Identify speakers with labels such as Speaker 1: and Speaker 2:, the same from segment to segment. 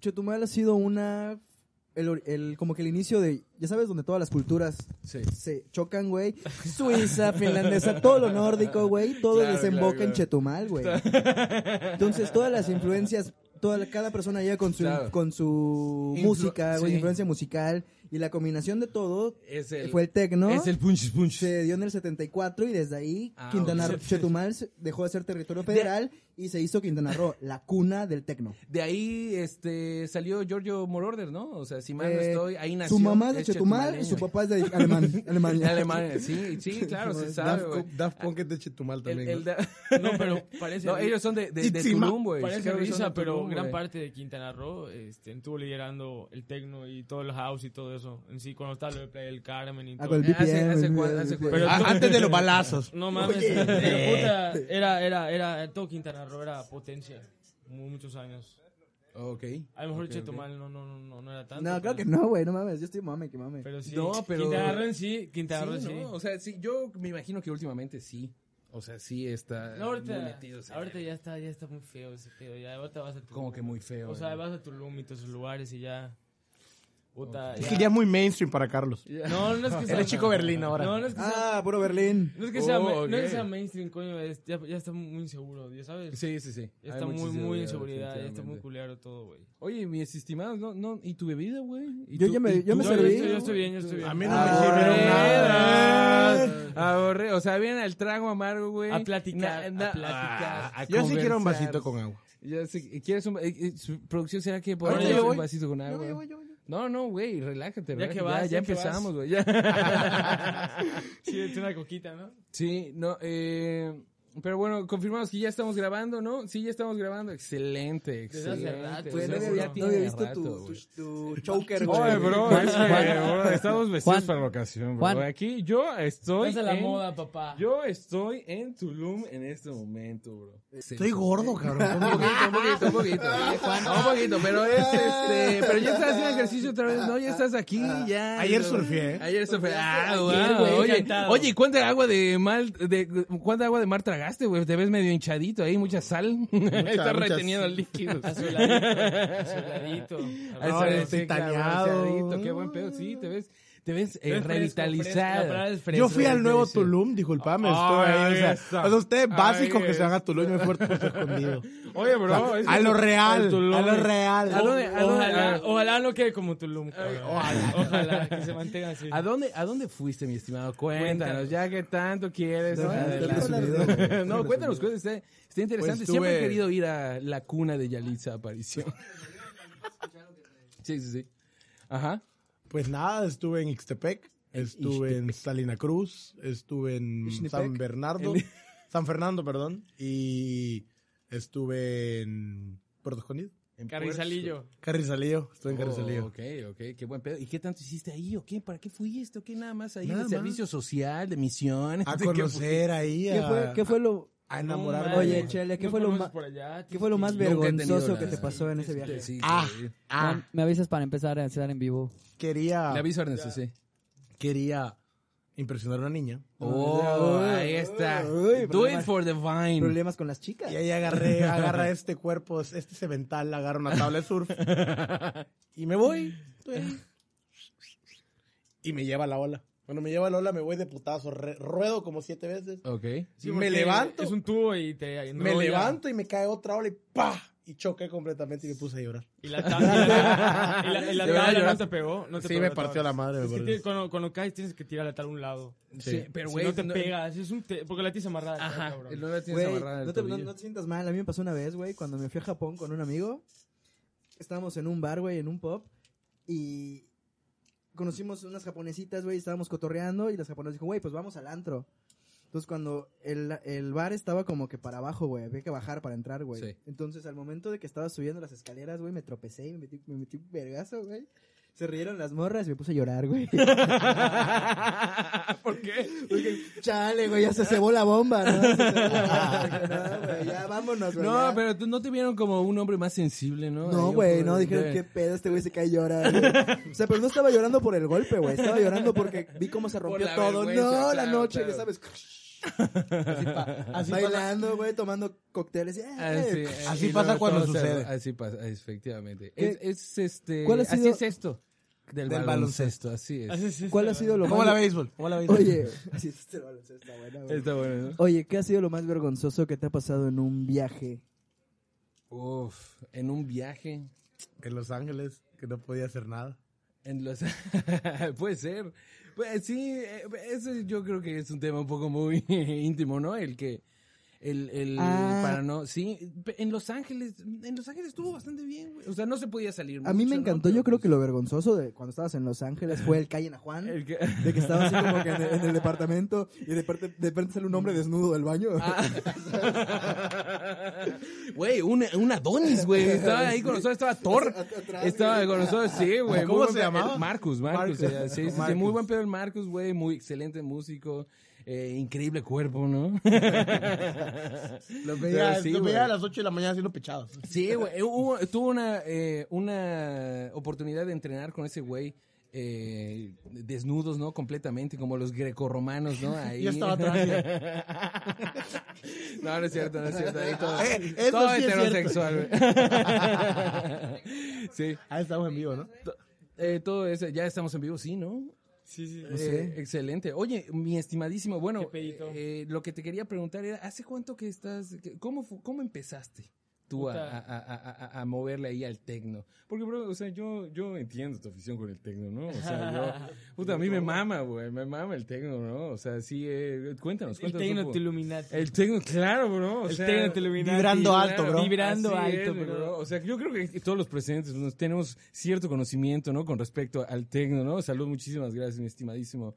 Speaker 1: Chetumal ha sido una. El, or- el- como que el inicio de. Ya sabes, donde todas las culturas
Speaker 2: Sí.
Speaker 1: se chocan, güey. Suiza, finlandesa, todo lo nórdico, güey. Todo
Speaker 2: Claro,
Speaker 1: desemboca
Speaker 2: claro, claro.
Speaker 1: en Chetumal, güey. Entonces, todas las influencias. Toda, la- cada persona llega con su,
Speaker 2: Claro.
Speaker 1: con su
Speaker 2: Influ-
Speaker 1: música, güey,
Speaker 2: sí.
Speaker 1: influencia musical. Y la combinación de todo
Speaker 2: Es el,
Speaker 1: fue el tecno.
Speaker 2: es el punch punch.
Speaker 1: Se dio en el 74 y desde ahí
Speaker 2: Ah,
Speaker 1: Quintana
Speaker 2: ok.
Speaker 1: Roo, Chetumal se- dejó de ser territorio federal y se hizo Quintana Roo, la cuna del tecno.
Speaker 2: De ahí este, salió Giorgio Moroder, ¿no? O sea, si mal no
Speaker 1: Eh,
Speaker 2: estoy, ahí nació. este
Speaker 1: Su mamá es de
Speaker 2: es
Speaker 1: Chetumal y su
Speaker 2: chetumaleño.
Speaker 1: papá es de Alemán, Alemania.
Speaker 2: Alemán, sí, sí, claro, se sabe,
Speaker 3: Daft,
Speaker 2: güey.
Speaker 3: Punk- Daft Punk es de Chetumal
Speaker 2: El-
Speaker 3: también.
Speaker 2: el
Speaker 3: güey.
Speaker 2: da-
Speaker 4: No, pero parece.
Speaker 2: No, ellos son de, de, de
Speaker 3: Itzima.
Speaker 2: Tulum, güey.
Speaker 4: Parece
Speaker 2: Creo que son de
Speaker 4: risa, pero
Speaker 2: Tulum,
Speaker 4: gran
Speaker 2: güey.
Speaker 4: parte de Quintana Roo este, estuvo liderando el techno y todo el house y todo eso. En sí, cuando estaba lo de Playa del Carmen y
Speaker 1: Ah,
Speaker 4: todo.
Speaker 1: con el
Speaker 2: Eh, Hace-
Speaker 1: BPM,
Speaker 2: hace
Speaker 1: el
Speaker 2: cuan-
Speaker 1: BPM.
Speaker 2: hace cuan-
Speaker 4: Pero
Speaker 3: Ah,
Speaker 4: tú-
Speaker 3: antes de los balazos.
Speaker 4: No mames, pero puta, era, era, era, todo Quintana Roo era potencia, mu- muchos años.
Speaker 2: Ok.
Speaker 4: A lo mejor
Speaker 2: Ok, ok.
Speaker 4: Chetumal no, no, no, no, no era tanto.
Speaker 1: No, creo
Speaker 4: pero-
Speaker 1: que no, güey, no mames, yo estoy mame que mame.
Speaker 4: Pero sí,
Speaker 2: No, pero-
Speaker 4: Quintana Roo en sí, Quintana Roo en
Speaker 2: Sí,
Speaker 4: sí.
Speaker 2: ¿no? O sea, sí, yo me imagino que últimamente sí. O sea, sí está
Speaker 4: No,
Speaker 2: muy
Speaker 4: ahorita,
Speaker 2: metido. o sea,
Speaker 4: ahorita ya está, ya está muy feo ese pedo, ya ahorita vas a Tulum.
Speaker 2: Como que muy feo. eh.
Speaker 4: O sea,
Speaker 2: ¿no?
Speaker 4: vas a Tulum y todos esos lugares y ya. Puta,
Speaker 3: Es
Speaker 4: ya-
Speaker 3: que ya es muy mainstream para Carlos.
Speaker 4: No, no es que sea.
Speaker 3: Él es chico Berlín ahora.
Speaker 4: No, no es que sea.
Speaker 1: Ah, puro Berlín.
Speaker 4: No es que sea,
Speaker 2: Oh,
Speaker 4: ma- no es que
Speaker 2: ok.
Speaker 4: sea mainstream, coño, es- ya, ya está muy inseguro, ya sabes.
Speaker 2: Sí, sí, sí.
Speaker 4: Ya
Speaker 2: Hay
Speaker 4: está muy,
Speaker 2: muchísimo
Speaker 4: muy
Speaker 2: de-
Speaker 4: inseguridad, ya está
Speaker 2: definitivamente.
Speaker 4: muy culiado todo, güey.
Speaker 2: Oye, mis estimados, no, no, ¿y tu bebida, güey? ¿Y
Speaker 1: Yo
Speaker 2: tú-
Speaker 1: ya me-
Speaker 2: y
Speaker 1: yo
Speaker 2: tú-
Speaker 1: me
Speaker 4: No,
Speaker 1: serví.
Speaker 4: Yo, estoy- yo estoy bien, yo estoy bien.
Speaker 3: A mí no
Speaker 1: Ah,
Speaker 3: me sirve
Speaker 1: bueno.
Speaker 3: nada.
Speaker 2: Ahorré, ahorré. O sea, vienen al trago amargo, güey.
Speaker 4: A platicar, a platicar.
Speaker 3: Yo sí quiero un vasito
Speaker 2: con
Speaker 3: con agua.
Speaker 2: Ya sé, ¿quieres un, eh, eh, su- producción será que
Speaker 3: Ahorita
Speaker 2: podemos
Speaker 3: yo
Speaker 2: hacer un
Speaker 3: voy.
Speaker 2: vasito con agua? No, no, güey, relájate, relájate.
Speaker 4: que vas,
Speaker 2: ya,
Speaker 4: ya que
Speaker 2: empezamos,
Speaker 4: vas.
Speaker 2: güey. ya.
Speaker 4: Sí, es una coquita, ¿no?
Speaker 2: sí, no, eh, pero bueno, confirmamos que ya estamos grabando, ¿no? Sí, ya estamos grabando. Excelente,
Speaker 4: Desde hace
Speaker 2: excelente.
Speaker 4: rato,
Speaker 1: Güey,
Speaker 4: Pues
Speaker 1: no
Speaker 4: seguro.
Speaker 1: había, no
Speaker 2: tiene
Speaker 1: había visto
Speaker 2: rato,
Speaker 1: tu,
Speaker 2: güey.
Speaker 1: tu, tu choker, güey.
Speaker 2: Oye, bro, es que, bro, estamos vestidos
Speaker 5: Juan.
Speaker 2: para la ocasión, bro.
Speaker 5: Juan.
Speaker 2: Aquí yo estoy
Speaker 4: Estás a la
Speaker 2: en,
Speaker 4: moda, papá.
Speaker 2: yo estoy en Tulum en este momento, bro.
Speaker 3: Estoy gordo, cabrón.
Speaker 1: Ah,
Speaker 2: Un poquito, un poquito, un poquito. eh, No, Ah, un poquito, pero es este. Pero ya estás haciendo ejercicio otra vez, ¿no? Ya estás aquí, ya.
Speaker 3: Ayer
Speaker 2: ¿no?
Speaker 3: surfeé.
Speaker 2: ah, Ayer surfeé. Ah,
Speaker 4: ayer,
Speaker 2: wow,
Speaker 4: güey,
Speaker 2: Oye,
Speaker 4: encantado.
Speaker 2: oye, ¿y ¿cuánta agua de mal, de, cuánta agua de mar tragaste, güey? Te ves medio hinchadito ahí, mucha sal. Estás
Speaker 3: mucha-
Speaker 2: reteniendo el líquido.
Speaker 4: Azuladito.
Speaker 2: Ahí
Speaker 3: No,
Speaker 2: está, este,
Speaker 3: estoy
Speaker 2: sí, cabrón,
Speaker 3: tañado.
Speaker 2: hinchadito, Qué buen pedo, sí, te ves, te ves eh,
Speaker 4: Pero es fresco, fresco, la
Speaker 2: revitalizado.
Speaker 4: palabra es fresco,
Speaker 3: Yo fui al
Speaker 4: güey,
Speaker 3: nuevo
Speaker 4: sí.
Speaker 3: Tulum, disculpame,
Speaker 2: Ay,
Speaker 3: estoy ahí, o sea,
Speaker 2: esa.
Speaker 3: o sea, ustedes
Speaker 2: Ay,
Speaker 3: básicos que se
Speaker 2: esa.
Speaker 3: van a Tulum, yo me fui por escondido.
Speaker 2: Oye, bro. es-
Speaker 3: A lo real,
Speaker 2: al Tulum.
Speaker 3: a lo real.
Speaker 2: ¿A dónde, a dónde-
Speaker 4: Ojalá, ojalá no quede como Tulum. cabrón.
Speaker 3: ojalá.
Speaker 4: Ojalá que se mantenga así.
Speaker 2: ¿A dónde, ¿A dónde fuiste, mi estimado? Cuéntanos, ya que tanto quieres.
Speaker 1: No,
Speaker 2: Adelante.
Speaker 1: estoy resumido.
Speaker 2: No, cuéntanos, cuéntanos. Está, está interesante.
Speaker 3: Pues
Speaker 2: Siempre he
Speaker 3: estuve-
Speaker 2: querido ir a la cuna de Yalitza Aparicio. Sí, sí, sí. Ajá.
Speaker 3: Pues nada, estuve en Ixtepec, estuve en Salina Cruz, estuve en
Speaker 1: Ixtepec.
Speaker 3: San Bernardo,
Speaker 2: En-
Speaker 3: San Fernando, perdón, y estuve en Puerto Escondido,
Speaker 4: Carrizalillo.
Speaker 3: Carrizalillo, estuve en Carrizalillo.
Speaker 2: Oh, ok, ok, qué buen pedo. ¿Y qué tanto hiciste ahí o qué? ¿Para qué fuiste o qué? Nada más ahí
Speaker 3: Nada
Speaker 2: de
Speaker 3: más. Ah,
Speaker 2: servicio social, de misión.
Speaker 3: A conocer ahí,
Speaker 1: ¿Qué
Speaker 3: a,
Speaker 1: fue, qué fue lo,
Speaker 3: a enamorarme.
Speaker 1: mames. Oye, Chele, ¿qué fue lo
Speaker 4: conoces
Speaker 1: más-
Speaker 4: por allá?
Speaker 1: qué fue lo más
Speaker 2: Nunca he tenido
Speaker 1: vergonzoso
Speaker 2: la- este,
Speaker 1: que te pasó en ese viaje?
Speaker 2: Sí,
Speaker 3: Ah,
Speaker 2: sí.
Speaker 3: ah,
Speaker 5: Me avisas para empezar a estar en vivo.
Speaker 3: quería,
Speaker 2: Le aviso a Ernesto, sí.
Speaker 3: quería impresionar a una niña.
Speaker 2: Oh, ahí está.
Speaker 1: Uy,
Speaker 2: Do
Speaker 1: problemas-
Speaker 2: it for the vine.
Speaker 1: Problemas con las chicas.
Speaker 3: Y ahí agarré, agarra este cuerpo, este cemental, agarra una tabla de surf. y me voy. estoy ahí. Y me lleva la ola. Cuando me lleva la ola, me voy de putazo. re- ruedo como siete veces.
Speaker 2: Ok.
Speaker 4: Sí,
Speaker 3: me
Speaker 4: porque
Speaker 3: levanto.
Speaker 4: Es un tubo y te. y
Speaker 3: Me
Speaker 4: luego ya-
Speaker 3: levanto y me cae otra ola y ¡pa! Y choqué completamente y me puse a llorar.
Speaker 4: Y la tabla, y la, y la
Speaker 2: Te voy a
Speaker 4: tabla
Speaker 2: llorar.
Speaker 4: no te pegó. No te
Speaker 3: Sí,
Speaker 4: pegó
Speaker 3: me
Speaker 4: la
Speaker 3: partió
Speaker 4: tabla.
Speaker 3: la madre. me
Speaker 4: Es que
Speaker 3: partió.
Speaker 4: tiene- cuando, cuando caes tienes que tirar la tabla a un lado.
Speaker 2: Sí, pero
Speaker 4: Si
Speaker 2: güey.
Speaker 4: no te pegas, es un te- porque la tienes amarrada.
Speaker 2: Ajá,
Speaker 4: cabrón.
Speaker 2: no la tienes
Speaker 1: Güey,
Speaker 2: amarrada.
Speaker 1: no, te, no- no te sientas mal. A mí me pasó una vez, güey, cuando me fui a Japón con un amigo. Estábamos en un bar, güey, en un pub. Y conocimos unas japonesitas, güey, estábamos cotorreando. Y las japonesas dijo, güey, pues vamos al antro. Entonces, cuando el, el bar estaba como que para abajo, güey, había que bajar para entrar, güey.
Speaker 2: Sí.
Speaker 1: Entonces, al momento de que estaba subiendo las escaleras, güey, me tropecé y me metí, me metí un vergazo, güey. Se rieron las morras y me puse a llorar, güey.
Speaker 4: ¿Por qué?
Speaker 1: Porque, Chale, güey, ya se cebó la bomba, ¿no? Se cebó la bomba. No, güey, ya vámonos, güey.
Speaker 2: No,
Speaker 1: ya.
Speaker 2: pero tú no te vieron como un hombre más sensible, ¿no? Ahí
Speaker 1: No,
Speaker 2: un
Speaker 1: güey,
Speaker 2: poco
Speaker 1: no,
Speaker 2: de-
Speaker 1: dijeron
Speaker 2: de-
Speaker 1: qué pedo, este güey se cae y llora. güey". O sea, pero no estaba llorando por el golpe, güey. Estaba llorando porque vi cómo se rompió
Speaker 2: la
Speaker 1: todo. No,
Speaker 2: vergüenza,
Speaker 1: la
Speaker 2: claro,
Speaker 1: noche,
Speaker 2: claro.
Speaker 1: ¿sabes?
Speaker 3: Así, pa- así pasa,
Speaker 1: Bailando, güey, tomando cócteles. ¡eh!
Speaker 2: Ah, sí,
Speaker 3: Así
Speaker 2: y luego
Speaker 3: pasa cuando
Speaker 2: todo se-
Speaker 3: sucede.
Speaker 2: Así pasa, efectivamente.
Speaker 1: ¿Qué?
Speaker 2: Es, es, este.
Speaker 1: ¿Cuál ha
Speaker 2: así
Speaker 1: sido-
Speaker 2: es esto. Del,
Speaker 3: Del
Speaker 2: baloncesto. así
Speaker 4: Ah,
Speaker 2: es.
Speaker 1: ¿Cuál ha sido lo
Speaker 3: como la
Speaker 1: más...
Speaker 3: béisbol. Como la béisbol.
Speaker 1: Oye, así es este baloncesto, está buena, güey.
Speaker 2: Está bueno,
Speaker 1: Oye, ¿qué ha sido lo más vergonzoso que te ha pasado en un viaje?
Speaker 2: ¿no? Uf, en un viaje.
Speaker 3: En Los Ángeles, que no podía hacer nada.
Speaker 2: En los... Puede ser. Pues sí, eh, eso yo creo que es un tema un poco muy íntimo, ¿no? El que... El, el
Speaker 1: Ah.
Speaker 2: para no, sí, pe- en Los Ángeles, en Los Ángeles estuvo bastante bien, güey. O sea, no se podía salir.
Speaker 1: A mí
Speaker 2: mucho,
Speaker 1: me
Speaker 2: ¿no?
Speaker 1: encantó,
Speaker 2: Pero,
Speaker 1: yo creo
Speaker 2: pues,
Speaker 1: que lo vergonzoso de cuando estabas en Los Ángeles fue el calle en Juan.
Speaker 2: el que-
Speaker 1: De que estaba así como que en el, en el departamento y de parte- de repente sale un hombre desnudo del baño.
Speaker 2: Ah, Güey, un, un Adonis, güey. Estaba ahí con nosotros, estaba Thor. Estaba con nosotros, sí, güey. muy
Speaker 3: ¿Cómo
Speaker 2: buen
Speaker 3: se
Speaker 2: pedo.
Speaker 3: llamaba?
Speaker 2: El Marcus, Marcus.
Speaker 3: Marcus.
Speaker 2: eh, sí, sí, sí,
Speaker 3: Marcus.
Speaker 2: muy buen pedo el Marcus, güey. Muy excelente músico. eh, increíble cuerpo, ¿no?
Speaker 3: Los veía,
Speaker 2: Pero sí,
Speaker 3: los
Speaker 2: güey.
Speaker 3: veía a las 8 de la mañana haciendo pechados.
Speaker 2: Sí, güey. eh, Hubo, tuvo una, eh, una oportunidad de entrenar con ese güey. eh, desnudos, ¿no? Completamente, como los grecorromanos, ¿no? Ahí.
Speaker 3: Yo estaba atrás,
Speaker 2: no, no es cierto, no es cierto. Ahí todo,
Speaker 3: Eh, eso
Speaker 2: todo
Speaker 3: sí es cierto.
Speaker 2: heterosexual, güey. sí.
Speaker 3: Ah, estamos en vivo, ¿no?
Speaker 2: Eh, todo eso, ya estamos en vivo, sí, ¿no?
Speaker 4: Sí, sí.
Speaker 2: Eh, Excelente. Oye, mi estimadísimo, bueno,
Speaker 4: Qué pedito.
Speaker 2: eh, eh, lo que te quería preguntar era, ¿hace cuánto que estás, que- cómo, fu- cómo empezaste tú a,
Speaker 4: Puta.
Speaker 2: a- a- a- a moverle ahí al tecno? Porque, bro, o sea, yo, yo entiendo tu afición con el tecno, ¿no? O sea, yo, puta, a mí me mama, güey, me mama el tecno, ¿no? O sea, sí, eh, cuéntanos, cuéntanos.
Speaker 4: El
Speaker 2: un
Speaker 4: tecno
Speaker 2: poco.
Speaker 4: te iluminaste.
Speaker 2: El tecno, claro, bro. Eh, o
Speaker 4: El
Speaker 2: sea,
Speaker 4: tecno te iluminaste.
Speaker 3: vibrando alto, bro.
Speaker 4: Vibrando
Speaker 2: Así
Speaker 4: alto,
Speaker 2: es, mi
Speaker 4: bro.
Speaker 2: O sea, yo creo que todos los presentes nos tenemos cierto conocimiento, ¿no? Con respecto al tecno, ¿no? Salud, muchísimas gracias, mi estimadísimo.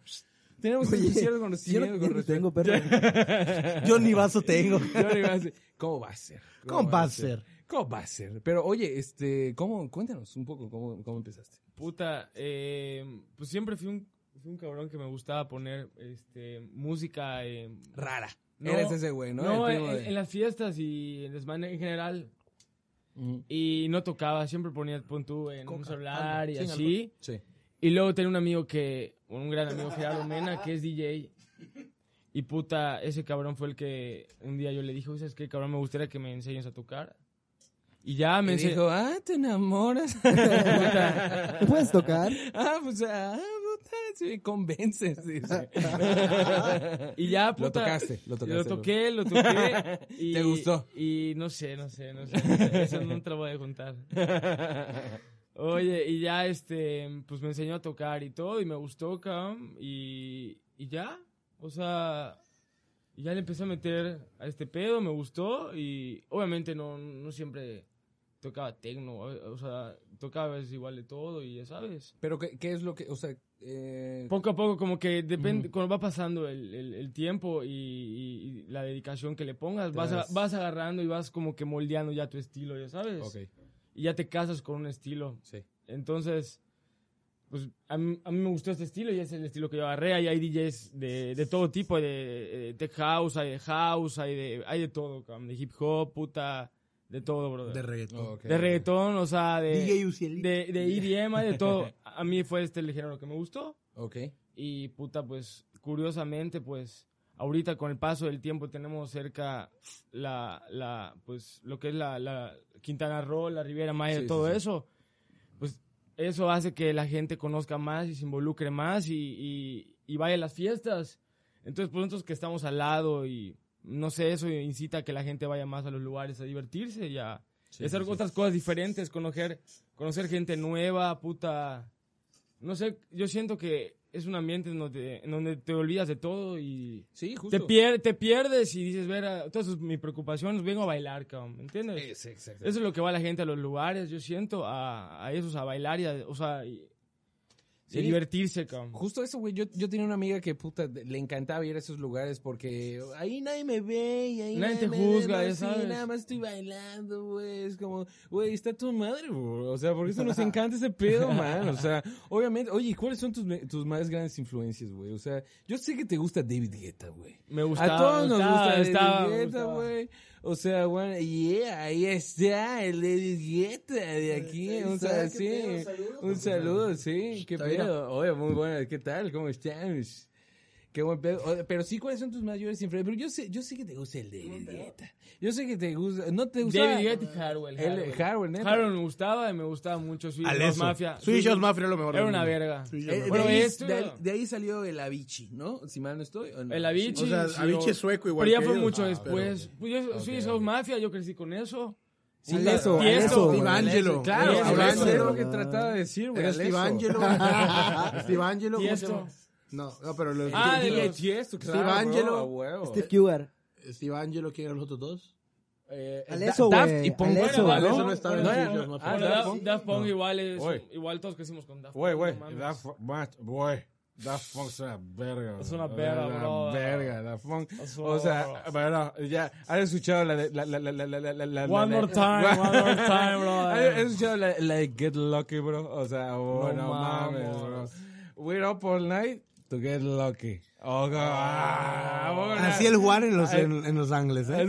Speaker 2: Tenemos cierto
Speaker 1: yo no
Speaker 2: conocimiento
Speaker 1: yo
Speaker 2: con
Speaker 1: no
Speaker 2: respecto.
Speaker 1: tengo perro.
Speaker 3: Yo ni vaso tengo.
Speaker 2: Yo le iba a decir, ¿Cómo va a ser?
Speaker 3: ¿Cómo va a ser?
Speaker 2: ¿Cómo va a ser? Pero oye, este, ¿cómo? Cuéntanos un poco cómo, cómo empezaste.
Speaker 4: Puta, eh, pues siempre fui un, fui un cabrón que me gustaba poner este, música eh,
Speaker 2: Rara.
Speaker 4: No,
Speaker 2: Eres ese güey, ¿no?
Speaker 4: No,
Speaker 2: El
Speaker 4: en,
Speaker 2: primo de-
Speaker 4: en las fiestas y en desmane en general.
Speaker 2: Ujú.
Speaker 4: Y no tocaba, siempre ponía pon tú en un celular y
Speaker 3: sin
Speaker 4: así.
Speaker 2: Sí.
Speaker 4: Y luego tenía un amigo que, un gran amigo Gerardo Mena, que es DJ. Y puta, ese cabrón fue el que un día yo le dije, "Oye, ¿sabes qué, cabrón? Me gustaría que me enseñes a tocar. Y ya me
Speaker 2: Me
Speaker 4: enseñó.
Speaker 2: dijo, ah, te enamoras.
Speaker 1: ¿Te puedes tocar?
Speaker 2: Ah, pues, ah, puta, sí, me convences, dice.
Speaker 4: Y ya,
Speaker 2: Lo
Speaker 4: puta.
Speaker 2: tocaste, lo tocaste.
Speaker 4: Lo toqué, lo toqué. y-
Speaker 2: ¿Te gustó?
Speaker 4: Y no sé, no sé, no sé. Eso no te lo voy a contar. Oye, y ya, este, pues me enseñó a tocar y todo, y me gustó, cabrón. Y, y ya, o sea, y ya le empecé a meter a este pedo, me gustó. Y obviamente no, no siempre tocaba tecno, o o sea, tocaba es igual de todo y ya sabes.
Speaker 2: Pero, ¿qué, qué es lo que, o sea, eh,
Speaker 4: Poco a poco, como que depende,
Speaker 2: Ujú.
Speaker 4: cuando va pasando el, el- el tiempo y, y- y la dedicación que le pongas, vas, a-
Speaker 2: Tras.
Speaker 4: vas agarrando y vas como que moldeando ya tu estilo, ya sabes.
Speaker 2: ok,
Speaker 4: Y ya te casas con un estilo.
Speaker 2: sí.
Speaker 4: Entonces, pues a mí, a mí me gustó este estilo y es el estilo que yo agarré. Ahí hay DJs de, de todo tipo, hay de, de tech house, hay de house, hay de, hay de todo, cabrón, de hip hop, puta, de todo, brother.
Speaker 3: De reggaetón.
Speaker 2: Ok.
Speaker 4: De reggaetón, o sea, de,
Speaker 3: DJ Uciel.
Speaker 4: de, de EDM, hay de todo. A a mí fue este el género que me gustó.
Speaker 2: Ok.
Speaker 4: Y puta, pues curiosamente, pues ahorita con el paso del tiempo tenemos cerca la, la pues lo que es la, la Quintana Roo, la Riviera Maya,
Speaker 2: Sí,
Speaker 4: todo
Speaker 2: sí, sí.
Speaker 4: eso. Pues eso hace que la gente conozca más y se involucre más y, y- y vaya a las fiestas. Entonces, pues nosotros que estamos al lado y no sé, eso incita a que la gente vaya más a los lugares a divertirse y a, y hacer otras cosas diferentes, conocer, conocer gente nueva, puta. No sé, yo siento que es un ambiente en donde, en donde te olvidas de todo y
Speaker 2: Sí, justo.
Speaker 4: te, pier- te pierdes y dices, ver, a- todas sus- mis preocupaciones, vengo a bailar, cabrón, ¿me entiendes?
Speaker 2: Eh, sí, exacto.
Speaker 4: Eso es lo que va la gente a los lugares, yo siento, a, a esos, a bailar y a, o sea, y- y divertirse, cabrón.
Speaker 2: Mm, Justo eso, güey. Yo, yo tenía una amiga que puta de- le encantaba ir a esos lugares porque ahí nadie me ve y ahí
Speaker 4: Nadie te
Speaker 2: me ve,
Speaker 4: juzga,
Speaker 2: no,
Speaker 4: ya
Speaker 2: sí,
Speaker 4: sabes.
Speaker 2: Nada más estoy bailando, güey. Es como, güey, está tu madre, güey. O sea, por eso nos encanta ese pedo, man. O sea, obviamente, oye, ¿y ¿cuáles son tus, me- tus más grandes influencias, güey? O sea, yo sé que te gusta David Guetta, güey.
Speaker 4: Me gustaba.
Speaker 2: a todos nos
Speaker 4: gustaba,
Speaker 2: gusta
Speaker 4: estaba, me
Speaker 2: David Guetta,
Speaker 4: gustaba.
Speaker 2: güey. O sea, bueno, yeah, ahí está el David Guetta de aquí.
Speaker 3: Ahí
Speaker 2: O
Speaker 3: está,
Speaker 2: sea,
Speaker 3: qué
Speaker 2: sí.
Speaker 3: pedo, saludos.
Speaker 2: Un saludo,
Speaker 4: Pues,
Speaker 2: sí. Qué
Speaker 3: Está bien.
Speaker 2: pedo. Oye, muy bueno. ¿Qué tal? ¿Cómo estás? Qué buen pedo. Oye, pero sí, ¿cuáles son tus mayores influencias? Pero yo sé, yo sé que te gusta el David Guetta. Yo sé que te gusta. No te gusta.
Speaker 4: David Guetta y Harwell.
Speaker 2: El- Harwell, neta.
Speaker 4: me gustaba y me gustaba mucho. Swedish House
Speaker 3: Alesso.
Speaker 4: Mafia.
Speaker 3: Swedish House Mafia era lo mejor.
Speaker 4: Era
Speaker 3: del
Speaker 4: una
Speaker 3: mundo.
Speaker 4: verga.
Speaker 3: Swedish
Speaker 2: Eh,
Speaker 3: House
Speaker 4: Bueno,
Speaker 2: de, ahí,
Speaker 4: esto-
Speaker 2: de ahí- de ahí salió el Avicii, ¿no? Si mal no estoy. ¿o no?
Speaker 4: El Avicii.
Speaker 3: O sea,
Speaker 4: sí,
Speaker 3: Avicii
Speaker 4: o-
Speaker 3: es sueco igual
Speaker 4: Pero ya
Speaker 3: que
Speaker 4: fue
Speaker 3: ellos.
Speaker 4: mucho
Speaker 3: Ah,
Speaker 4: después. Pues yo soy House Mafia, yo crecí con eso.
Speaker 2: Sí,
Speaker 1: Al eso,
Speaker 4: al eso,
Speaker 3: Steve
Speaker 1: güey.
Speaker 3: Angelo.
Speaker 4: Claro,
Speaker 3: Era Steve
Speaker 4: al eso.
Speaker 2: es
Speaker 3: Angelo.
Speaker 2: lo que trataba de decir, güey.
Speaker 3: Era
Speaker 2: al
Speaker 3: Steve
Speaker 2: eso.
Speaker 3: Angelo. Steve Angelo. ¿cómo se
Speaker 4: Tiesto.
Speaker 3: llama? No, no, pero los.
Speaker 4: Ah,
Speaker 2: Y
Speaker 4: de
Speaker 2: de
Speaker 4: los-
Speaker 2: Tiesto,
Speaker 3: Steve
Speaker 2: claro,
Speaker 3: Angelo,
Speaker 2: bro, a huevo.
Speaker 1: Steve Cugar.
Speaker 3: Steve Angelo, ¿quién eran los otros dos?
Speaker 2: Eh,
Speaker 1: Al
Speaker 2: Da-
Speaker 1: eso,
Speaker 2: Daft
Speaker 1: güey,
Speaker 2: y Punk.
Speaker 1: al eso,
Speaker 2: Bueno,
Speaker 1: ¿no?
Speaker 2: Daft no estaba en
Speaker 4: Bueno,
Speaker 2: Swedish
Speaker 3: no,
Speaker 2: House Mafia.
Speaker 3: Ah,
Speaker 4: Bueno,
Speaker 3: Daft
Speaker 4: Daft,
Speaker 3: Punk.
Speaker 4: Daft Punk igual es.
Speaker 2: Oye.
Speaker 4: Igual todos crecimos con Daft Punk.
Speaker 2: Güey, güey,
Speaker 4: no mames.
Speaker 2: Daft Punk, macho, güey, Daft Punk es una verga.
Speaker 4: Es una
Speaker 2: güey.
Speaker 4: verga,
Speaker 2: una
Speaker 4: bro.
Speaker 2: verga, Daft Punk.
Speaker 4: Es una
Speaker 2: O sea, bueno, ya, has escuchado la de... La, la, la, la, la, la, la,
Speaker 4: One
Speaker 2: la-
Speaker 4: more time,
Speaker 2: Gua-
Speaker 4: one more time, bro.
Speaker 2: ¿Has escuchado la, la de Get Lucky, bro? O sea, oh, no,
Speaker 4: No
Speaker 2: mames, bro.
Speaker 4: mames.
Speaker 2: We're up all night to get lucky. Oh, God. Ah, bueno.
Speaker 3: Así el Juan en los, en, en los Angles, ¿eh?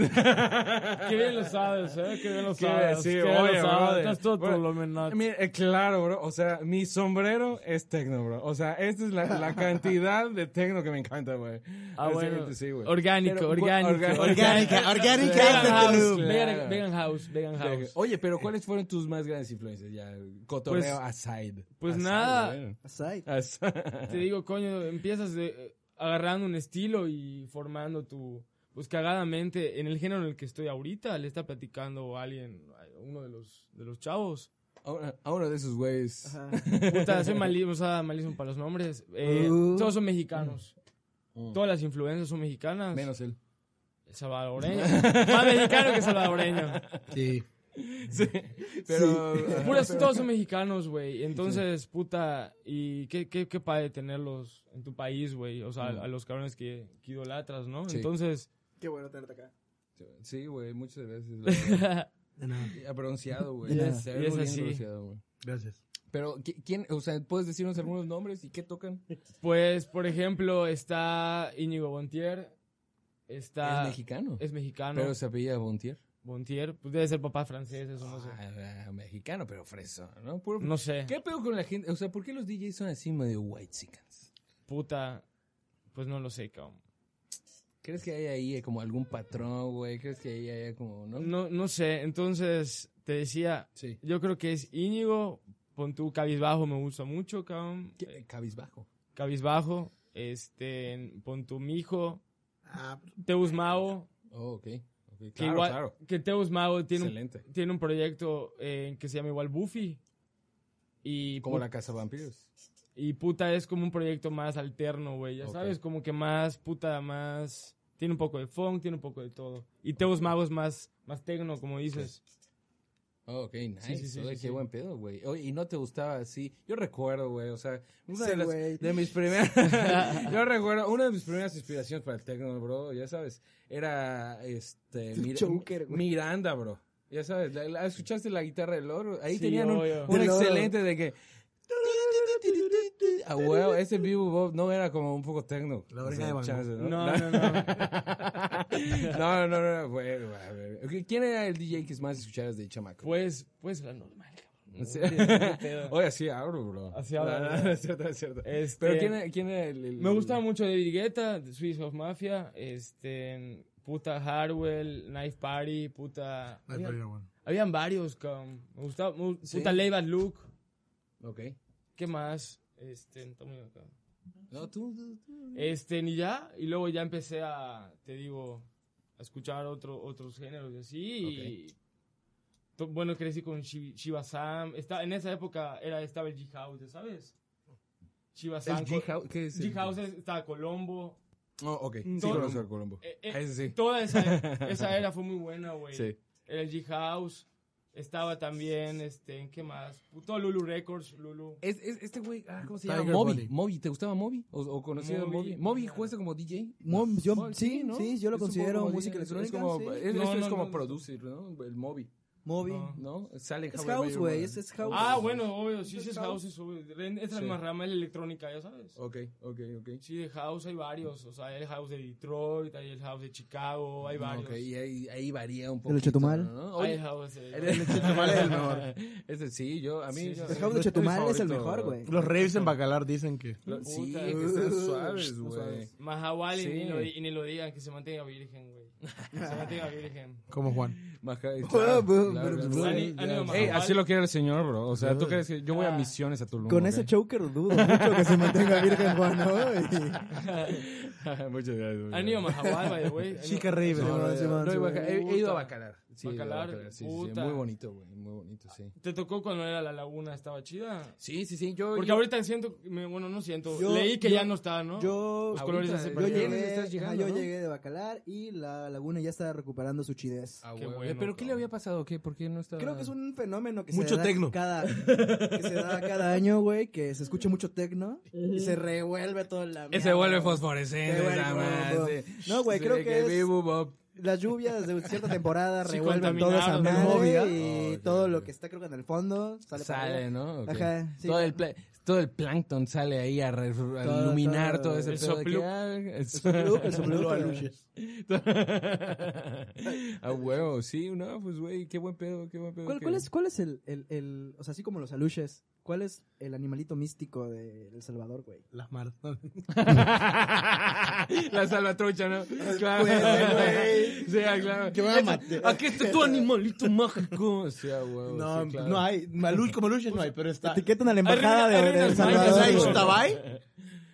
Speaker 4: Qué bien lo sabes, ¿eh? Qué bien lo
Speaker 2: Qué
Speaker 4: sabes.
Speaker 2: sí,
Speaker 4: qué
Speaker 2: oye,
Speaker 4: bien lo sabes.
Speaker 2: brother.
Speaker 4: Estás todo
Speaker 2: Bueno,
Speaker 4: tolomenato.
Speaker 2: Mira, eh, claro, bro. O sea, mi sombrero es tecno, bro. O sea, esta es la, la cantidad de tecno que me encanta, güey.
Speaker 4: Ah, bueno.
Speaker 2: Honestamente, sí, güey.
Speaker 4: orgánico,
Speaker 2: Pero,
Speaker 4: orgánico,
Speaker 2: orgánico.
Speaker 3: Orgánica, orgánica.
Speaker 4: Vegan
Speaker 3: este
Speaker 4: House,
Speaker 3: loop.
Speaker 4: vegan,
Speaker 2: Claro.
Speaker 4: vegan House, vegan House.
Speaker 2: Oye, pero ¿cuáles fueron tus más grandes influencias? Ya, cotorreo
Speaker 4: Pues-
Speaker 2: aside.
Speaker 4: pues
Speaker 2: Aside,
Speaker 4: nada.
Speaker 2: güey.
Speaker 1: Aside.
Speaker 2: Aside.
Speaker 4: Te digo, coño, empiezas de, eh, agarrando un estilo y formando tu... Pues cagadamente, en el género en el que estoy ahorita, le está platicando alguien, a uno de los, de los chavos.
Speaker 2: A uno- a uno de esos güeyes.
Speaker 1: Ajá.
Speaker 4: Puta, soy malísimo, o sea, malísimo para los nombres. Eh,
Speaker 1: Uh.
Speaker 4: Todos son mexicanos.
Speaker 2: Mm.
Speaker 4: Todas las influencias son mexicanas.
Speaker 2: Menos él.
Speaker 4: El salvadoreño. Más mexicano que salvadoreño.
Speaker 3: Sí.
Speaker 2: Sí. Pero.
Speaker 4: Puras, todos son mexicanos, güey. Entonces, puta, y qué, qué, qué padre tenerlos en tu país, güey. O sea,
Speaker 2: Mm.
Speaker 4: a los cabrones que, que idolatras, ¿no?
Speaker 2: Sí.
Speaker 4: Entonces,
Speaker 1: Qué bueno tenerte acá.
Speaker 2: Sí, güey, muchas gracias. la verdad. Y Abronciado, güey.
Speaker 1: Y es-
Speaker 2: En serio,
Speaker 4: y es
Speaker 2: bien
Speaker 4: así.
Speaker 2: abronciado, güey.
Speaker 3: Gracias.
Speaker 2: Pero, ¿qui- ¿quién? O sea, ¿puedes decirnos algunos nombres y qué tocan?
Speaker 4: pues, por ejemplo, está Íñigo Bontier. Está...
Speaker 2: es mexicano.
Speaker 4: es mexicano.
Speaker 2: Pero se apellida Bontier.
Speaker 4: Bontier, pues debe ser papá francés, eso no sé.
Speaker 2: Ah, mexicano, pero freso, ¿no? Puro-
Speaker 4: No sé.
Speaker 2: ¿Qué pedo con la gente? O sea, ¿por qué los DJs son así medio white chickens?
Speaker 4: Puta, pues no lo sé, cabrón.
Speaker 2: ¿Crees que hay ahí eh, como algún patrón, güey? ¿Crees que hay ahí como, no?
Speaker 4: No, no sé, entonces te decía,
Speaker 2: Sí.
Speaker 4: yo creo que es Íñigo, pon tu cabizbajo, me gusta mucho, cabrón.
Speaker 2: ¿Qué- Eh, Cabizbajo.
Speaker 4: Cabizbajo, este, pon tu mijo,
Speaker 3: Ah,
Speaker 4: Teus Mago,
Speaker 2: Oh, ok. Ok, Claro,
Speaker 4: que igual,
Speaker 2: claro.
Speaker 4: que Teus Mago tiene un,
Speaker 2: Excelente.
Speaker 4: tiene un proyecto eh, que se llama igual Buffy. Y,
Speaker 2: Como
Speaker 4: pu-
Speaker 2: la Casa Vampiros.
Speaker 4: y puta es como un proyecto más alterno, güey, ya
Speaker 2: Ok.
Speaker 4: sabes, como que más puta, más... Tiene un poco de funk, tiene un poco de todo. Y Teus Mago es más, más tecno, como dices.
Speaker 2: Oh, ok, nice.
Speaker 4: sí, sí,
Speaker 2: Oye,
Speaker 4: sí,
Speaker 2: qué
Speaker 4: sí.
Speaker 2: buen pedo, güey. Oye, y no te gustaba así. Yo recuerdo, güey, o sea, una
Speaker 1: Sí,
Speaker 2: de, las-
Speaker 1: güey.
Speaker 2: de mis primeras. yo recuerdo, una de mis primeras inspiraciones para el techno, bro, ya sabes, era este. Mira-
Speaker 1: Joker, güey.
Speaker 2: Miranda, bro. Ya sabes, la- la- ¿escuchaste la guitarra del oro? Ahí
Speaker 4: Sí,
Speaker 2: tenían un,
Speaker 4: obvio.
Speaker 2: un
Speaker 1: Del Oro.
Speaker 2: excelente de que. Ah, huevo, ese vivo Bob no era como un poco techno.
Speaker 3: La oreja de Van Gogh.
Speaker 2: chance, ¿no? no, no,
Speaker 4: No, no, no.
Speaker 2: no, no, güey, güey, güey. ¿Quién era el DJ que más escuchabas de chamaco?
Speaker 4: Pues, pues la normal, cabrón.
Speaker 2: Sí.
Speaker 4: No tienes pedo.
Speaker 2: Oye, así abro, bro.
Speaker 4: Así abro,
Speaker 2: No, no,
Speaker 4: bro.
Speaker 2: no, es cierto, es cierto.
Speaker 4: Este-
Speaker 2: Pero ¿quién, era- quién era el, el-
Speaker 4: Me gusta mucho David Guetta, The Swiss of Mafia, este, puta Harwell, Knife Party, puta...
Speaker 3: ay,
Speaker 4: había-
Speaker 3: pero bueno.
Speaker 4: Habían varios, cabrón. Me gustaba, me gu-
Speaker 2: Sí.
Speaker 4: puta Leiva Luke,
Speaker 2: Ok.
Speaker 4: ¿qué más? Este, está muy acá.
Speaker 2: No, tú, tú, tú.
Speaker 4: Este, ni ya, y luego ya empecé a, te digo, a escuchar otro, otros géneros y así, y... to- Bueno, crecí con Shi- Shiva Sam. Está, en esa época era, estaba el G-House, ¿ya ¿sabes? Shiva Sam.
Speaker 2: ¿El
Speaker 4: co-
Speaker 2: G-House? ¿Qué es? el-
Speaker 4: G-House es- estaba Colombo.
Speaker 2: Oh, ok. Sí,
Speaker 4: Todo-
Speaker 2: conozco a Colombo.
Speaker 4: Eh, eh,
Speaker 2: Ah, ese sí.
Speaker 4: Toda esa, esa era fue muy buena, güey.
Speaker 2: Sí.
Speaker 4: Era el G-House. Estaba también, este, ¿en qué más? Puto Lulu Records, Lulu.
Speaker 2: Es, es- este güey, ah, ¿cómo se llama?
Speaker 3: Tiger
Speaker 2: Moby.
Speaker 3: Buddy.
Speaker 2: Moby, ¿te gustaba Moby? ¿O, o conocías a
Speaker 4: Moby.
Speaker 2: Moby? Moby juega como DJ.
Speaker 1: Mom, yo,
Speaker 2: Moby,
Speaker 1: sí,
Speaker 2: ¿no?
Speaker 1: sí, yo lo
Speaker 2: Es un poco
Speaker 1: considero
Speaker 2: como
Speaker 1: música
Speaker 2: DJ, es
Speaker 1: electrónica.
Speaker 2: como-
Speaker 1: sí.
Speaker 2: es-
Speaker 4: No,
Speaker 2: esto es
Speaker 4: no,
Speaker 2: como
Speaker 4: no.
Speaker 2: producir, ¿no? El Moby,
Speaker 1: Moby.
Speaker 4: No.
Speaker 2: ¿no? Sale
Speaker 1: Es
Speaker 2: How I Met
Speaker 1: house,
Speaker 2: Your
Speaker 1: güey,
Speaker 2: Mother.
Speaker 1: es, es house.
Speaker 4: Ah, bueno, obvio, sí,
Speaker 1: Pues
Speaker 4: sí es
Speaker 1: house.
Speaker 4: house, es obvio. es la
Speaker 2: Sí.
Speaker 4: misma rama de la electrónica, ya sabes.
Speaker 2: Ok, ok, ok.
Speaker 4: Sí, de house hay varios, o sea, hay el house de Detroit, hay el house de Chicago, hay varios.
Speaker 2: Ok, y ahí, ahí varía un poco.
Speaker 1: ¿El Chetumal?
Speaker 2: ¿no?
Speaker 4: Hay
Speaker 2: Oye,
Speaker 4: el house de...
Speaker 2: el, el Chetumal es el mejor. Ese sí, yo, a mí.
Speaker 4: Sí,
Speaker 2: yo-
Speaker 4: sí.
Speaker 1: El house de
Speaker 2: es mi
Speaker 1: Chetumal es el
Speaker 2: favorito.
Speaker 1: mejor, güey.
Speaker 3: Los raves en Bacalar dicen que.
Speaker 2: Lo- Sí,
Speaker 4: Puta.
Speaker 2: que están
Speaker 1: Uh,
Speaker 2: suaves,
Speaker 1: están
Speaker 2: güey.
Speaker 1: suaves.
Speaker 4: Mahawal y,
Speaker 2: Sí.
Speaker 4: ni lo, di- y ni lo digan, que se mantenga virgen, güey. Que se mantenga virgen.
Speaker 3: Como Juan.
Speaker 2: Maja-
Speaker 1: Claro,
Speaker 2: claro,
Speaker 1: pero-
Speaker 2: claro.
Speaker 1: pero-
Speaker 4: Ani- Ánimo,
Speaker 2: Ey,
Speaker 4: Mahawal.
Speaker 2: así lo quiere el señor, bro. O sea, tú crees que yo voy a
Speaker 4: Ah.
Speaker 2: misiones a Tulum.
Speaker 1: Con
Speaker 2: ¿ok?
Speaker 1: ese choker dudo mucho que se mantenga virgen Juan, ¿no?
Speaker 2: Muchas gracias. muchas
Speaker 4: Ánimo,
Speaker 2: gracias.
Speaker 4: Mahawal, by the way.
Speaker 3: Chica
Speaker 4: Ánimo-
Speaker 3: rave.
Speaker 1: Sí,
Speaker 2: No,
Speaker 1: no,
Speaker 2: no,
Speaker 1: sí, man,
Speaker 2: no,
Speaker 1: sí,
Speaker 2: iba a-
Speaker 1: man.
Speaker 2: he, he ido a Bacalar. Sí, he ido a
Speaker 4: Bacalar,
Speaker 2: Bacalar, sí, sí, sí.
Speaker 4: puta.
Speaker 2: Muy bonito, güey. Muy bonito, sí.
Speaker 4: ¿Te tocó cuando era la laguna? ¿Estaba chida?
Speaker 2: Sí, sí, sí. Yo,
Speaker 4: Porque
Speaker 2: yo-
Speaker 4: ahorita siento, me- bueno, no siento.
Speaker 1: Yo-
Speaker 4: Leí que
Speaker 1: yo-
Speaker 4: ya no está, ¿no?
Speaker 1: Yo,
Speaker 4: Los colores ya se
Speaker 1: yo
Speaker 4: perdieron.
Speaker 1: llegué,
Speaker 2: Estás llegando,
Speaker 1: ajá, yo
Speaker 2: ¿no?
Speaker 1: llegué de Bacalar y la laguna ya está recuperando su chidez.
Speaker 2: Ah,
Speaker 4: Qué
Speaker 2: güey.
Speaker 4: bueno,
Speaker 2: ¿Pero qué le
Speaker 4: cabrón.
Speaker 2: había pasado? ¿Qué? ¿Por qué no estaba?
Speaker 1: Creo que es un fenómeno que
Speaker 3: Mucho
Speaker 1: se da
Speaker 3: tecno.
Speaker 1: cada que se da cada año, güey, que se escucha mucho tecno y se revuelve todo la mierda.
Speaker 2: Se vuelve
Speaker 1: güey.
Speaker 2: fosforescente,
Speaker 1: Se vuelve
Speaker 2: esa
Speaker 1: como-
Speaker 2: madre.
Speaker 1: No, güey,
Speaker 2: Se
Speaker 1: creo
Speaker 2: ve
Speaker 1: que es-
Speaker 2: Bibu Bob.
Speaker 1: Las lluvias de cierta temporada
Speaker 4: Sí,
Speaker 1: revuelven toda esa
Speaker 4: contaminaron,
Speaker 3: ¿no?
Speaker 1: madre
Speaker 2: Oh,
Speaker 1: y
Speaker 2: ya,
Speaker 1: todo
Speaker 2: ya.
Speaker 1: lo que está creo que en el fondo sale, para
Speaker 2: Sale,
Speaker 1: allá.
Speaker 2: ¿no? Ok.
Speaker 1: Ajá, sí.
Speaker 2: todo, el pla- todo el plancton sale ahí a, re- a iluminar todo,
Speaker 1: todo.
Speaker 2: ese
Speaker 4: El
Speaker 2: pedo de que,
Speaker 4: sopluc.
Speaker 2: ah, es-
Speaker 1: Sopluc, el sopluc.
Speaker 2: a huevo, sí, no, pues güey, qué buen pedo, qué buen pedo.
Speaker 1: ¿Cuál,
Speaker 2: que-
Speaker 1: cuál es, cuál es el, el, el- o sea, así como los aluches, cuál es el animalito místico de El Salvador, güey?
Speaker 3: Las maras.
Speaker 2: La salvatrucha, ¿no? Claro.
Speaker 3: güey.
Speaker 2: Sí, ah, claro.
Speaker 3: Yo voy a
Speaker 2: Eso-
Speaker 3: matar.
Speaker 2: Aquí está tu animalito mágico. O sea, huevo,
Speaker 3: No,
Speaker 2: sí, claro.
Speaker 3: no hay. Maluch, como luches no hay, pero está.
Speaker 1: Etiquetan a la embajada
Speaker 4: Hay
Speaker 1: de,
Speaker 4: ruinas-
Speaker 1: de
Speaker 4: hay
Speaker 1: El
Speaker 4: ruinas mayas,
Speaker 3: O sea,
Speaker 1: Salvador.
Speaker 4: hay
Speaker 1: güey.
Speaker 4: ruinas-
Speaker 3: Ixtabay,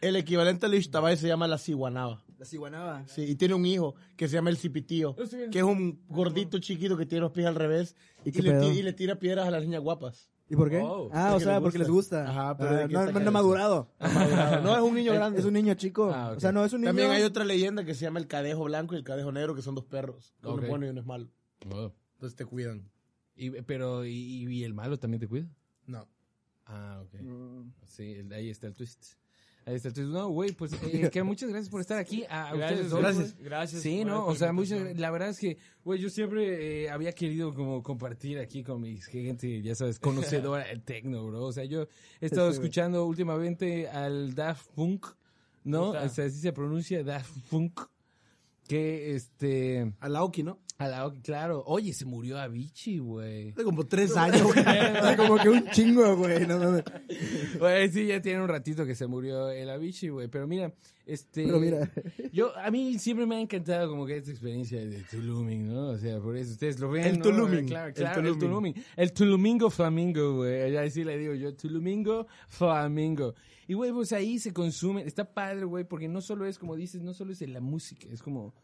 Speaker 3: el equivalente al Ixtabay se llama la Ciguanaba.
Speaker 1: La ciguanaba.
Speaker 3: Sí, y tiene un hijo que se llama el Cipitío,
Speaker 4: Yo estoy bien.
Speaker 3: que es un gordito chiquito que tiene los pies al revés y,
Speaker 1: qué
Speaker 3: le,
Speaker 1: pedo?
Speaker 3: ti- y le tira piedras a las niñas guapas.
Speaker 1: ¿Y por qué?
Speaker 2: Oh,
Speaker 1: ah, o
Speaker 3: porque
Speaker 1: sea,
Speaker 3: les
Speaker 1: porque les
Speaker 3: gusta.
Speaker 1: gusta.
Speaker 3: Ajá, pero
Speaker 1: Ah,
Speaker 3: de que
Speaker 1: no,
Speaker 3: está
Speaker 1: no, no
Speaker 3: cagado.
Speaker 1: ha madurado.
Speaker 3: No, es un niño grande.
Speaker 1: Es un niño chico.
Speaker 2: Ah, ok.
Speaker 1: O sea, no, es un niño.
Speaker 3: También hay otra leyenda que se llama el Cadejo Blanco y el Cadejo Negro, que son dos perros. Uno
Speaker 2: Ok.
Speaker 3: es bueno y uno es malo.
Speaker 2: Oh.
Speaker 3: Entonces te cuidan.
Speaker 2: Y- pero, y, y el malo también te cuida?
Speaker 3: No.
Speaker 2: Ah, ok. Sí, el- ahí está el twist. Ahí está el twist. No, güey, pues eh, que muchas gracias por estar aquí. A, a ustedes
Speaker 4: Ah, Gracias,
Speaker 2: dos.
Speaker 4: gracias.
Speaker 2: güey.
Speaker 4: Gracias.
Speaker 2: Sí,
Speaker 4: por
Speaker 2: no,
Speaker 4: esta
Speaker 2: o sea, muchas,
Speaker 4: invitación.
Speaker 2: gra- la verdad es que, güey, yo siempre eh, había querido como compartir aquí con mi gente, ya sabes, conocedora del techno, bro. O sea, yo
Speaker 4: Este
Speaker 2: he estado
Speaker 1: Sí, sí, güey.
Speaker 2: escuchando últimamente al Daft Punk, ¿no?
Speaker 4: Puta.
Speaker 2: O sea, así se pronuncia Daft Punk, que este,
Speaker 3: A la Oki, ¿no?
Speaker 2: a la, claro, oye, se murió Avicii, güey.
Speaker 3: Hace como tres años. güey.
Speaker 1: como que un chingo, güey. No, mames.
Speaker 2: Güey, sí, ya tiene un ratito que se murió el Avicii, güey. Pero mira, este.
Speaker 1: Pero mira.
Speaker 2: Yo, a mí siempre me ha encantado como que esta experiencia de Tuluming, ¿no? O sea, por eso ustedes lo ven.
Speaker 3: El
Speaker 2: ¿no?
Speaker 3: Tuluming,
Speaker 2: Claro,
Speaker 3: el
Speaker 2: claro, el
Speaker 3: Tuluming.
Speaker 2: Tuluming. El Tulumingo Flamingo, güey. Ahí sí le digo yo, Tulumingo Flamingo. Y, güey, pues ahí se consume. Está padre, güey, porque no solo es, como dices, no solo es en la música, es como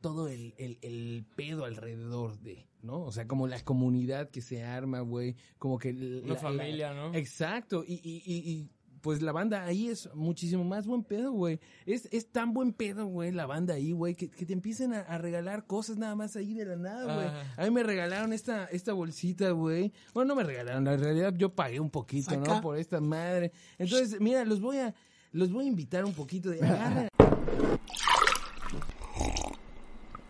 Speaker 2: todo el, el, el pedo alrededor de, ¿no? O sea, como la comunidad que se arma, güey, como que...
Speaker 4: Una familia, ¿no?
Speaker 2: Eh, Exacto, y, y, y, y, pues la banda ahí es muchísimo más buen pedo, güey. Es, es tan buen pedo, güey, la banda ahí, güey, que, que te empiecen a, a regalar cosas nada más ahí de la nada, güey.
Speaker 4: Ah.
Speaker 2: A mí me regalaron esta, esta bolsita, güey. Bueno, no me regalaron, en realidad yo pagué un poquito, ¿no?
Speaker 3: Saca.
Speaker 2: Por esta madre. Entonces, mira, los voy a... Los voy a invitar un poquito de...
Speaker 1: Ah,
Speaker 2: agarren-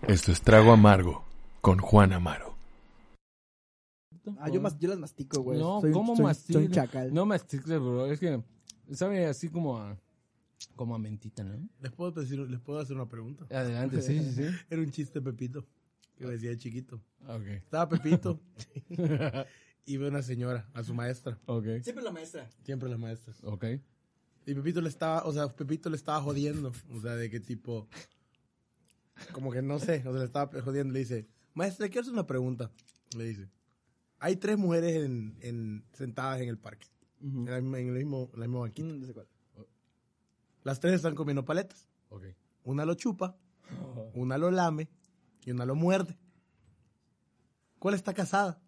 Speaker 6: Esto es Trago Amargo con Juan Amaro.
Speaker 1: Ah, yo, mas- yo las mastico, güey.
Speaker 2: No,
Speaker 1: soy, un-
Speaker 2: ¿cómo
Speaker 1: soy,
Speaker 2: mastico?
Speaker 1: Soy un chacal.
Speaker 2: No masticles, bro. Es que sabe así como a, como a mentita, ¿no?
Speaker 3: ¿Les puedo, decir, les puedo hacer una pregunta.
Speaker 2: Adelante, sí, sí, sí.
Speaker 3: Era un chiste, Pepito, que decía de chiquito.
Speaker 2: Ok.
Speaker 3: Estaba Pepito y ve una señora, a su maestra,
Speaker 2: Ok.
Speaker 1: Siempre la maestra.
Speaker 3: siempre la maestra.
Speaker 2: Ok.
Speaker 3: Y Pepito le estaba, o sea, Pepito le estaba jodiendo. O sea, de qué tipo. Como que no sé, o sea, le estaba jodiendo. Le dice, maestra, quiero hacer una pregunta. Le dice, hay tres mujeres en, en- sentadas en el parque, en, la misma- en el mismo, en la misma banquita.
Speaker 1: no sé cuál.
Speaker 3: Las tres están comiendo paletas.
Speaker 2: Ok.
Speaker 3: Una lo chupa, una lo lame y una lo muerde. ¿Cuál está casada?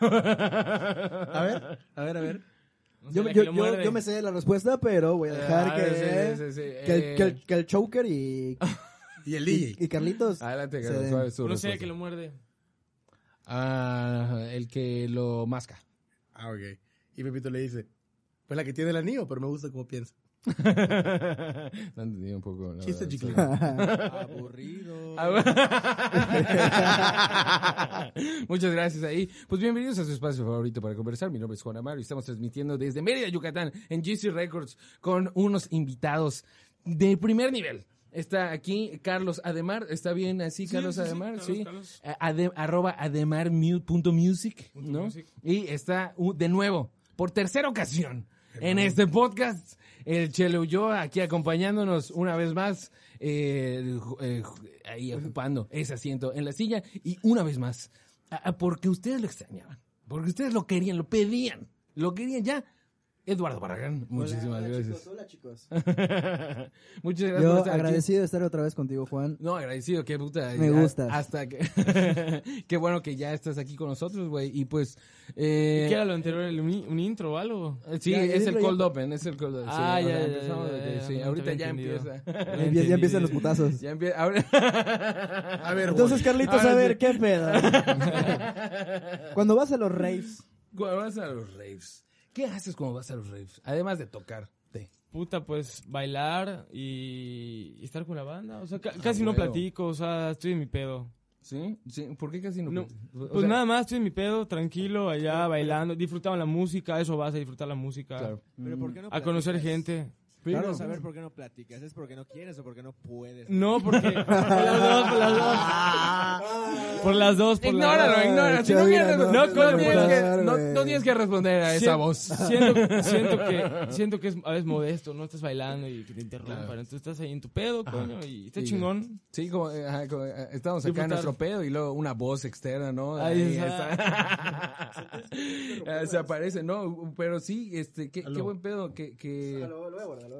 Speaker 3: a ver, a ver, a ver.
Speaker 4: No sé,
Speaker 1: Yo,
Speaker 4: la que
Speaker 1: yo, yo-
Speaker 4: lo muerde.
Speaker 1: yo me sé la respuesta, pero voy a dejar
Speaker 2: Ah,
Speaker 1: que,
Speaker 2: sí, sí, sí, sí.
Speaker 1: que, el,
Speaker 2: Eh. Ah,
Speaker 1: que, el, que el Choker y,
Speaker 3: Y el DJ.
Speaker 1: y, y Carlitos.
Speaker 2: Adelante,
Speaker 1: se
Speaker 2: Carlos,
Speaker 1: den.
Speaker 2: ¿cuál es su
Speaker 4: No sé,
Speaker 2: respuesta?
Speaker 4: que lo muerde.
Speaker 2: Ah, el que lo masca.
Speaker 3: Ah, ok. Y Pepito le dice, pues la que tiene el anillo, pero me gusta cómo piensa.
Speaker 2: no entendí un poco. la
Speaker 3: Chiste
Speaker 2: verdad,
Speaker 3: chicle.
Speaker 1: Aburrido.
Speaker 2: Ah, bueno. Muchas gracias ahí. Pues bienvenidos a su espacio favorito para conversar. Mi nombre es Juan Amaro y estamos transmitiendo desde Mérida, Yucatán, en GC Records, con unos invitados de primer nivel. Está aquí Carlos Ademar, ¿está bien así Carlos Ademar? sí. A- ade- arroba ademarmu.music, ¿no?
Speaker 7: music.
Speaker 2: Y está uh, de nuevo, por tercera ocasión, en este podcast, el Chelo Ulloa aquí acompañándonos una vez más, eh, ju- eh, ju- ahí ocupando ese asiento en la silla, y una vez más, a- a- porque ustedes lo extrañaban, porque ustedes lo querían, lo pedían, lo querían ya. Eduardo Barragán, muchísimas gracias.
Speaker 1: Hola, chicos.
Speaker 2: Muchas gracias. por
Speaker 1: Yo
Speaker 2: estar aquí.
Speaker 1: agradecido de estar otra vez contigo, Juan.
Speaker 2: No, agradecido, qué puta.
Speaker 1: Me
Speaker 2: Ya,
Speaker 1: gustas.
Speaker 2: Hasta que. qué bueno que ya estás aquí con nosotros, güey. Y pues.
Speaker 4: ¿Qué
Speaker 2: Eh,
Speaker 4: era lo anterior? ¿El- ¿Un, un intro o algo?
Speaker 2: Sí,
Speaker 1: Ya, ya
Speaker 2: es el
Speaker 1: dilo, ya.
Speaker 2: cold open, es el cold open. sí.
Speaker 4: Ah,
Speaker 2: O
Speaker 4: ya,
Speaker 2: sea,
Speaker 4: ya,
Speaker 2: empezamos
Speaker 4: ya,
Speaker 2: de que-
Speaker 4: ya,
Speaker 2: sí,
Speaker 4: ya,
Speaker 2: ahorita
Speaker 4: te había
Speaker 2: ya
Speaker 4: entendido.
Speaker 2: empieza.
Speaker 1: Ya, empie- ya empiezan los putazos.
Speaker 2: ya empieza. Ahora...
Speaker 3: A ver,
Speaker 1: Entonces,
Speaker 3: Juan,
Speaker 1: Carlitos,
Speaker 2: Ah,
Speaker 1: a ver, ¿qué pedo? Cuando vas a los raves,
Speaker 2: Cuando vas a los raves, ¿qué haces cuando vas a los raves? Además de tocarte.
Speaker 4: Puta, pues bailar y, y estar con la banda. O sea, ca- casi no
Speaker 2: Ah, huevo.
Speaker 4: platico, o sea, estoy en mi pedo.
Speaker 2: ¿Sí? ¿Sí? ¿Por qué casi no?
Speaker 4: No,
Speaker 2: o
Speaker 4: Pues
Speaker 2: sea,
Speaker 4: nada más, estoy en mi pedo, tranquilo, allá bailando, disfrutando la música, eso vas a disfrutar la música,
Speaker 2: Claro.
Speaker 7: Pero ¿por qué no
Speaker 4: a conocer
Speaker 7: platicas?
Speaker 4: gente.
Speaker 7: Claro, saber por qué no platicas. ¿Es porque no quieres o porque no puedes?
Speaker 3: Mm.
Speaker 4: No, porque por las dos, por las dos. Por las dos, por las
Speaker 2: Ignóralo,
Speaker 4: dos.
Speaker 2: ignóralo. Si no
Speaker 1: Chavira,
Speaker 2: quieres,
Speaker 1: no,
Speaker 2: no,
Speaker 1: no
Speaker 2: no
Speaker 1: te
Speaker 2: tienes
Speaker 1: puedo
Speaker 2: que,
Speaker 1: dar,
Speaker 2: no-
Speaker 1: güey.
Speaker 2: no tienes que responder a esa
Speaker 4: Sien-
Speaker 2: voz.
Speaker 4: Siento, siento que, siento que es a veces modesto, no estás bailando y que te interrumpan. Entonces estás ahí en tu pedo, coño, y está
Speaker 2: Sí.
Speaker 4: chingón.
Speaker 2: Sí, como, eh, ajá, como, eh, estamos acá en
Speaker 4: Disfrutar.
Speaker 2: nuestro pedo y luego una voz externa, ¿no?
Speaker 4: Ahí está.
Speaker 2: está. Ah, Se aparece, no, pero sí, este, qué, qué buen pedo que, que,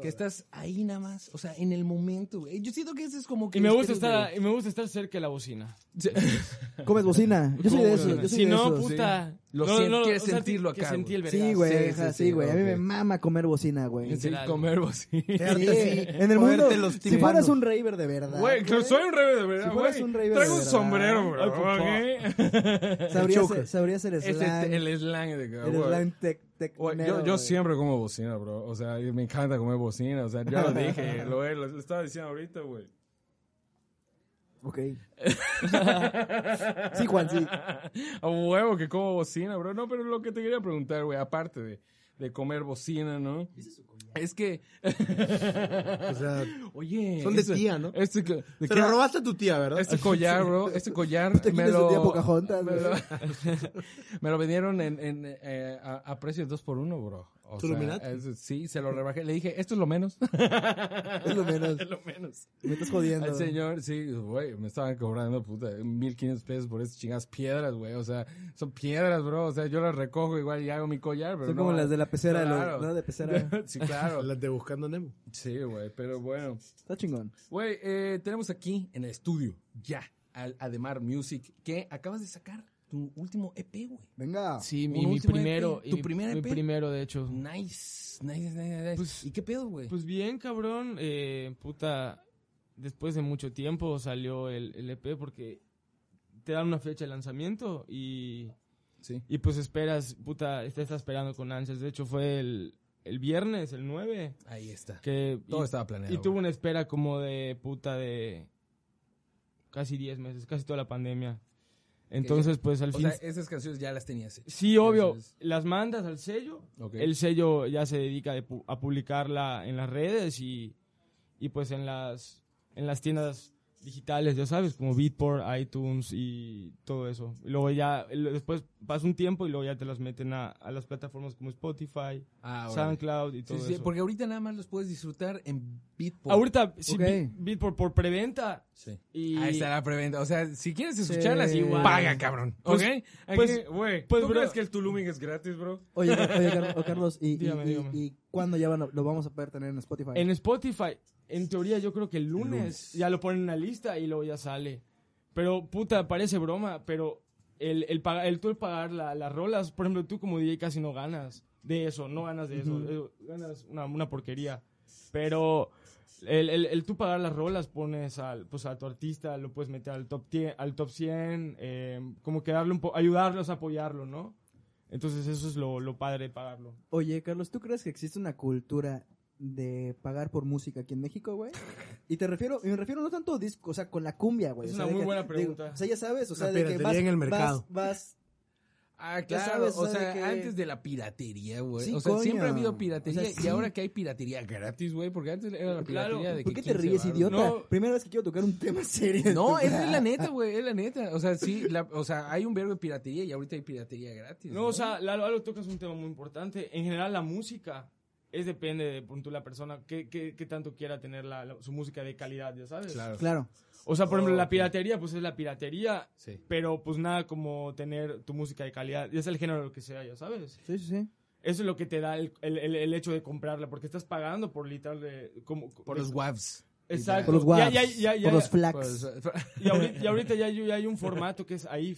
Speaker 2: que estás ahí nada más, o sea, en el momento, güey. Yo siento que ese es como que...
Speaker 4: Y me gusta
Speaker 2: misterios
Speaker 4: estar, y me gusta estar cerca de la bocina.
Speaker 2: de- Sí.
Speaker 1: comes bocina. Yo soy de eso. Yo soy
Speaker 4: si
Speaker 1: de
Speaker 4: no,
Speaker 1: esos.
Speaker 4: puta.
Speaker 2: Lo
Speaker 4: no,
Speaker 2: sien-
Speaker 4: no,
Speaker 2: quieres
Speaker 4: o sea,
Speaker 2: sentirlo
Speaker 4: que
Speaker 2: acá,
Speaker 4: sentí el
Speaker 1: Sí,
Speaker 4: vergazo.
Speaker 2: Sí,
Speaker 1: güey,
Speaker 2: sí,
Speaker 1: ajá,
Speaker 2: sí,
Speaker 1: sí, güey. A mí
Speaker 2: ok.
Speaker 1: me mama comer bocina, güey.
Speaker 2: Sí,
Speaker 4: Literal.
Speaker 2: comer bocina.
Speaker 1: Sí, En el
Speaker 3: Ponerte
Speaker 1: mundo,
Speaker 3: los
Speaker 1: si
Speaker 3: tímpanos.
Speaker 1: fueras un raver de verdad,
Speaker 2: Güey, claro, soy un rey de verdad,
Speaker 1: Si fueras
Speaker 2: güey.
Speaker 1: un rey de
Speaker 2: Traigo un
Speaker 1: verdad.
Speaker 2: sombrero, güey.
Speaker 4: Ay, papá.
Speaker 1: sabrías,
Speaker 3: choker.
Speaker 1: sabrías el
Speaker 2: Ese es este,
Speaker 1: slang, el,
Speaker 2: el slang de que, güey.
Speaker 1: slang tec-
Speaker 2: Güey,
Speaker 1: tecnero,
Speaker 2: yo, yo
Speaker 1: güey.
Speaker 2: siempre como bocina, bro. O sea, me encanta comer bocina. O sea, yo lo dije, lo, lo, lo estaba diciendo ahorita, güey.
Speaker 1: Ok. sí, Juan, sí.
Speaker 2: A huevo que como bocina, bro. No, pero lo que te quería preguntar, güey, aparte de, de comer bocina, ¿no? Es que.
Speaker 3: o sea,
Speaker 2: Oye.
Speaker 3: Son de
Speaker 2: este-
Speaker 3: tía, ¿no?
Speaker 2: Este, co- ¿de
Speaker 3: te
Speaker 2: qué-
Speaker 3: lo robaste a tu tía, ¿verdad?
Speaker 2: Este collar, bro. Este collar
Speaker 1: ¿quién
Speaker 2: me
Speaker 1: es el
Speaker 2: lo.
Speaker 1: tía Pocahontas,
Speaker 2: me,
Speaker 1: güey?
Speaker 2: lo me lo vendieron en, en, eh, a, a precio de 2 por 1 bro. O
Speaker 3: ¿Tuluminati?
Speaker 2: es- sí, se lo rebajé. Le dije, esto es lo menos.
Speaker 1: Es lo menos.
Speaker 2: es lo menos.
Speaker 1: Me estás jodiendo.
Speaker 2: El señor, sí, güey, me estaban cobrando, puta, 1500 pesos por esas chingadas piedras, güey. O sea, son piedras, bro. O sea, yo las recojo igual y hago mi collar, pero
Speaker 1: Son
Speaker 2: no-
Speaker 1: como las de la pecera, de los-
Speaker 2: Claro.
Speaker 1: ¿no? De pecera.
Speaker 2: Sí, claro.
Speaker 3: Las de Buscando a Nemo.
Speaker 2: Sí, güey, pero bueno.
Speaker 1: Está chingón.
Speaker 2: Güey, eh, tenemos aquí en el estudio, ya, al Ademar Music, que acabas de sacar tu último EP, güey.
Speaker 1: Venga.
Speaker 4: Sí,
Speaker 2: Un
Speaker 4: y mi
Speaker 2: último
Speaker 4: primero.
Speaker 2: EP.
Speaker 4: y
Speaker 2: ¿Tu
Speaker 4: mi-
Speaker 2: primer E
Speaker 4: Mi
Speaker 2: EP?
Speaker 4: primero, de hecho.
Speaker 2: Nice, nice, nice, nice.
Speaker 4: Pues-
Speaker 2: ¿Y qué pedo, güey?
Speaker 4: Pues bien, cabrón. eh, puta, después de mucho tiempo salió el, el EP porque te dan una fecha de lanzamiento y,
Speaker 2: sí.
Speaker 4: y pues esperas, puta, te estás esperando con ansias. De hecho, fue el, el viernes, el 9,
Speaker 2: Ahí está.
Speaker 4: que...
Speaker 2: Todo
Speaker 4: y,
Speaker 2: estaba planeado.
Speaker 4: y tuvo
Speaker 2: güey.
Speaker 4: una espera como de puta de casi 10 meses, casi toda la pandemia. Entonces, pues al
Speaker 2: O
Speaker 4: fin...
Speaker 2: sea, esas canciones ya las tenías. hechas.
Speaker 4: Sí, obvio.
Speaker 2: Entonces-
Speaker 4: Las mandas al sello.
Speaker 2: Ok.
Speaker 4: El sello ya se dedica de pu- a publicarla en las redes y, y pues en las, en las tiendas digitales, ya sabes, como Beatport, iTunes y todo eso. Y luego ya, lo- después pasa un tiempo y luego ya te las meten a, a las plataformas como Spotify,
Speaker 2: Ah, órale.
Speaker 4: SoundCloud y todo
Speaker 2: Sí, sí,
Speaker 4: eso.
Speaker 2: porque ahorita nada más los puedes disfrutar en Beatport.
Speaker 4: Ahorita, sí,
Speaker 1: Ok.
Speaker 4: Be- Beatport por preventa.
Speaker 2: Sí.
Speaker 4: Y
Speaker 2: Ahí está la preventa. O sea, si quieres escucharlas,
Speaker 1: Sí.
Speaker 2: paga, cabrón.
Speaker 4: Pues-
Speaker 2: ¿Ok? Aquí,
Speaker 4: pues-
Speaker 2: güey.
Speaker 4: pues,
Speaker 2: ¿tú
Speaker 4: bro.
Speaker 2: crees que el Tuluming es gratis, bro?
Speaker 1: Oye, Car- oye, Car- o Carlos, ¿y, y-
Speaker 4: Dígame,
Speaker 1: y-
Speaker 4: dígame.
Speaker 1: y cuándo ya van a- lo vamos a poder tener en Spotify?
Speaker 4: En Spotify, en teoría yo creo que el lunes, ya lo ponen en la lista y luego ya sale. Pero puta, parece broma, pero el, el, paga- el tú el pagar la- las rolas, por ejemplo, tú como DJ casi no ganas de eso, no ganas de eso, eh, ganas una, una porquería. Pero el, el- el tú pagar las rolas, pones al, pues a tu artista, lo puedes meter al top 10, al top 100, eh, como que darle un po- ayudarlos, apoyarlo, ¿no? Entonces eso es lo, lo padre de pagarlo.
Speaker 1: Oye, Carlos, ¿tú crees que existe una cultura de pagar por música aquí en México, güey? Y te refiero, y me refiero no tanto a disco, o sea, con la cumbia, güey.
Speaker 4: Es
Speaker 1: o sea,
Speaker 4: una
Speaker 1: de
Speaker 4: muy
Speaker 1: que-
Speaker 4: buena
Speaker 1: de-
Speaker 4: pregunta.
Speaker 1: o sea, ya sabes, o sea, de que
Speaker 3: piratería
Speaker 1: vas,
Speaker 3: en el
Speaker 1: vas-
Speaker 3: mercado.
Speaker 1: vas,
Speaker 2: Ah,
Speaker 1: Ya
Speaker 2: claro.
Speaker 1: sabes,
Speaker 2: o
Speaker 1: o sea,
Speaker 2: sea,
Speaker 1: de que-
Speaker 2: antes de la piratería, güey.
Speaker 1: Sí,
Speaker 2: o sea, siempre ha
Speaker 1: coño.
Speaker 2: habido piratería.
Speaker 1: O sea,
Speaker 2: Y
Speaker 1: sí.
Speaker 2: ahora que hay piratería gratis, güey, porque antes era la piratería
Speaker 4: Claro.
Speaker 2: de Este, que
Speaker 1: ¿Por qué te
Speaker 2: 15
Speaker 1: ríes,
Speaker 2: varos.
Speaker 1: idiota?
Speaker 2: No,
Speaker 1: Primera vez que quiero tocar un tema serio.
Speaker 2: No, es la neta, güey, es la neta. O sea, sí, la- o sea, hay un verbo de piratería y ahorita hay piratería gratis.
Speaker 4: No, o sea, Lalo, Lalo, tocas un tema muy importante. En general, la música es depende de por ejemplo, la persona que, tanto quiera tener la- la- su música de calidad, ya sabes.
Speaker 2: Claro.
Speaker 1: Claro.
Speaker 4: O sea, por ejemplo,
Speaker 2: Oh,
Speaker 4: la
Speaker 2: ok.
Speaker 4: piratería, pues es la piratería,
Speaker 2: Sí.
Speaker 4: pero pues nada como tener tu música de calidad, ya sea el género lo que sea, ya sabes.
Speaker 1: Sí, sí, sí.
Speaker 4: Eso es lo que te da el, el- el- el hecho de comprarla, porque estás pagando por literal de- como, eh,
Speaker 2: Por los WAVs.
Speaker 4: Exacto.
Speaker 1: Por los
Speaker 4: Ya,
Speaker 1: guaps,
Speaker 4: ya, ya, ya,
Speaker 1: por los
Speaker 4: ya.
Speaker 2: Pues,
Speaker 1: flags.
Speaker 2: eh,
Speaker 4: y, ahorita, y ahorita ya, hay- ya hay un formato que es ahí.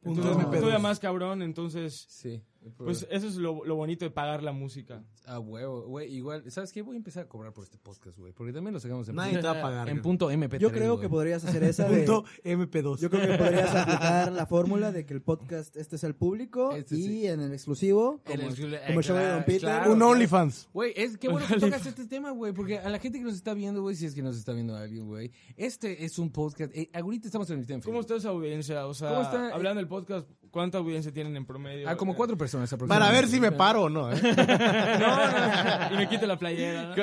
Speaker 3: Punto
Speaker 4: Entonces,
Speaker 1: de
Speaker 4: me- todavía
Speaker 3: pedos.
Speaker 4: más cabrón, entonces...
Speaker 2: Sí.
Speaker 4: Pues eso es lo, lo bonito de pagar la música.
Speaker 2: A huevo, güey. Igual, ¿sabes qué? Voy a empezar a cobrar por este podcast, güey. Porque también lo sacamos en
Speaker 3: Nadie
Speaker 2: punto-
Speaker 3: te va a pagar,
Speaker 2: En
Speaker 3: güey.
Speaker 2: punto MP3.
Speaker 1: Yo creo
Speaker 2: güey.
Speaker 1: que podrías hacer esa de...
Speaker 3: Punto MP2.
Speaker 1: Yo creo que podrías aplicar la fórmula de que el podcast este es el público
Speaker 2: Este
Speaker 1: y
Speaker 2: sí.
Speaker 1: en el exclusivo, como
Speaker 2: El
Speaker 1: el,
Speaker 2: exclu- eh,
Speaker 1: como el show de
Speaker 2: claro,
Speaker 1: Don Peter,
Speaker 2: claro.
Speaker 3: Un OnlyFans.
Speaker 2: Güey, es que bueno que tocas este tema, güey, porque a la gente que nos está viendo, güey, si es que nos está viendo alguien, güey, este es un podcast. eh, ahorita estamos transmitiendo en
Speaker 4: ¿Cómo
Speaker 2: Facebook.
Speaker 4: está esa audiencia? O sea,
Speaker 2: ¿Cómo está?
Speaker 4: hablando del podcast, ¿cuánta audiencia tienen en promedio? Eh,
Speaker 2: Ah, como cuatro personas
Speaker 3: Para
Speaker 2: aproximadamente.
Speaker 3: ver si me paro o no. ¿eh?
Speaker 4: No, no, no. Y me quito la playera. ¿no?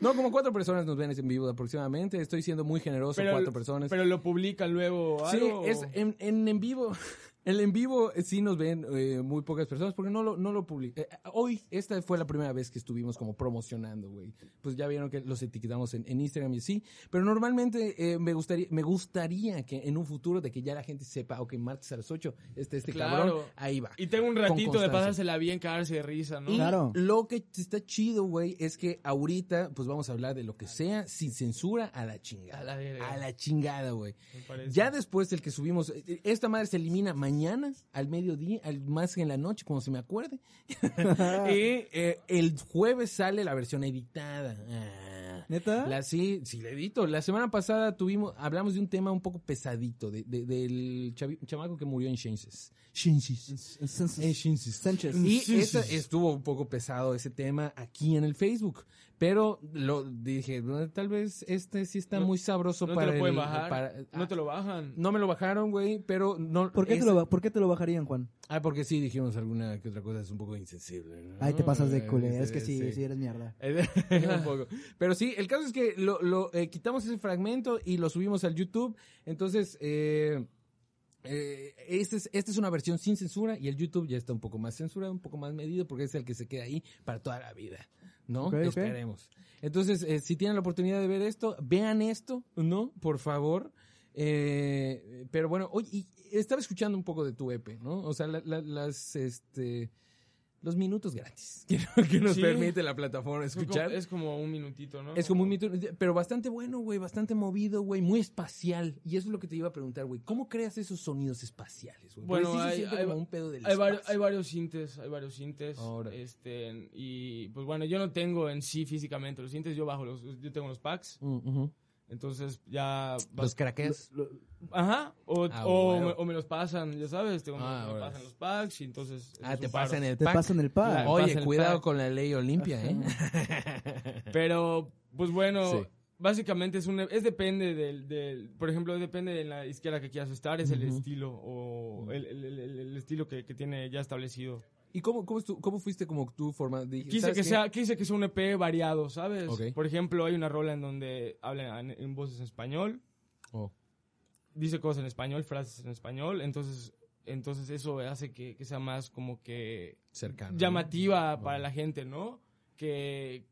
Speaker 2: no, como cuatro personas nos ven en vivo aproximadamente. Estoy siendo muy generoso, cuatro personas.
Speaker 4: Pero lo publican luego.
Speaker 2: sí,
Speaker 4: algo.
Speaker 2: es en, en, en vivo. El en vivo eh, sí nos ven eh, muy pocas personas porque no lo, no lo public- eh, hoy, esta fue la primera vez que estuvimos como promocionando, güey. Pues ya vieron que los etiquetamos en, en Instagram y sí. Pero normalmente eh, me, gustaría, me gustaría que en un futuro de que ya la gente sepa, ok, martes a las 8, este, este
Speaker 4: Claro.
Speaker 2: cabrón, ahí va.
Speaker 4: Y tengo un
Speaker 2: Con
Speaker 4: ratito de
Speaker 2: constancia.
Speaker 4: pasársela bien, cagarse de risa, ¿no?
Speaker 2: Y
Speaker 1: Claro.
Speaker 2: lo que está chido, güey, es que ahorita, pues vamos a hablar de lo que sea, sin censura, a la chingada.
Speaker 4: A la verga.
Speaker 2: A la chingada, güey.
Speaker 4: Me parece.
Speaker 2: Ya después del que subimos, eh, esta madre se elimina mañana, al mediodía, al más que en la noche, como se me acuerde. y eh, el jueves sale la versión editada. Ah.
Speaker 1: ¿Neta?
Speaker 2: La, sí, sí, le edito. La semana pasada tuvimos, hablamos de un tema un poco pesadito, de- de- del chavi- chamaco que murió en Shenses. Shenses. En
Speaker 1: Sánchez.
Speaker 2: Shenses.
Speaker 1: Sánchez.
Speaker 2: Y esa- estuvo un poco pesado ese tema aquí en el Facebook. Pero lo dije, "Bueno, tal vez este sí está muy sabroso
Speaker 4: No te
Speaker 2: para
Speaker 4: lo pueden
Speaker 2: el-
Speaker 4: bajar.
Speaker 2: para- ah,
Speaker 4: No te lo bajan.
Speaker 2: no me lo bajaron, güey, pero no.
Speaker 1: ¿Por qué, te
Speaker 2: ese-
Speaker 1: lo, ba- ¿Por qué te lo bajarían, Juan?
Speaker 2: Ah, porque sí dijimos alguna que otra cosa es un poco insensible. ¿no?
Speaker 1: Ay, te pasas de culé.
Speaker 2: Eh,
Speaker 1: Es que sí, sí, eres mierda.
Speaker 2: un poco. Pero sí, el caso es que lo, lo, eh, quitamos ese fragmento y lo subimos al YouTube. Entonces, eh, eh, este es, esta es una versión sin censura y el YouTube ya está un poco más censurado, un poco más medido porque es el que se queda ahí para toda la vida. ¿No?
Speaker 1: Ok, ok.
Speaker 2: Esperemos. Entonces, eh, si tienen la oportunidad de ver esto, vean esto, ¿no? Por favor. Eh, pero bueno, oye, y estaba escuchando un poco de tu EP, ¿no? O sea, la- la- las, este, los minutos gratis que, que nos
Speaker 4: Sí.
Speaker 2: permite la plataforma
Speaker 4: Es como-
Speaker 2: escuchar.
Speaker 4: Es como un minutito, ¿no?
Speaker 2: Es como un mito, pero bastante bueno, güey, bastante movido, güey, muy espacial. Y eso es lo que te iba a preguntar, güey. ¿Cómo creas esos sonidos espaciales, güey? Porque
Speaker 4: Bueno,
Speaker 2: sí se
Speaker 4: hay-
Speaker 2: siente
Speaker 4: hay
Speaker 2: como
Speaker 4: va-
Speaker 2: un pedo del
Speaker 4: Hay, vari-
Speaker 2: espacio.
Speaker 4: hay varios sintes, hay varios sintes.
Speaker 2: Ahora.
Speaker 4: Este, y pues bueno, yo no tengo en sí físicamente los sintes, yo bajo los, yo tengo los packs,
Speaker 2: Mm, ujú.
Speaker 4: entonces ya...
Speaker 2: Los craqueas.
Speaker 4: Ajá, o,
Speaker 2: Ah,
Speaker 4: o
Speaker 2: bueno.
Speaker 4: me, o me los pasan, ya sabes, tengo-
Speaker 2: Ah,
Speaker 4: me,
Speaker 2: ahora.
Speaker 4: pasan los packs y entonces...
Speaker 2: Ah,
Speaker 4: es
Speaker 2: te
Speaker 4: un paro.
Speaker 2: pasan el
Speaker 1: Te
Speaker 2: pack.
Speaker 1: pasan el pack.
Speaker 4: Claro.
Speaker 2: Oye,
Speaker 4: Pasan el
Speaker 2: cuidado
Speaker 4: pack.
Speaker 2: con la ley Olimpia, ¿eh?
Speaker 4: Pero, pues bueno,
Speaker 2: Sí.
Speaker 4: básicamente es un... Es depende del, del- Por ejemplo, depende de la izquierda que quieras estar, es el
Speaker 2: Ujú.
Speaker 4: estilo o el, el- el- el estilo que- que tiene ya establecido.
Speaker 2: ¿Y cómo, cómo, estu- cómo fuiste como tú formando? Dije,
Speaker 4: Quise
Speaker 2: ¿sabes
Speaker 4: que,
Speaker 2: qué?
Speaker 4: sea, quise que sea un EP variado, ¿sabes?
Speaker 2: Ok.
Speaker 4: Por ejemplo, hay una rola en donde hablan en voces en español,
Speaker 2: Oh.
Speaker 4: dice cosas en español, frases en español, entonces, entonces eso hace que, que sea más como que
Speaker 2: cercano.
Speaker 4: llamativa
Speaker 2: ¿no?
Speaker 4: para la gente, ¿no? Que,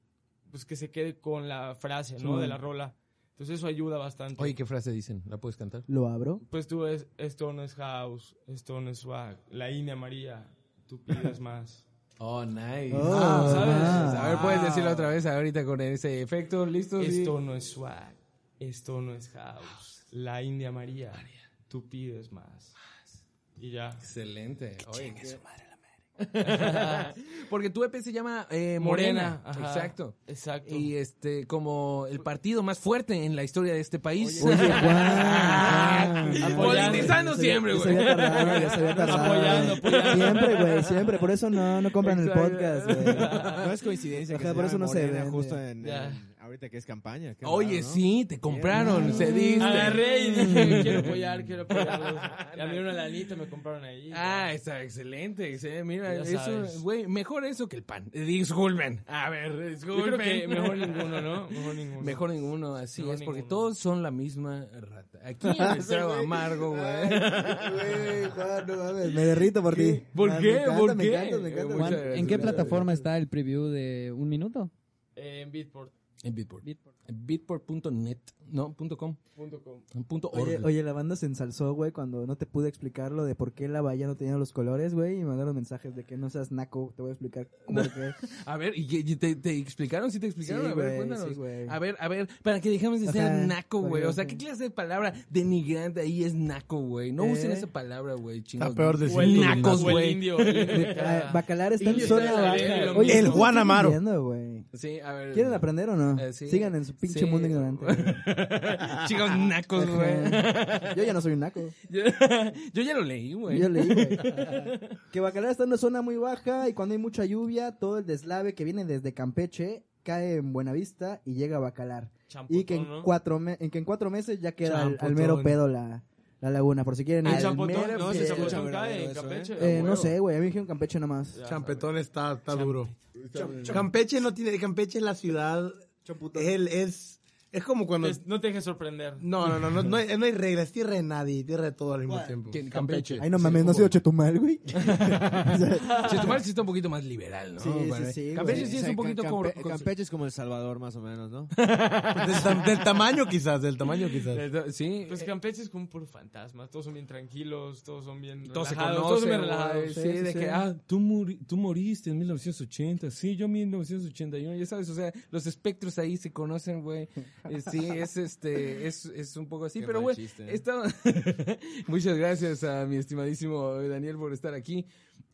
Speaker 4: pues, que se quede con la frase, ¿no?
Speaker 1: Sí.
Speaker 4: De la rola. Entonces eso ayuda bastante.
Speaker 2: Oye, ¿qué frase dicen? ¿La puedes cantar?
Speaker 1: Lo abro.
Speaker 4: Pues tú es, esto no es house, esto no es swag, la India María, tú pides más.
Speaker 2: Oh, nice.
Speaker 1: Oh,
Speaker 2: Ah, ¿sabes?
Speaker 1: ah.
Speaker 2: A ver, puedes decirlo otra vez ahorita con ese efecto. ¿Listo? Sí.
Speaker 4: Esto no es swag, esto no es house. La India María, tú pides más. Y ya.
Speaker 2: Excelente. Oye, qué- Porque tu EP se llama eh, Morena.
Speaker 4: Morena, ajá.
Speaker 2: Exacto.
Speaker 4: Exacto.
Speaker 2: Y este, como el partido más fuerte en la historia de este país.
Speaker 1: guau.
Speaker 2: Politizando
Speaker 1: Se-
Speaker 2: Ah, siempre,
Speaker 1: se
Speaker 2: güey.
Speaker 1: había tardado, ya se había tardado.
Speaker 4: Apoyando, apoyando.
Speaker 1: Siempre, güey, siempre. Por eso no, no compran el
Speaker 2: Exacto.
Speaker 1: podcast, güey.
Speaker 7: No es coincidencia que
Speaker 1: Ajá,
Speaker 7: se
Speaker 1: por eso
Speaker 7: llame
Speaker 1: no se
Speaker 7: Morena
Speaker 1: vende.
Speaker 7: justo en,
Speaker 4: Ya.
Speaker 7: en- ahorita que es campaña. qué
Speaker 2: Oye,
Speaker 7: raro, ¿no?
Speaker 2: sí, te compraron,
Speaker 7: Bien.
Speaker 2: cediste.
Speaker 4: Agarré y dije, quiero apoyar, quiero apoyarlos. Ya me dieron una lanita, me compraron ahí.
Speaker 2: Ah, está excelente. excelente. Mira,
Speaker 4: Ya
Speaker 2: eso,
Speaker 4: sabes.
Speaker 2: güey, mejor eso que el pan. Disculpen. A ver,
Speaker 4: Yo creo
Speaker 2: disculpen.
Speaker 4: que mejor ninguno, ¿no? Mejor ninguno.
Speaker 2: Mejor ninguno, así
Speaker 4: Mejor
Speaker 2: es, porque
Speaker 4: ninguno.
Speaker 2: todos son la misma rata. Aquí en el trago amargo, güey.
Speaker 1: Güey, Juan, no mames, Me derrito por ti.
Speaker 2: ¿Por
Speaker 1: Ah, Me
Speaker 2: qué?
Speaker 1: encanta,
Speaker 2: ¿Por
Speaker 1: me
Speaker 2: qué?
Speaker 1: encanta, me
Speaker 2: Eh,
Speaker 1: encanta.
Speaker 2: muchas
Speaker 5: Juan,
Speaker 2: gracias,
Speaker 5: ¿en qué
Speaker 2: muchas
Speaker 5: plataforma está el preview de un minuto?
Speaker 4: Eh, en Bitport.com.
Speaker 2: En Bitport. En Bitport.net, no, punto .com, punto
Speaker 1: Oye,
Speaker 2: .org.
Speaker 1: oye, la banda se ensalzó, güey, cuando no te pude explicar lo de por qué la valla no tenía los colores, güey, y me mandaron mensajes de que no seas naco, te voy a explicar cómo por qué.
Speaker 2: A ver, ¿y, y te, te explicaron? ¿Sí te explicaron?
Speaker 1: Sí,
Speaker 2: a ver,
Speaker 1: güey,
Speaker 2: cuéntanos.
Speaker 1: sí, güey.
Speaker 2: a ver, a ver, para que dejemos de
Speaker 1: O
Speaker 2: ser
Speaker 1: sea,
Speaker 2: naco,
Speaker 1: para
Speaker 2: güey.
Speaker 1: que-
Speaker 2: O sea, ¿qué clase de palabra denigrante ahí es naco, güey? No
Speaker 1: ¿Eh?
Speaker 2: usen esa palabra, güey,
Speaker 3: Está
Speaker 2: chingados.
Speaker 3: peor decir
Speaker 4: O el
Speaker 3: tú,
Speaker 2: nacos,
Speaker 3: ¿no?
Speaker 4: O el
Speaker 2: güey.
Speaker 4: indio. el indio de
Speaker 1: Ah,
Speaker 4: cada-
Speaker 1: Bacalar está en
Speaker 4: Indio
Speaker 1: zona
Speaker 4: está en la verga,
Speaker 1: baja.
Speaker 4: lo
Speaker 1: Oye,
Speaker 3: mismo.
Speaker 1: ¿qué
Speaker 3: El Juan
Speaker 1: están
Speaker 3: Amaro. Mm.
Speaker 1: diciendo, güey?
Speaker 2: Sí, a ver.
Speaker 1: ¿Quieren aprender o no?
Speaker 2: Eh, sí.
Speaker 1: Sigan en su pinche
Speaker 2: Sí.
Speaker 1: mundo ignorante.
Speaker 2: Chicos nacos, güey.
Speaker 1: Ajá. Yo ya no soy un naco.
Speaker 2: Yo, yo ya lo leí, güey.
Speaker 1: Yo leí, güey. Que Bacalar está en una zona muy baja y cuando hay mucha lluvia, todo el deslave que viene desde Campeche cae en Buenavista y llega a Bacalar.
Speaker 4: Champotón,
Speaker 1: Y que en,
Speaker 4: ¿no?
Speaker 1: cuatro me- en que en cuatro meses ya queda al, al
Speaker 2: Champotón.
Speaker 1: mero pedo la, la laguna, por si quieren.
Speaker 4: El
Speaker 1: al
Speaker 4: champotón,
Speaker 1: mero
Speaker 4: no, si el
Speaker 1: pedo.
Speaker 4: champotón
Speaker 7: güey.
Speaker 4: cae en
Speaker 7: Eso,
Speaker 4: Campeche.
Speaker 1: Eh,
Speaker 4: a huevo.
Speaker 1: no sé, güey, a mí me dijeron Campeche nada más.
Speaker 4: Ya.
Speaker 3: Champetón está, está duro. Campeche no tiene, Campeche es la ciudad, es, el- es, es como cuando...
Speaker 4: Es- no te dejes sorprender.
Speaker 2: Mm,
Speaker 3: No, no, no, no, no hay, no hay reglas, tierra de nadie, tierra de todo al mismo tiempo.
Speaker 2: Que en Campeche.
Speaker 1: Ay, no mames, no ha sido Chetumal, güey.
Speaker 2: Chetumal sí está un poquito más liberal, ¿no?
Speaker 1: Sí, sí,
Speaker 2: Bueno,
Speaker 1: sí,
Speaker 2: Campeche
Speaker 1: güey.
Speaker 7: O
Speaker 2: sí es
Speaker 7: sea,
Speaker 2: un poquito
Speaker 7: Campe-
Speaker 2: como...
Speaker 7: Campeche es como El Salvador, más o menos, ¿no?
Speaker 3: Del, tam- del tamaño quizás, del tamaño quizás.
Speaker 2: Sí.
Speaker 4: Pues Campeche es como un puro fantasma. Todos son bien tranquilos, todos son bien
Speaker 2: Todos se
Speaker 4: relajados,
Speaker 2: conocen,
Speaker 4: todos son bien
Speaker 2: güey.
Speaker 4: relajados.
Speaker 2: Sí,
Speaker 1: Sí,
Speaker 2: de
Speaker 1: sí,
Speaker 2: que,
Speaker 1: sí.
Speaker 2: ah, tú, muri- tú moriste en 1980, sí, yo en 1981, ya sabes, o sea, los espectros ahí se conocen, güey. Eh, Sí, es este, es, es un poco así,
Speaker 7: Qué
Speaker 2: pero
Speaker 7: mal
Speaker 2: güey,
Speaker 7: chiste, ¿eh?
Speaker 2: está- muchas gracias a mi estimadísimo Daniel por estar aquí.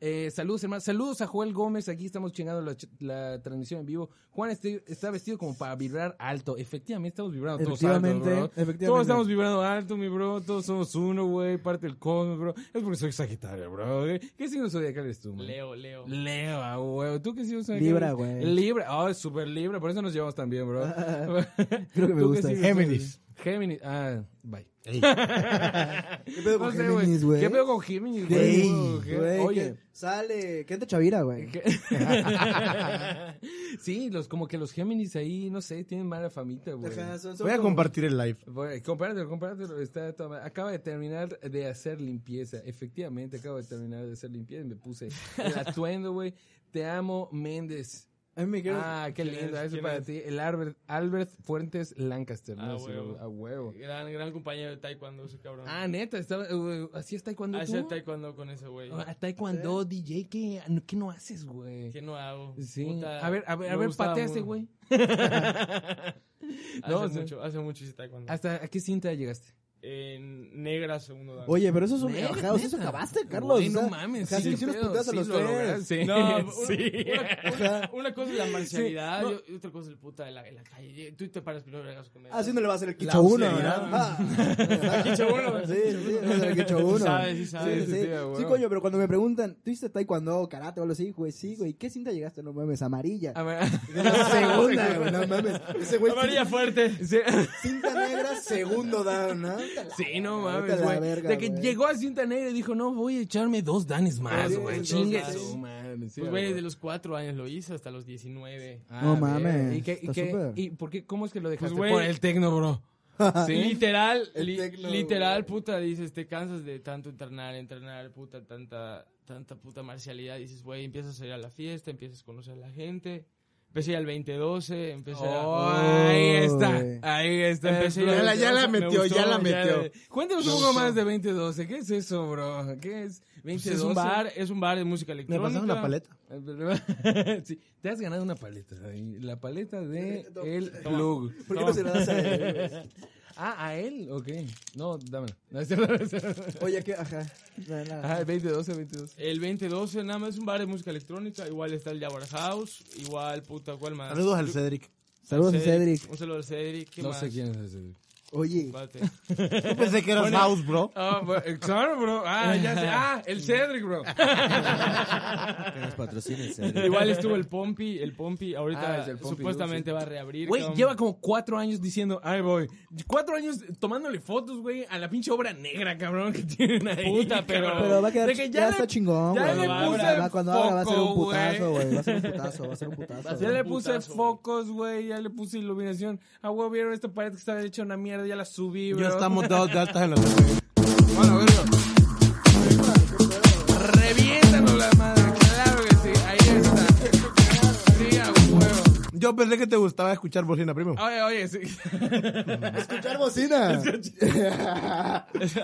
Speaker 2: Eh, saludos, hermano. Saludos a Joel Gómez. Aquí estamos chingando la, ch- la transmisión en vivo. Juan este- está vestido como para vibrar alto. Efectivamente, estamos vibrando todos altos,
Speaker 1: Efectivamente,
Speaker 2: bro. Todos
Speaker 1: efectivamente.
Speaker 2: estamos vibrando alto, mi bro. Todos somos uno, güey. Parte del cosmos, bro. Es porque soy Sagitario, bro. ¿Qué signo zodiacal eres tú, man?
Speaker 4: Leo, Leo.
Speaker 2: Leo, ah, güey. ¿Tú qué signo zodiacal
Speaker 1: Libra,
Speaker 2: eres?
Speaker 1: güey.
Speaker 2: Libra. Oh, súper Libra. Por eso nos llevamos tan bien, bro.
Speaker 1: Creo que me
Speaker 2: ¿Tú qué
Speaker 1: gusta.
Speaker 2: signo
Speaker 3: Géminis.
Speaker 2: zodiacal? Géminis. Ah, bye.
Speaker 1: ¿Qué pedo
Speaker 2: No
Speaker 1: con
Speaker 2: sé,
Speaker 1: Géminis,
Speaker 2: güey.
Speaker 1: güey?
Speaker 2: ¿Qué pedo con Géminis,
Speaker 1: Güey,
Speaker 2: güey?
Speaker 1: güey, que
Speaker 2: Oye.
Speaker 1: Sale, gente chavira, güey.
Speaker 2: ¿qué? sí, los, como que los Géminis ahí, no sé, tienen mala famita, güey.
Speaker 1: Ajá, son- son
Speaker 3: Voy a
Speaker 1: como-
Speaker 3: compartir el live.
Speaker 2: Voy- Compártelo, compártelo. Está, toda madre. acaba de terminar de hacer limpieza. Efectivamente, acabo de terminar de hacer limpieza. y Me puse el atuendo, güey. Te amo, Méndez.
Speaker 1: A mí me dijeron-
Speaker 2: Ah, qué
Speaker 4: ¿Quién
Speaker 2: lindo.
Speaker 4: es?
Speaker 2: Eso
Speaker 4: ¿Quién
Speaker 2: para
Speaker 4: es?
Speaker 2: ti. El Albert, Albert Fuentes Lancaster. ¿no?
Speaker 4: Ah,
Speaker 2: Sí,
Speaker 4: huevo.
Speaker 2: A huevo.
Speaker 4: Gran, gran compañero de taekwondo ese cabrón.
Speaker 2: Ah, neta. Estaba, eh, así es taekwondo.
Speaker 4: Hace
Speaker 2: tú?
Speaker 4: Ah, taekwondo con ese güey.
Speaker 2: Ah, taekwondo, DJ. ¿qué, ¿Qué no haces, güey?
Speaker 4: ¿Qué no hago?
Speaker 2: Sí.
Speaker 4: Puta,
Speaker 2: A ver, a ver, a
Speaker 4: me
Speaker 2: ver,
Speaker 4: gustaba
Speaker 2: patea ese,
Speaker 4: mucho.
Speaker 2: güey.
Speaker 4: Hace
Speaker 2: No, o sea-
Speaker 4: mucho, hace mucho hice taekwondo.
Speaker 2: ¿Hasta a qué cinta llegaste?
Speaker 4: En negra segundo dan.
Speaker 1: Oye, pero eso es un...
Speaker 2: Neta,
Speaker 1: Ajá, o sea, eso
Speaker 2: neta.
Speaker 1: acabaste, Carlos.
Speaker 2: Güey,
Speaker 1: o
Speaker 2: no
Speaker 1: sea,
Speaker 2: mames.
Speaker 1: ajá,
Speaker 2: sí,
Speaker 1: sí, sí los
Speaker 2: pedo,
Speaker 1: puteas a
Speaker 2: sí
Speaker 1: los
Speaker 2: lo
Speaker 1: tres.
Speaker 2: lograste, sí.
Speaker 4: No, una,
Speaker 2: sí.
Speaker 4: una- una- una cosa es la marcialidad
Speaker 2: Sí, no.
Speaker 4: y- y otra cosa es el puta de la, de la calle. Tú te paras primero vergas conmigo.
Speaker 1: Ah, sí, no le va a hacer el
Speaker 3: La
Speaker 1: quicho uno.
Speaker 3: austeridad.
Speaker 1: ¿no? Ajá.
Speaker 4: Quicho uno.
Speaker 1: Sí, sí, sí, le va a hacer el quicho uno.
Speaker 4: Sí sabes, sí sabes.
Speaker 1: Sí, sí,
Speaker 2: Sí,
Speaker 1: sí.
Speaker 2: a huevo.
Speaker 1: Sí, coño, pero cuando me preguntan, ¿tú hiciste taekwondo, karate o algo así? Güey, sí, güey. ¿Qué cinta llegaste? No mames, amarilla.
Speaker 2: A ver.
Speaker 1: Segunda, güey, no mames. Ese güey
Speaker 4: Amarilla fuerte.
Speaker 2: Sí,
Speaker 1: cinta negra, segundo down, ¿no?
Speaker 2: Sí, no
Speaker 1: Vete a
Speaker 2: mames,
Speaker 1: la
Speaker 2: güey.
Speaker 1: verga,
Speaker 2: De que
Speaker 1: güey.
Speaker 2: llegó a cinta negra y dijo, no, voy a echarme dos danes más,
Speaker 1: Sí,
Speaker 2: güey.
Speaker 1: dos
Speaker 2: Chingue
Speaker 4: danes.
Speaker 2: su madre. sí,
Speaker 4: Pues, güey,
Speaker 2: güey.
Speaker 4: desde los cuatro años lo hice hasta los 19.
Speaker 2: Ah,
Speaker 1: No
Speaker 2: ver,
Speaker 1: mames,
Speaker 2: ¿Y, qué, y,
Speaker 1: está
Speaker 2: qué-
Speaker 1: súper.
Speaker 2: y por qué, cómo es que lo
Speaker 3: Pues,
Speaker 2: dejaste?
Speaker 4: güey.
Speaker 2: Por el tecno, bro. ¿Sí?
Speaker 4: Literal,
Speaker 1: ah, El
Speaker 4: li-
Speaker 1: tecno,
Speaker 4: literal,
Speaker 1: güey.
Speaker 4: puta, dices, te cansas de tanto entrenar, entrenar, puta, tanta, tanta puta marcialidad. Dices, güey, empiezas a ir a la fiesta, empiezas a conocer a la gente. Empecé a ir al 2012, empecé a...
Speaker 2: Oh, ahí está,
Speaker 1: güey.
Speaker 2: ahí está.
Speaker 4: Empecé a ir
Speaker 3: Ya
Speaker 4: al
Speaker 3: la- ya la
Speaker 4: 2012, me
Speaker 3: metió, ya la metió.
Speaker 2: Cuéntanos un poco más de 2012. ¿Qué es eso, bro? ¿Qué es
Speaker 4: Pues
Speaker 2: 2012?
Speaker 4: es un bar, es un bar de música
Speaker 3: ¿Me
Speaker 4: electrónica.
Speaker 3: pasaron una paleta?
Speaker 2: Sí, te has ganado una paleta. ahí, La paleta ¿eh? de el
Speaker 1: ¿Por qué no se la das a él?
Speaker 2: plug. Ah, a él, ok. No, dámelo. No, es cierto, es cierto.
Speaker 1: Oye, que, ajá. No, no.
Speaker 2: Ah, 2012, 22.
Speaker 4: El 2012 nada más es un bar de música electrónica. Igual está el Jaguar House. Igual, puta, ¿cuál
Speaker 7: Ah,
Speaker 4: más?
Speaker 3: Saludos al Cedric.
Speaker 1: Saludos a Cedric.
Speaker 4: Un saludo al Cedric. ¿Qué
Speaker 2: No
Speaker 4: más?
Speaker 2: sé quién es ese.
Speaker 1: Oye,
Speaker 4: Espérate.
Speaker 3: Yo pensé que eras Mouse, bro.
Speaker 2: Ah, bueno, eh, claro, bro. Ah, ya sé. Ah, el Cedric, bro.
Speaker 7: Que nos patrocine el Cedric.
Speaker 4: Igual estuvo el Pompi. El Pompi
Speaker 2: Ah,
Speaker 4: ahorita
Speaker 2: es el Pompi
Speaker 4: supuestamente va a reabrir.
Speaker 2: Güey,
Speaker 4: cabrón.
Speaker 2: lleva como cuatro años diciendo, ay, voy. Cuatro años tomándole fotos, güey, a la pinche obra negra, cabrón, que tienen ahí.
Speaker 4: Puta, pero-
Speaker 2: cabrón.
Speaker 1: pero va a quedar.
Speaker 2: De que
Speaker 1: ya está
Speaker 2: le-
Speaker 1: chingón,
Speaker 2: ya
Speaker 1: güey.
Speaker 2: le
Speaker 1: Va-
Speaker 2: puse
Speaker 1: va- Cuando ahora va a ser un
Speaker 2: foco,
Speaker 1: putazo, güey. Va a ser un putazo, va a ser un putazo.
Speaker 2: Ya le
Speaker 1: güey.
Speaker 2: puse
Speaker 4: putazo, güey.
Speaker 2: focos, güey, ya le puse iluminación. Ah, güey, vieron esta pared que estaba hecha una mierda, ya la subí, bro.
Speaker 3: Ya estamos dos gastas en la
Speaker 2: Hola, verga. Reviéntanos la madre, claro que sí, ahí está. Sí, a huevo.
Speaker 3: Yo pensé que te gustaba escuchar bocina, primo.
Speaker 2: Oye, oye, sí.
Speaker 1: Escuchar bocina.
Speaker 2: Es que,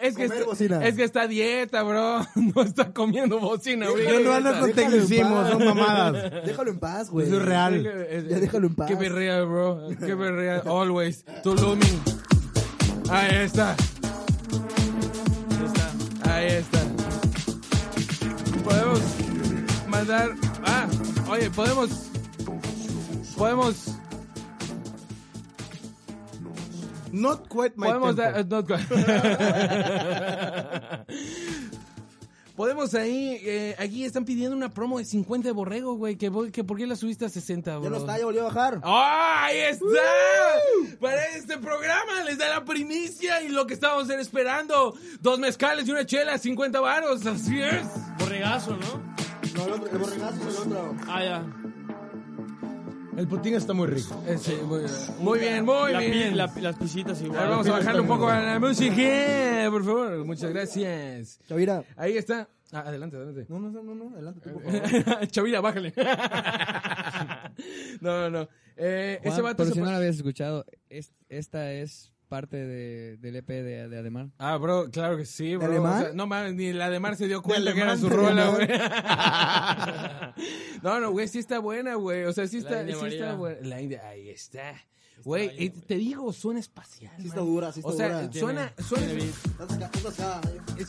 Speaker 2: es que,
Speaker 1: Comer
Speaker 2: está-
Speaker 1: bocina.
Speaker 2: es que está a dieta, bro. No está comiendo bocina, güey.
Speaker 3: Yo no ando con
Speaker 1: Déjalo en
Speaker 3: tecnicismos,
Speaker 1: paz.
Speaker 3: son mamadas.
Speaker 1: Déjalo en paz, güey.
Speaker 3: Eso es real.
Speaker 2: Ya
Speaker 1: Ya déjalo en paz.
Speaker 2: Qué berrea, bro. Qué berrea. Always. Tuluming. Ahí está. Ahí está. Podemos mandar. Ah, oye, podemos. Podemos.
Speaker 3: Not quite my
Speaker 2: Podemos
Speaker 3: tempo.
Speaker 2: dar- eh, not quite. Podemos ahí, eh, aquí están pidiendo una promo de 50 de borrego, güey, que, voy- que por qué la subiste a 60, bro.
Speaker 1: Ya no está, ya volvió a bajar.
Speaker 2: ¡Ah, ahí está! Para este programa les da la primicia y lo que estábamos esperando. Dos mezcales y una chela, 50 varos, así es.
Speaker 4: Borregazo, ¿no?
Speaker 1: No, el otro, el borregazo es el otro.
Speaker 4: Ah, ya.
Speaker 3: El putín está muy rico.
Speaker 2: Ese, muy, muy bien, muy
Speaker 4: La pi-
Speaker 2: bien.
Speaker 4: la pi- las pisitas igual.
Speaker 2: Ahora vamos a bajarle un poco a la música, por favor. Muchas gracias.
Speaker 1: Chavira.
Speaker 2: Ahí está. Ah, adelante, adelante.
Speaker 1: No, no, no, no, no, adelante tú, por favor.
Speaker 2: Chavira, bájale. no, no, no. Eh,
Speaker 5: Juan,
Speaker 2: ese vato
Speaker 5: por
Speaker 2: se
Speaker 5: si no
Speaker 2: pa-
Speaker 5: lo habías escuchado, es- esta es parte de- del EP de, de Ademar.
Speaker 2: Ah, bro, claro que sí, bro.
Speaker 1: ¿De Alemán?
Speaker 2: O sea, no mames, ni la de Mar se dio cuenta
Speaker 3: ¿De
Speaker 2: que era su
Speaker 3: Alemán?
Speaker 2: rola,
Speaker 3: ¿De
Speaker 2: güey. no, no, güey, sí está buena, güey. O sea, sí
Speaker 4: La
Speaker 2: está,
Speaker 4: India
Speaker 2: sí
Speaker 4: María.
Speaker 2: está buena. La India, ahí está. Güey, eh, te digo, suena espacial.
Speaker 1: Sí está
Speaker 2: man.
Speaker 1: dura, sí está
Speaker 2: O sea,
Speaker 1: dura.
Speaker 2: suena, suena.
Speaker 1: Estás acá, estás acá.
Speaker 2: es-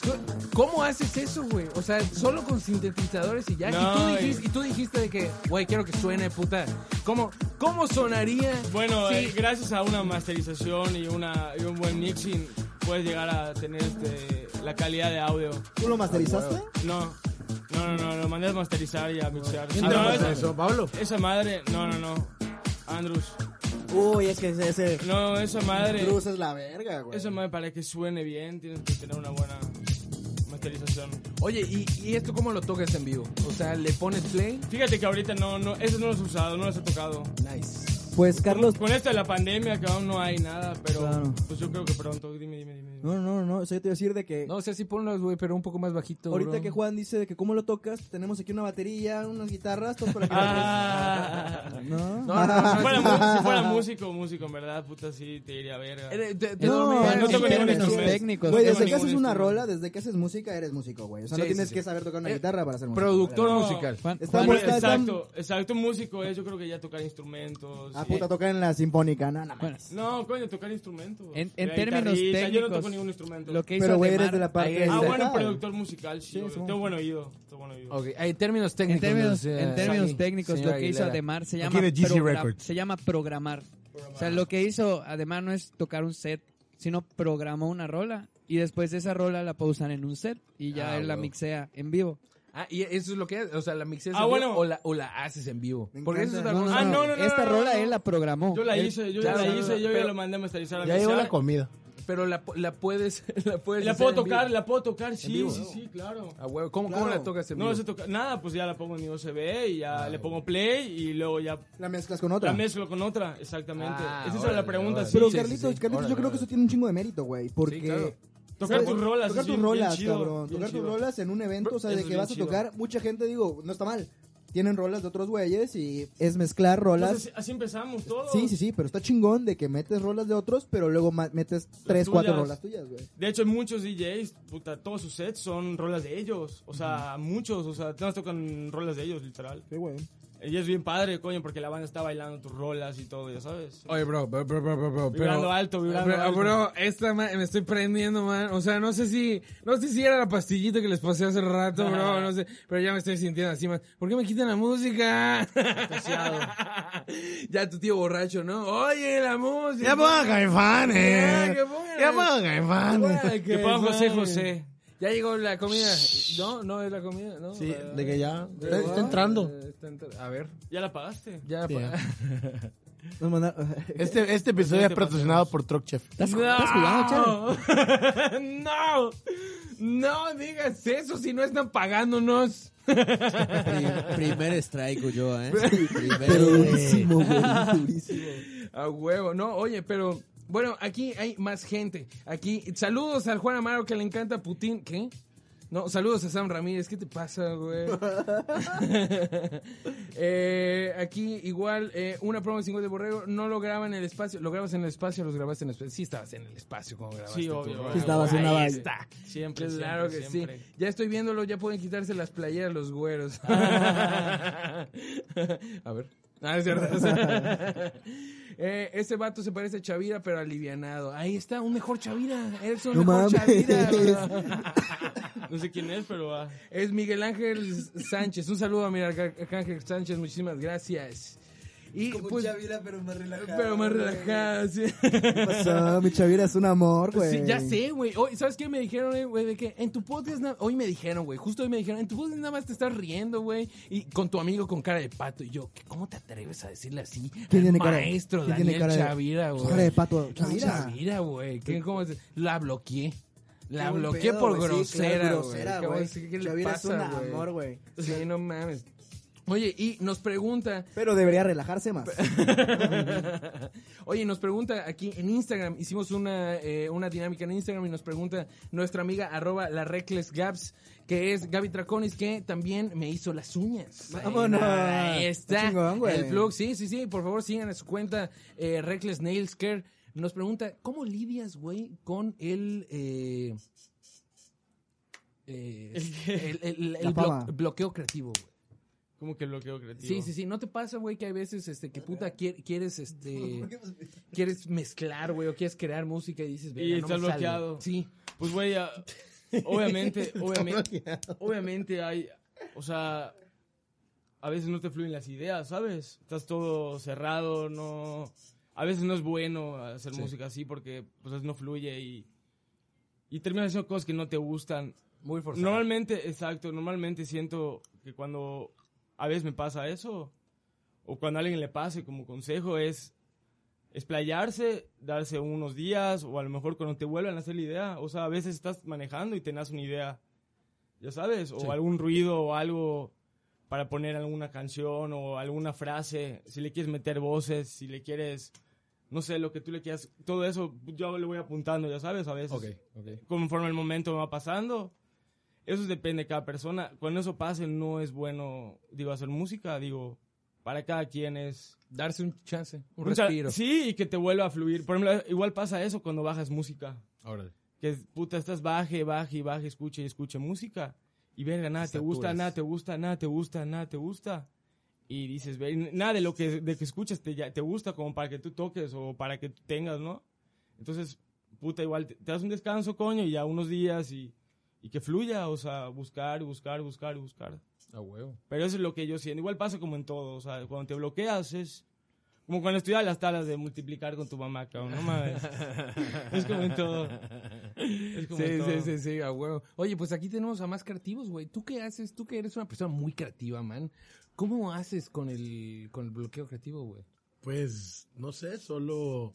Speaker 2: ¿Cómo haces eso, güey? O sea, solo con sintetizadores y ya.
Speaker 4: No,
Speaker 2: y, tú dijiste,
Speaker 4: güey.
Speaker 2: y tú dijiste de que, güey, quiero que suene, puta. ¿Cómo, cómo sonaría?
Speaker 4: Bueno,
Speaker 2: Sí.
Speaker 4: eh, gracias a una masterización y, una, y un buen mixing, puedes llegar a tener este, la calidad de audio.
Speaker 1: ¿Tú lo masterizaste?
Speaker 2: Ah,
Speaker 4: No, no, no, no, lo mandé a masterizar y a mixear. Sí,
Speaker 3: ¿Quién
Speaker 4: no,
Speaker 3: te
Speaker 4: esa,
Speaker 3: pasa eso, Pablo?
Speaker 4: esa madre, no, no, no. Andrews,
Speaker 1: Uy, es que ese, ese
Speaker 4: no, esa madre.
Speaker 1: Cruz es la verga, güey.
Speaker 4: Esa madre, para que suene bien, tienes que tener una buena masterización.
Speaker 2: Oye, ¿y, ¿y esto cómo lo tocas en vivo? O sea, ¿le pones play?
Speaker 4: Fíjate que ahorita no, no, eso no los he usado, no los he tocado.
Speaker 2: Nice.
Speaker 1: Pues Carlos.
Speaker 4: Con esto de la pandemia, que aún no hay nada, pero
Speaker 1: Claro.
Speaker 4: pues yo creo que pronto. Dime, dime, dime. dime.
Speaker 1: No, no, no, eso yo te iba a decir de que.
Speaker 2: No, o sea, sí ponlos, güey, pero un poco más bajito.
Speaker 1: Ahorita
Speaker 2: bro.
Speaker 1: que Juan dice de que cómo lo tocas, tenemos aquí una batería, unas guitarras, todo para que lo
Speaker 4: Ah.
Speaker 1: toques. No.
Speaker 2: No, no, no,
Speaker 4: Si fuera,
Speaker 2: no,
Speaker 4: mu- si fuera músico, músico, en verdad, puta, sí, te iría a verga.
Speaker 2: Eh, te- te-
Speaker 5: Es-
Speaker 2: no,
Speaker 5: es-
Speaker 4: no
Speaker 5: es
Speaker 4: toco ningún
Speaker 5: términos
Speaker 4: instrumento.
Speaker 5: técnicos.
Speaker 1: Güey,
Speaker 4: no
Speaker 1: desde
Speaker 4: tengo
Speaker 1: que haces
Speaker 4: ningún
Speaker 1: una
Speaker 4: instrumento.
Speaker 1: rola, desde que haces música, eres músico, güey. O sea,
Speaker 2: Sí,
Speaker 1: no tienes
Speaker 2: sí, sí.
Speaker 1: que saber tocar una
Speaker 2: Eh,
Speaker 1: guitarra para ser músico.
Speaker 2: productor
Speaker 1: güey.
Speaker 2: musical.
Speaker 5: Juan,
Speaker 1: Está
Speaker 5: Juan,
Speaker 1: muy-
Speaker 5: eh,
Speaker 4: exacto, exacto. Un músico es, yo creo que ya tocar instrumentos.
Speaker 1: Ah,
Speaker 4: y-
Speaker 1: puta, tocar en la sinfónica, no, no mames.
Speaker 4: No, coño, tocar instrumentos.
Speaker 5: en, en
Speaker 4: La
Speaker 5: términos
Speaker 4: guitarrita,
Speaker 5: técnicos,
Speaker 4: Yo no toco ningún instrumento.
Speaker 5: lo que hizo
Speaker 1: Pero, güey,
Speaker 5: Ademar-
Speaker 1: eres de la parte.
Speaker 2: ahí
Speaker 4: Ah,
Speaker 1: musical.
Speaker 4: bueno, productor musical, sí.
Speaker 1: Sí,
Speaker 4: obvio.
Speaker 1: sí.
Speaker 4: Tengo buen oído, tengo buen oído.
Speaker 2: Ok, hay términos
Speaker 5: en
Speaker 2: técnicos.
Speaker 5: términos,
Speaker 2: no sé,
Speaker 5: en términos
Speaker 2: sí,
Speaker 5: técnicos,
Speaker 2: señora
Speaker 5: lo que hizo
Speaker 2: Aguilera.
Speaker 5: Ademar se
Speaker 3: Aquí
Speaker 5: llama,
Speaker 3: de GC
Speaker 5: progra-
Speaker 3: Records.
Speaker 5: se llama programar. O sea, lo que hizo Ademar no es tocar un set, sino programó una rola y después de esa rola la puede usar en un set y ya
Speaker 2: Ah,
Speaker 5: él la
Speaker 2: huevo.
Speaker 5: mixea en vivo.
Speaker 2: Ah, y eso es lo que haces. O sea, la mixes
Speaker 4: Ah,
Speaker 2: en
Speaker 4: bueno.
Speaker 2: vivo o la, o la haces en vivo.
Speaker 1: Me
Speaker 2: Porque eso es
Speaker 1: encanta.
Speaker 2: una cosa-
Speaker 4: Ah, no, no, no,
Speaker 5: Esta
Speaker 4: no, no,
Speaker 5: rola
Speaker 4: no.
Speaker 5: él la programó.
Speaker 4: Yo la
Speaker 5: Él-
Speaker 4: hice, yo
Speaker 2: Claro,
Speaker 4: ya la
Speaker 2: claro,
Speaker 4: hice, yo ya
Speaker 2: pero-
Speaker 4: lo mandé a masterizar a
Speaker 3: Ya
Speaker 4: mixear.
Speaker 3: llegó la comida.
Speaker 2: Pero la, la puedes. La puedes
Speaker 4: La
Speaker 2: hacer
Speaker 4: puedo
Speaker 2: en vivo.
Speaker 4: tocar, la puedo tocar, sí,
Speaker 2: vivo.
Speaker 4: sí, sí, claro.
Speaker 2: Ah, huevo. ¿Cómo, ¿Cómo
Speaker 1: Claro.
Speaker 2: la tocas en
Speaker 4: No
Speaker 2: vivo?
Speaker 4: lo sé tocar, nada, pues ya la pongo en mi OCB y ya le pongo play y luego ya
Speaker 1: La mezclas con otra.
Speaker 4: la mezclo con otra, exactamente.
Speaker 2: Ah,
Speaker 4: Esa es
Speaker 2: órale,
Speaker 4: la pregunta,
Speaker 2: órale.
Speaker 4: sí.
Speaker 1: Pero
Speaker 2: Sí, sí,
Speaker 1: Carlitos,
Speaker 2: sí.
Speaker 1: Carlitos,
Speaker 2: Órale,
Speaker 1: yo creo que
Speaker 2: órale.
Speaker 1: eso tiene un chingo de mérito, güey. Porque.
Speaker 2: claro.
Speaker 4: Tocar tus
Speaker 1: ¿sabes?
Speaker 4: rolas,
Speaker 1: Tocar
Speaker 4: es
Speaker 1: tus
Speaker 4: bien-
Speaker 1: rolas,
Speaker 4: bien chido,
Speaker 1: cabrón.
Speaker 4: bien
Speaker 1: Tocar tus
Speaker 4: chido.
Speaker 1: rolas en un evento, o sea,
Speaker 4: Eso
Speaker 1: de
Speaker 4: es
Speaker 1: que
Speaker 4: bien
Speaker 1: vas a
Speaker 4: chido.
Speaker 1: tocar, mucha gente, digo, no está mal. Tienen rolas de otros güeyes y es mezclar rolas.
Speaker 4: Pues así, así empezamos todos.
Speaker 1: Sí, sí, sí, pero está chingón de que metes rolas de otros, pero luego ma- metes tres,
Speaker 4: tuyas.
Speaker 1: cuatro rolas tuyas, güey.
Speaker 4: De hecho, hay muchos DJs, puta, todos sus sets son rolas de ellos. O sea, muchos, o sea, todos tocan rolas de ellos, literal.
Speaker 1: Sí, güey.
Speaker 4: Y es bien padre, coño, porque la banda está bailando tus rolas y todo, ya sabes.
Speaker 2: Oye, bro, bro, bro, bro, bro, bro, pero...
Speaker 4: Vibrando alto, vibrando
Speaker 2: Pero,
Speaker 4: alto.
Speaker 2: Bro, esta ma- me estoy prendiendo, man. O sea, no sé si... No sé si era la pastillita que les pasé hace rato, bro. No sé. Pero ya me estoy sintiendo así, man. ¿Por qué me quitan la música? ya tu tío borracho, ¿no? Oye, la música.
Speaker 3: Ya pues. pongan caifanes.
Speaker 2: Ya, que pongan-
Speaker 3: eh. Ya pongan
Speaker 2: Bueno,
Speaker 3: caifanes.
Speaker 4: Que pongan José
Speaker 2: Caifanes.
Speaker 4: José.
Speaker 2: Ya llegó la comida. No, no es la comida, ¿no?
Speaker 3: Sí,
Speaker 2: Ah,
Speaker 3: de que ya. Está,
Speaker 2: eh,
Speaker 3: está entrando.
Speaker 2: eh, está entra- A ver.
Speaker 4: ¿Ya la pagaste?
Speaker 2: Ya,
Speaker 3: Sí,
Speaker 2: pa-
Speaker 1: Nos mandaron-
Speaker 3: Este, este episodio es patrocinado por Truck Chef.
Speaker 5: ¿Estás, estás jugando, Charlie?
Speaker 2: no, no digas eso si no están pagándonos.
Speaker 7: Pri- primer strike yo, ¿eh? Primer
Speaker 1: Pero
Speaker 7: strike.
Speaker 1: durísimo, güey, durísimo.
Speaker 2: A huevo, no, oye, pero bueno, aquí hay más gente. Aquí, saludos al Juan Amaro que le encanta Putin. ¿Qué? No, saludos a Sam Ramírez, ¿qué te pasa, güey? Eh, aquí igual, eh, una promo de 50 de Borrego, no lo graba en el espacio, lo grabas en el espacio, los grabas en el espacio. Sí estabas en el espacio como grabaste
Speaker 4: Sí,
Speaker 2: tu
Speaker 4: obvio.
Speaker 2: rola.
Speaker 4: obvio.
Speaker 1: estabas en
Speaker 4: Ahí
Speaker 1: una banda.
Speaker 4: está. Siempre,
Speaker 2: Claro
Speaker 4: siempre,
Speaker 2: que
Speaker 4: siempre.
Speaker 2: sí. Ya estoy viéndolo, ya pueden quitarse las playeras los güeros. a ver. Ah, es cierto. Eh, ese vato se parece a Chavira, pero alivianado. Ahí está, un mejor Chavira. Eres un
Speaker 1: No
Speaker 2: mejor
Speaker 1: mames.
Speaker 2: Chavira. bro.
Speaker 4: No sé quién es, pero ah,
Speaker 2: Es Miguel Ángel Sánchez. Un saludo a Miguel Ángel Sánchez. Muchísimas gracias. Y pues,
Speaker 1: pero más relajada.
Speaker 2: pero más relajada, sí.
Speaker 1: ¿Qué pasó? Mi Chavira es un amor, güey.
Speaker 2: Sí, ya sé, güey. Hoy, ¿Sabes qué me dijeron, eh, güey? De que en tu podcast, na- hoy me dijeron, güey, justo hoy me dijeron, en tu podcast nada más te estás riendo, güey, y con tu amigo con cara de pato. Y yo, ¿qué- ¿cómo te atreves a decirle así?
Speaker 1: ¿Quién
Speaker 2: al
Speaker 1: tiene cara de-
Speaker 2: maestro
Speaker 1: quién
Speaker 2: Daniel
Speaker 1: tiene cara de-
Speaker 2: Chavira, güey.
Speaker 1: Cara de pato. Chavira.
Speaker 2: Chavira, güey. ¿Qué- cómo se- La bloqueé. La
Speaker 1: Qué buen
Speaker 2: bloqueé
Speaker 1: pedo,
Speaker 2: por
Speaker 1: güey. Sí,
Speaker 2: grosera,
Speaker 1: claro,
Speaker 2: güey.
Speaker 1: grosera,
Speaker 2: ¿Qué-
Speaker 1: güey.
Speaker 2: qué le
Speaker 1: Chavira es un
Speaker 2: pasa, güey?
Speaker 1: amor, güey.
Speaker 2: Sí, no mames. Oye, y nos pregunta,
Speaker 1: Pero debería relajarse más.
Speaker 2: Oye, nos pregunta aquí en Instagram, hicimos una, eh, una dinámica en Instagram y nos pregunta nuestra amiga arroba la Reckless Gaps, que es Gaby Traconis, que también me hizo las uñas.
Speaker 1: Vámonos.
Speaker 2: Ahí está.
Speaker 1: Está chingón, güey.
Speaker 2: el plug, sí, sí, sí. Por favor, sigan a su cuenta eh, Reckless Nails Care. Nos pregunta, ¿cómo lidias, güey, con el... eh, eh, el, el- el
Speaker 1: La
Speaker 2: blo-
Speaker 1: fama.
Speaker 2: bloqueo creativo, güey?
Speaker 4: como que bloqueo creativo.
Speaker 2: Sí, sí, sí. ¿No te pasa, güey, que hay veces, este, que puta quier- quieres, este, quieres mezclar, güey, o quieres crear música y dices, "Verga,
Speaker 4: Y
Speaker 2: no
Speaker 4: estás
Speaker 2: me sale".
Speaker 4: bloqueado.
Speaker 2: Sí.
Speaker 4: Pues, güey, ah, obviamente, obviamente, obviamente hay, o sea, a veces no te fluyen las ideas, ¿sabes? Estás todo cerrado, no... A veces no es bueno hacer música así porque pues no fluye y, y terminas haciendo cosas que no te gustan.
Speaker 2: Muy forzado.
Speaker 4: Normalmente, exacto, normalmente siento que cuando a veces me pasa eso, o cuando a alguien le pase como consejo, es explayarse, darse unos días, o a lo mejor cuando te vuelvan a hacer la idea. O sea, a veces estás manejando y tenés una idea, ya sabes, o algún ruido o algo para poner alguna canción o alguna frase, si le quieres meter voces, si le quieres, no sé, lo que tú le quieras, todo eso yo le voy apuntando, ya sabes, a veces conforme el momento va pasando. Eso depende de cada persona. Cuando eso pase, no es bueno, digo, hacer música, digo, para cada quien es...
Speaker 2: Darse un chance, un
Speaker 4: O sea,
Speaker 2: respiro.
Speaker 4: Sí, y que te vuelva a fluir. Por ejemplo, igual pasa eso cuando bajas música.
Speaker 2: Órale.
Speaker 4: Que, puta, estás baje, baje, y baje, escuche y escuche música. Y verga, nada te gusta,
Speaker 2: Saturas.
Speaker 4: nada te gusta, nada te gusta, nada te gusta. Y dices, ve, nada de lo que, de que escuchas te, ya- te gusta como para que tú toques o para que tú tengas, ¿no? Entonces, puta, igual te, te das un descanso, coño, y ya unos días y, y que fluya, o sea, buscar, buscar, buscar, buscar.
Speaker 2: A huevo.
Speaker 4: Pero eso es lo que yo siento. Igual pasa como en todo, o sea, cuando te bloqueas es como cuando estudias las tablas de multiplicar con tu mamá, cabrón, no mames. es como en todo. Es como en
Speaker 2: Sí,
Speaker 4: todo.
Speaker 2: sí, sí, sí, a huevo. Oye, pues aquí tenemos a más creativos, güey. ¿Tú qué haces? Tú que eres una persona muy creativa, man. ¿Cómo haces con el, con el bloqueo creativo, güey?
Speaker 3: Pues, no sé, solo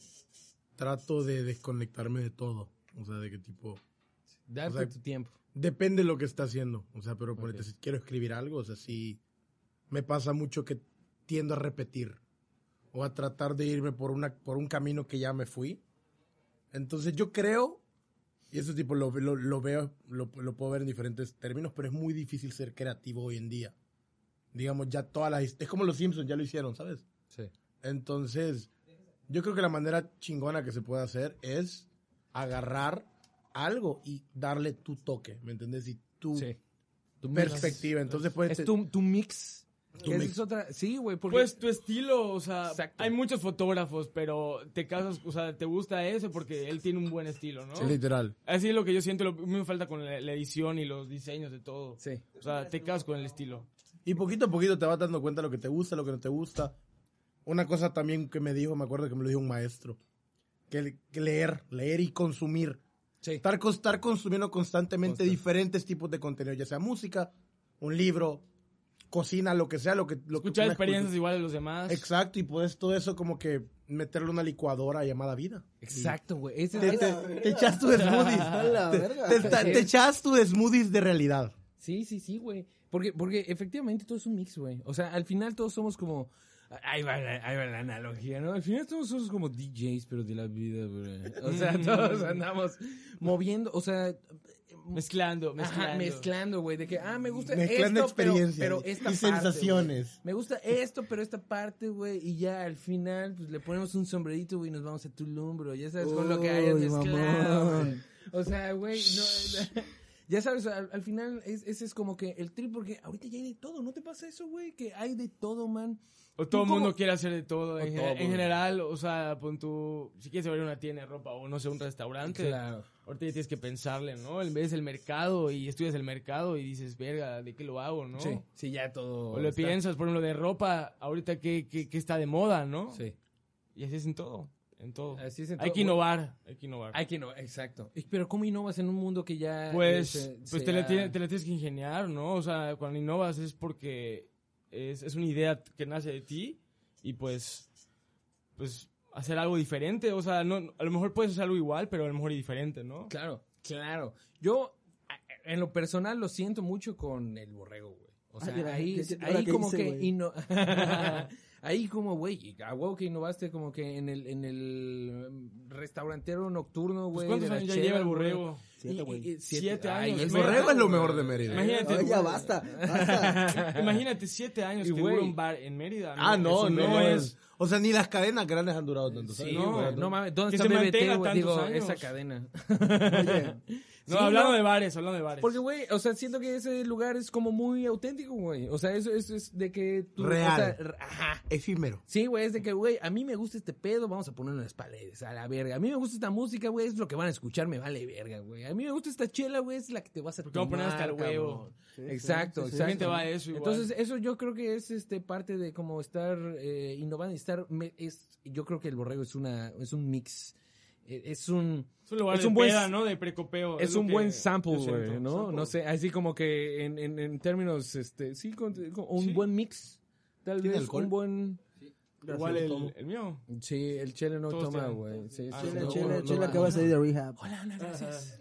Speaker 3: trato de desconectarme de todo. O sea, de qué tipo.
Speaker 2: Darte
Speaker 3: O sea,
Speaker 2: tu tiempo.
Speaker 3: Depende de lo que está haciendo. O sea, pero ponete,
Speaker 2: Ok.
Speaker 3: si quiero escribir algo, o sea, sí. Me pasa mucho que tiendo a repetir. O a tratar de irme por, una, por un camino que ya me fui. Entonces yo creo, y eso tipo lo, lo- lo veo, lo, lo puedo ver en diferentes términos, pero es muy difícil ser creativo hoy en día. Digamos, ya todas las... Es como los Simpsons, ya lo hicieron, ¿sabes?
Speaker 2: Sí.
Speaker 3: Entonces, yo creo que la manera chingona que se puede hacer es agarrar algo y darle tu toque, ¿me entendés? Y tu
Speaker 2: Sí. Tu mix.
Speaker 3: perspectiva. Entonces, pues,
Speaker 2: Es
Speaker 3: te-
Speaker 2: tu, tu mix. Que Esa es otra. Sí, güey. porque-
Speaker 4: Pues tu estilo, o sea,
Speaker 2: Exacto.
Speaker 4: hay muchos fotógrafos, pero te casas, o sea, te gusta ese porque él tiene un buen estilo, ¿no?
Speaker 3: Literal.
Speaker 4: Así es lo que yo siento, lo, me falta con la, la edición y los diseños de todo.
Speaker 2: Sí.
Speaker 4: O sea, te casas con el estilo.
Speaker 3: Y poquito a poquito te vas dando cuenta lo que te gusta, lo que no te gusta. Una cosa también que me dijo, me acuerdo que me lo dijo un maestro, que, le- que leer, leer y consumir.
Speaker 2: Sí.
Speaker 3: Estar, con- estar consumiendo constantemente diferentes tipos de contenido, ya sea música, un libro, cocina, lo que sea, lo que... Lo que
Speaker 4: Escuchar
Speaker 3: una
Speaker 4: experiencias
Speaker 3: cultu-
Speaker 4: igual de los demás.
Speaker 3: Exacto, y puedes todo eso como que meterle una licuadora llamada vida.
Speaker 2: Exacto, güey. Ese-
Speaker 3: Te, te- te echas tu
Speaker 1: A
Speaker 3: smoothies.
Speaker 1: la
Speaker 3: Te,
Speaker 1: verga.
Speaker 3: te- te echas tu smoothies de realidad.
Speaker 2: Sí, sí, sí, güey. Porque, porque efectivamente todo es un mix, güey. O sea, al final todos somos como. Ahí va, la, ahí va la analogía, ¿no? Al final todos somos como DJs, pero de la vida, güey. O sea, todos andamos moviendo, o sea.
Speaker 4: Mezclando, mezclando.
Speaker 2: Ajá, mezclando, güey. De que, ah, me gusta
Speaker 3: Mezclando
Speaker 2: esto, pero-
Speaker 3: experiencias
Speaker 2: pero, esta
Speaker 3: y
Speaker 2: parte, güey.
Speaker 3: sensaciones.
Speaker 2: Me gusta esto, pero esta parte, güey. Y ya al final, pues le ponemos un sombrerito, güey, y nos vamos a Tulum, bro. Ya sabes, con lo que hayas
Speaker 1: Uy,
Speaker 2: mezclado.
Speaker 1: mamón.
Speaker 2: güey. O sea, güey, no, ya sabes, al, al final es- ese es como que el trip, porque ahorita ya hay de todo, ¿no te pasa eso, güey? Que hay de todo, man.
Speaker 4: O todo el
Speaker 2: ¿Tú cómo-
Speaker 4: mundo quiere hacer de todo. En,
Speaker 2: todo,
Speaker 4: gen- en
Speaker 2: güey.
Speaker 4: general, o sea, pon tu- si quieres abrir una tienda de ropa o no sé, un restaurante,
Speaker 2: Claro.
Speaker 4: ahorita ya tienes que pensarle, ¿no? El- Ves el mercado y estudias el mercado y dices, verga, ¿de qué lo hago, no?
Speaker 2: Sí, sí, ya todo.
Speaker 4: O lo
Speaker 2: está-
Speaker 4: piensas, por ejemplo, de ropa, ahorita que, está de moda, ¿no?
Speaker 2: Sí.
Speaker 4: Y así es en todo, en todo.
Speaker 2: Así es en
Speaker 4: hay
Speaker 2: todo.
Speaker 4: que innovar, hay que innovar.
Speaker 2: Hay que no, exacto. Y- Pero ¿cómo innovas en un mundo que ya...
Speaker 4: pues
Speaker 2: eh, se-
Speaker 4: pues
Speaker 2: se
Speaker 4: te, la
Speaker 2: ha-
Speaker 4: tiene- te la tienes que ingeniar, ¿no? O sea, cuando innovas es porque es, es una idea que nace de ti y pues, pues hacer algo diferente. O sea, no, a lo mejor puedes hacer algo igual, pero a lo mejor y diferente, ¿no?
Speaker 2: Claro, claro. Yo, a- en lo personal, lo siento mucho con el borrego, güey. O
Speaker 1: Ah,
Speaker 2: sea,
Speaker 1: mira,
Speaker 2: ahí,
Speaker 1: ¿qué- qué- ahora
Speaker 2: ahí
Speaker 1: qué
Speaker 2: como
Speaker 1: hice,
Speaker 2: que...
Speaker 1: güey?
Speaker 2: inno- ahí como, güey, a huevo que innovaste como que en el, en el mm, restaurantero nocturno, güey.
Speaker 4: Pues, ¿Cuántos
Speaker 2: de la
Speaker 4: años ya
Speaker 2: chela,
Speaker 4: lleva el
Speaker 2: güey?
Speaker 4: borrego?
Speaker 1: Siete,
Speaker 2: Y-
Speaker 1: güey.
Speaker 2: y- y-
Speaker 4: Siete
Speaker 2: Ay,
Speaker 4: años,
Speaker 2: el
Speaker 4: güey.
Speaker 2: borrego es lo
Speaker 3: mejor de Mérida.
Speaker 4: Imagínate,
Speaker 1: Ay, ya
Speaker 4: güey.
Speaker 1: basta, basta.
Speaker 4: Imagínate siete años
Speaker 2: Y,
Speaker 4: que
Speaker 2: güey.
Speaker 4: dura un bar en Mérida.
Speaker 3: Ah, no,
Speaker 4: Eso
Speaker 3: no, es. O sea, ni las cadenas grandes han durado tanto. ¿sabes?
Speaker 2: Sí,
Speaker 4: No,
Speaker 2: güey,
Speaker 4: güey.
Speaker 2: no mames, ¿dónde
Speaker 4: Que
Speaker 2: está
Speaker 4: se
Speaker 2: BBT,
Speaker 4: mantenga
Speaker 2: güey?
Speaker 4: tantos
Speaker 2: Digo,
Speaker 4: años.
Speaker 2: esa cadena.
Speaker 1: Oye,
Speaker 4: No,
Speaker 2: Sí,
Speaker 4: hablando
Speaker 2: no.
Speaker 4: de bares, hablando de bares.
Speaker 2: Porque, güey, o sea, siento que ese lugar es como muy auténtico, güey. O sea, eso, eso es de que... tú- o
Speaker 3: Real.
Speaker 2: sea, r- ajá.
Speaker 3: Efímero.
Speaker 2: Sí, güey, es de que, güey, a mí me gusta este pedo, vamos a ponerlo en las paredes, a la verga. A mí me gusta esta música, güey, es lo que van a escuchar, me vale verga, güey. A mí me gusta esta chela, güey, es la que te vas a
Speaker 4: Porque vamos a poner hasta el
Speaker 2: tomar,
Speaker 4: huevo.
Speaker 2: cabrón. exacto,
Speaker 4: sí, sí.
Speaker 2: exacto.
Speaker 4: Gente va a eso igual.
Speaker 2: Entonces, eso yo creo que es este parte de como estar eh, innovando y estar... me- es, yo creo que el borrego es, una, es un mix, eh, es un...
Speaker 4: Es un lugar
Speaker 2: Es
Speaker 4: de
Speaker 2: un buen-
Speaker 4: peda, ¿no? De precopeo.
Speaker 2: Es
Speaker 4: lo
Speaker 2: un
Speaker 4: que
Speaker 2: buen sample,
Speaker 4: yo siento,
Speaker 2: güey, ¿no?
Speaker 4: sample.
Speaker 2: No sé, así como que en, en, en términos, este, sí, con, con un
Speaker 4: Sí.
Speaker 2: buen mix, tal
Speaker 3: ¿Tiene
Speaker 2: vez
Speaker 3: alcohol?
Speaker 2: un buen...
Speaker 4: Igual el, el mío.
Speaker 2: Sí, el chile no
Speaker 4: Todos
Speaker 2: toma,
Speaker 4: tienen.
Speaker 2: güey. Sí,
Speaker 4: Ah,
Speaker 2: sí,
Speaker 1: chela,
Speaker 2: no,
Speaker 1: chela,
Speaker 2: no,
Speaker 1: chela,
Speaker 2: no.
Speaker 1: acaba de salir de rehab.